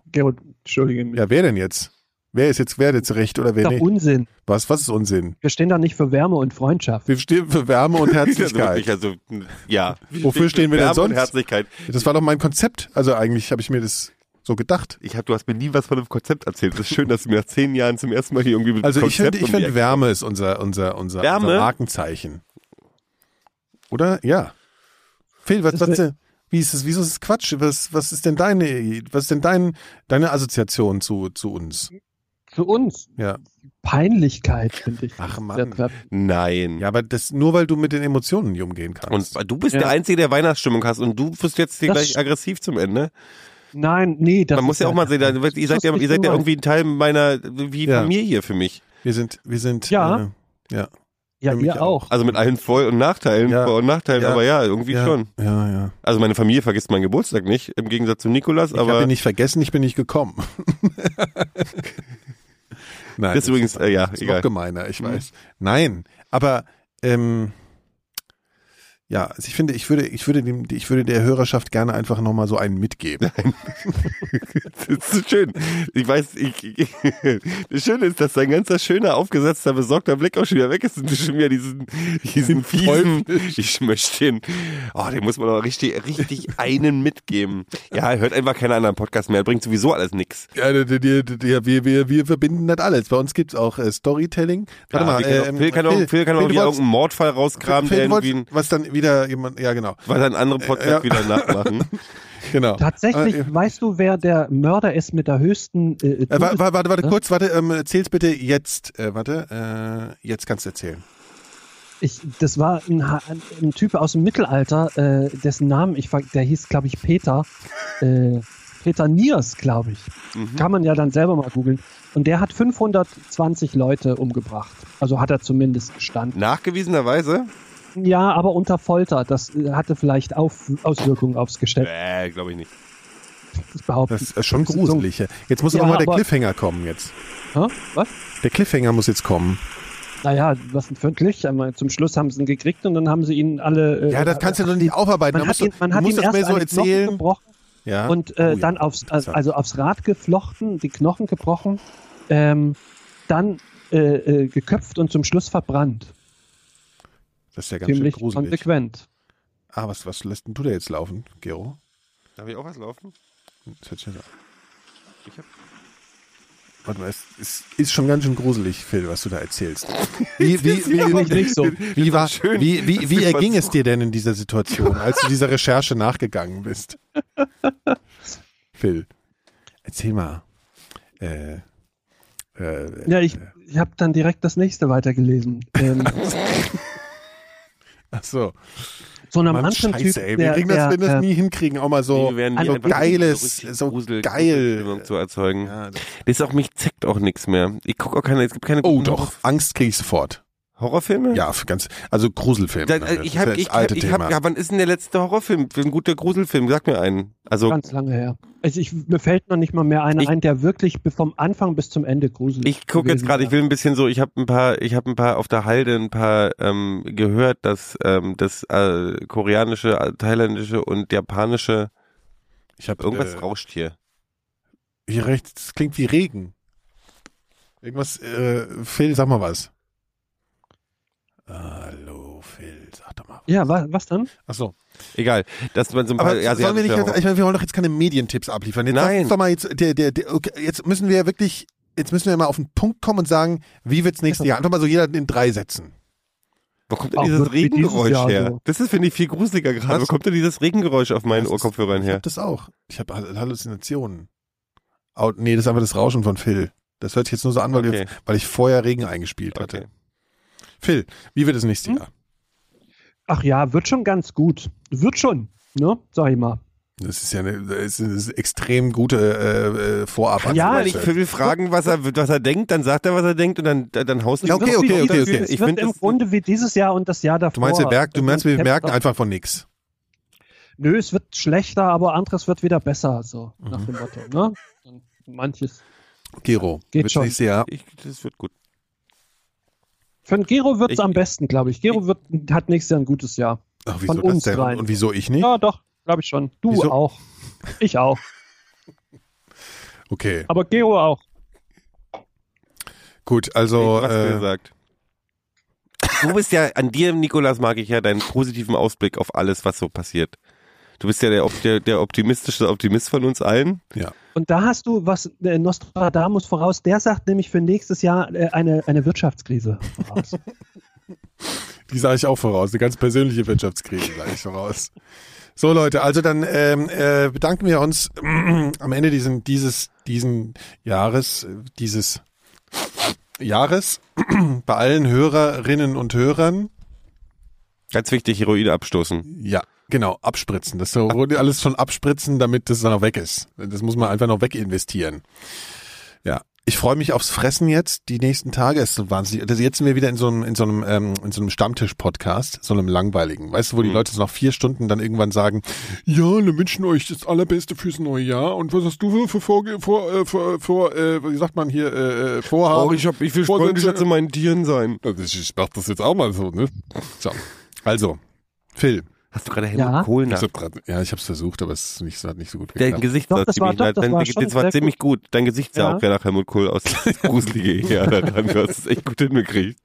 Wieso? Gero, Entschuldigung. Ja, wer denn jetzt? Wer ist jetzt, wer hat jetzt recht oder das wer ist doch nicht? Unsinn. Was, was ist Unsinn? Wir stehen doch nicht für Wärme und Freundschaft. Wir stehen für Wärme und Also Herzlichkeit. wirklich, also, ja. Wofür stehen wir denn Wärme und sonst? Herzlichkeit. Das war doch mein Konzept. Also eigentlich habe ich mir das so gedacht. Ich hab, du hast mir nie was von einem Konzept erzählt. Es ist schön, dass du mir nach zehn Jahren zum ersten Mal hier irgendwie mit Also ich Konzept finde, ich um die find, Ecke Wärme ist unser, unser, unser, Wärme? unser Markenzeichen. Oder? Ja. Phil, was, Das was, ist wie ist es, wieso ist es Quatsch? Was, was ist denn deine, was ist denn dein, deine Assoziation zu, zu uns? Für uns. Ja. Peinlichkeit, finde ich. Ach, Mann. Ja, Nein. Ja, aber das nur, weil du mit den Emotionen nicht umgehen kannst. Und du bist Ja. der Einzige, der Weihnachtsstimmung hast und du wirst jetzt hier Das gleich st- aggressiv zum Ende. Nein, nee, das Man muss ist ja auch mal sehen, da- ihr seid ja, Das ist ihr seid ja gemein. irgendwie ein Teil meiner wie Ja. Familie für mich. Wir sind, wir sind. Ja. Äh, ja. Ja, Für mich ihr auch. Also mit allen Vor- und Nachteilen, Ja. Vor- und Nachteilen, Ja. aber ja, irgendwie ja, schon. Ja, ja. Also meine Familie vergisst meinen Geburtstag nicht, im Gegensatz zu Nikolas, Ich habe aber ihn nicht vergessen, ich bin nicht gekommen. Nein, das ist übrigens, äh, ja, das ist noch egal. gemeiner, ich Mhm. weiß. Nein, aber ähm, ja, also ich finde, ich würde, ich würde dem, ich würde der Hörerschaft gerne einfach nochmal so einen mitgeben. Das ist schön. Ich weiß, ich, ich, das Schöne ist, dass dein ganzer schöner, aufgesetzter, besorgter Blick auch schon wieder weg ist und du schon wieder diesen, diesen fiesen, ich möchte den, oh, den muss man aber richtig, richtig einen mitgeben. Ja, hört einfach keinen anderen Podcast mehr, bringt sowieso alles nix. Ja, die, die, die, ja, wir, wir, wir verbinden das alles. Bei uns gibt es auch äh, Storytelling. Warte ja, mal, Phil kann auch- ähm, Phil kann auch, Phil kann auch Phil, du wieder wolltest- irgendeinen Mordfall rausgraben, Phil, der du irgendwie, wolltest- was dann wieder jemand, ja genau, was dann andere Podcast Ja. wieder nachmachen. genau. Tatsächlich, Äh, äh, weißt du, wer der Mörder ist mit der höchsten äh, Äh, wa- wa- warte, warte, Ja? kurz, warte, ähm, erzähl's bitte jetzt, äh, warte, äh, jetzt kannst du erzählen. Ich, das war ein, Ha- ein Typ aus dem Mittelalter, äh, dessen Namen ich ver- der hieß, glaube ich, Peter. Äh, Peter Niers, glaube ich. Mhm. Kann man ja dann selber mal googeln. Und der hat 520 Leute umgebracht. Also hat er zumindest gestanden. Nachgewiesenerweise, Ja, aber unter Folter. Das äh, hatte vielleicht auf, Auswirkungen aufs Geständnis. äh, glaube ich nicht. Das behaupte Das ich. ist schon Das ist so- gruselig. ja. Jetzt muss Ja, aber mal der aber- Cliffhanger kommen jetzt. Hä? Was? Der Cliffhanger muss jetzt kommen. Naja, was denn für ein Glück? Einmal Zum Schluss haben sie ihn gekriegt und dann haben sie ihn alle. äh, Ja, das kannst du doch nicht aufarbeiten. Man da hat musst ihn, du, man du hat ihn musst das erst mir so alle Knochen erzählen. gebrochen. Ja. und Oh äh, ja. dann aufs, also, Interessant. also aufs Rad geflochten, die Knochen gebrochen, ähm, dann äh, äh, geköpft und zum Schluss verbrannt. Das ist ja ganz schön Ziemlich gruselig. konsequent. Ah, was, was lässt denn du da jetzt laufen, Gero? Darf ich auch was laufen? Das hört sich an. Ich hab- Warte mal, es ist, ist schon ganz schön gruselig, Phil, was du da erzählst. Wie, wie, wie, Nicht, wie, nicht so. wie, war, schön, wie, wie, dass wie wir erging es dir denn in dieser Situation, als du dieser Recherche nachgegangen bist? Phil, erzähl mal. Äh, äh, Ja, ich, ich habe dann direkt das nächste weitergelesen. Ähm, ach so. so einem Mann, anderen Scheiße, Typ, ey, wir der, kriegen der, das, wenn wir das äh, nie hinkriegen, auch mal so, Wir werden nie also einfach geiles, richtig so Grusel- geil. Gruselstimmung zu erzeugen. Ja, das- Das ist auch mich zeckt auch nichts mehr. Ich guck auch keine, es gibt keine oh guten doch, Angst kriege ich sofort. Horrorfilme? Ja, für ganz, also Gruselfilme. Dann, ne? äh, Das ich ist ja habe, das ich, hab, alte ich hab, Thema. ja, wann ist denn der letzte Horrorfilm? Für ein guter Gruselfilm, sag mir einen. Also ganz lange her. Also ich, mir fällt noch nicht mal mehr einer Ich- ein, der wirklich be- vom Anfang bis zum Ende gruselig ich gucke jetzt gewesen gerade, war. ich will ein bisschen so, ich habe ein paar, ich habe ein paar auf der Halde ein paar ähm, gehört, dass ähm, das äh, koreanische, äh, thailändische und japanische ich habe irgendwas äh, rauscht hier. Hier rechts, das klingt wie Regen. Irgendwas, äh, Phil, sag mal was. Hallo, Phil, sag doch mal. Ja, was, was dann? Achso. Egal, dass man so ein paar Aber ja, sollen wir nicht, asiatische jetzt, ich meine, wir wollen doch jetzt keine Medientipps abliefern. Jetzt Nein. Sag doch mal jetzt, der, der, der, okay, jetzt müssen wir wirklich, jetzt müssen wir mal auf den Punkt kommen und sagen, wie wird's nächstes Jahr? Einfach mal so jeder in drei Sätzen. Wo kommt denn Auch dieses wird wie dieses Regengeräusch Jahr her? so. Das ist, finde ich, viel gruseliger gerade. Was? Wo kommt denn dieses Regengeräusch auf meinen Das ist- Ohrkopfhörern Ich her? hab das auch. Ich habe Halluzinationen. Au- nee, das ist einfach das Rauschen von Phil. Das hört sich jetzt nur so an, weil, Okay. wir, weil ich vorher Regen eingespielt hatte. Okay. Phil, wie wird es nächstes Hm? Jahr? Ach ja, wird schon ganz gut. Wird schon, ne? Sag ich mal. Das ist ja eine, das ist eine extrem gute äh, äh, Vorab. Ja, Wenn Also, ich Phil fragen, was er, was er denkt, dann sagt er, was er denkt und dann, dann haust du Ja, okay, Wird wie okay, okay, dieses- okay. Es Ich wird find im das- Grunde wie dieses Jahr und das Jahr davor. du meinst, wir, merken, du meinst, wir Also, merken Captain- einfach von nichts. Nö, es wird schlechter, aber anderes wird wieder besser, so nach Mhm. dem Motto. Ne? Und manches. Gero, Geht wird's schon. nächstes Jahr. Ich, das wird gut. Für den Gero wird es Ich- am besten, glaube ich. Gero wird, hat nächstes Jahr ein gutes Jahr. Ach, wieso Von das uns denn? dreien. Und wieso ich nicht? Ja, doch, glaube ich schon. Du Wieso? auch. Ich auch. Okay, Aber Gero auch. gut, also ich, äh, gesagt. Du bist ja, an dir, Nikolas, mag ich ja deinen positiven Ausblick auf alles, was so passiert. Du bist ja der, Op- der, der optimistische Optimist von uns allen. Und da hast du was, äh, Nostradamus voraus, der sagt nämlich für nächstes Jahr äh, eine, eine Wirtschaftskrise voraus. die sah ich auch voraus. Eine ganz persönliche Wirtschaftskrise sah ich voraus. So Leute, also dann ähm, äh, bedanken wir uns am Ende diesen, dieses diesen Jahres, äh, dieses Jahres bei allen Hörerinnen und Hörern. Ganz wichtig, Heroin abstoßen. Ja, genau, abspritzen. Das wurde alles schon abspritzen, damit das dann noch weg ist. Das muss man einfach noch weginvestieren. Ja, ich freue mich aufs Fressen jetzt. Die nächsten Tage ist so wahnsinnig. Also jetzt sind wir wieder in so einem, in so einem, ähm, in so einem Stammtisch-Podcast, so einem langweiligen. Weißt du, wo die Leute so nach vier Stunden dann irgendwann sagen, ja, wir wünschen euch das Allerbeste fürs neue Jahr. Und was hast du für vor, vor, äh, vor, vor äh, wie sagt man hier, äh, Vorhaben? Oh, ich, hab, ich will Vorsätze? sportlich zu meinen Tieren sein. Das ist- Ich mach das jetzt auch mal so, ne? So. Also, Phil. Hast du gerade Helmut Ja. Kohl Ich nach? hab grad, ja, ich habe es versucht, aber es ist nicht, es hat nicht so gut Dein geklappt. Gesicht Doch, sah das war- ziemlich, doch, das dein, war dein, schon das war sehr ziemlich gut. Dein Gesicht sah Ja. auch sehr nach Helmut Kohl aus. Das Gruselige her daran. Du hast es echt gut hingekriegt.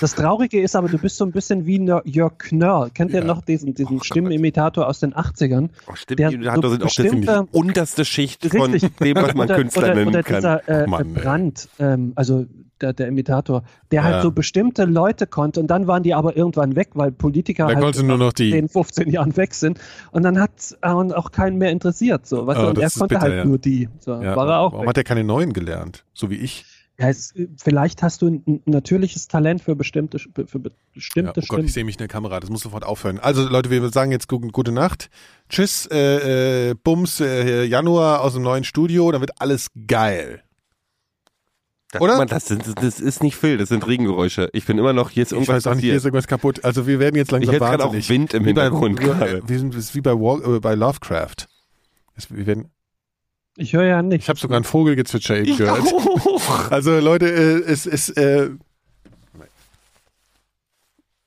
Das Traurige ist aber, du bist so ein bisschen wie Nör- Jörg Knörr. Kennt ihr Ja. noch diesen, diesen Oh, Stimmenimitator aus den 80ern? Oh, stimmt, Der- die hat so sind auch bestimmt, das ähm, unterste Schicht von Richtig. dem, was man oder, Künstler oder, nennen oder kann. dieser äh, Mann, ey. Brandt, ähm, also der, der Imitator, der Ja. halt so bestimmte Leute konnte und dann waren die aber irgendwann weg, weil Politiker Da halt konnte nur noch die. 10, 15 Jahren weg sind und dann hat äh, und auch keinen mehr interessiert. So, weißt Oh, du? Und das er ist konnte bitter, halt ja. nur die. So, Ja, Oh, war er auch warum weg. hat er keine neuen gelernt? So wie ich. Ja, es, vielleicht hast du ein, ein natürliches Talent für bestimmte, für Ja, bestimmte oh Gott, Stimmen. ich sehe mich in der Kamera, das muss sofort aufhören. Also Leute, wir sagen jetzt gu- gute Nacht. Tschüss, äh, äh, Bums, äh, Januar aus dem neuen Studio, dann wird alles geil. Das, Oder? Man, das, sind- das ist nicht Phil, das sind Regengeräusche. Ich bin immer noch, hier ist Ich irgendwas weiß auch nicht, hier passiert. ist irgendwas kaputt. Also wir werden jetzt ich langsam hätte gerade auch wahnsinnig. Wind im wie bei, Hintergrund gerade. wir, wir sind, das ist wie bei, Wal- äh, bei Lovecraft. Es- wir werden, Ich höre ja nicht. ich habe sogar einen Vogelgezwitscher eben gehört. auch. Also Leute, äh, es ist äh,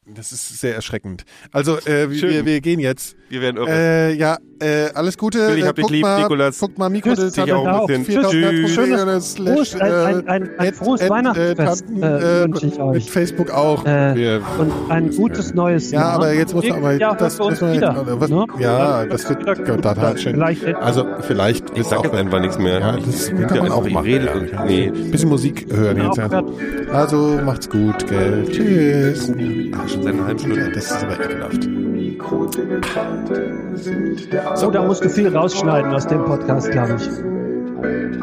das ist sehr erschreckend. Also äh, wir- Schön. wir, wir gehen jetzt. Wir werden irre. Äh, ja, äh, alles Gute. Will, ich hab äh, dich lieb, mal, Nikolas. Guck mal, Mikro. Tschüss, Dich auch ein auf. bisschen. 4000 Tschüss. Schöner Frohes, äh, slash, ein, ein, ein, ein at- frohes at- Weihnachtsfest Äh, Tanten, äh, wünsche ich Mit euch. Facebook auch. Äh, Wir- Und ein gutes neues ja, Jahr. aber jetzt muss Und man aber ja, das hören wir uns muss man wieder, jetzt, was, ne? ja, Dann das wird wieder gut total sein. schön. Vielleicht hätten- Also vielleicht Ich sag jetzt einfach nichts mehr. Ja, Ich- das ich kann man ja auch einfach- machen. Ich rede ja. und, nee. Bisschen Musik hören jetzt. Auch ja. Also macht's gut, gell? Tschüss. Ah, schon seit einer halben Stunde. Ja, das ist aber ekelhaft. Oh, da musst du viel rausschneiden aus dem Podcast, glaube ich.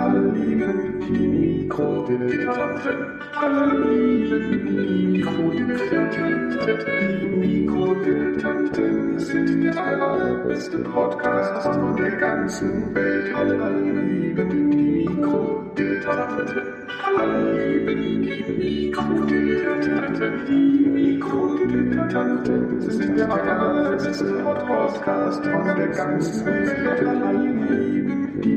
Mikrodilettanten sind der allerbeste Podcast von der ganzen Welt. Alle lieben die Mikrodilettanten. Alle lieben die Mikrodilettanten. Die Mikrodilettanten sind der allerbeste Podcast von der ganzen Welt. Alle lieben die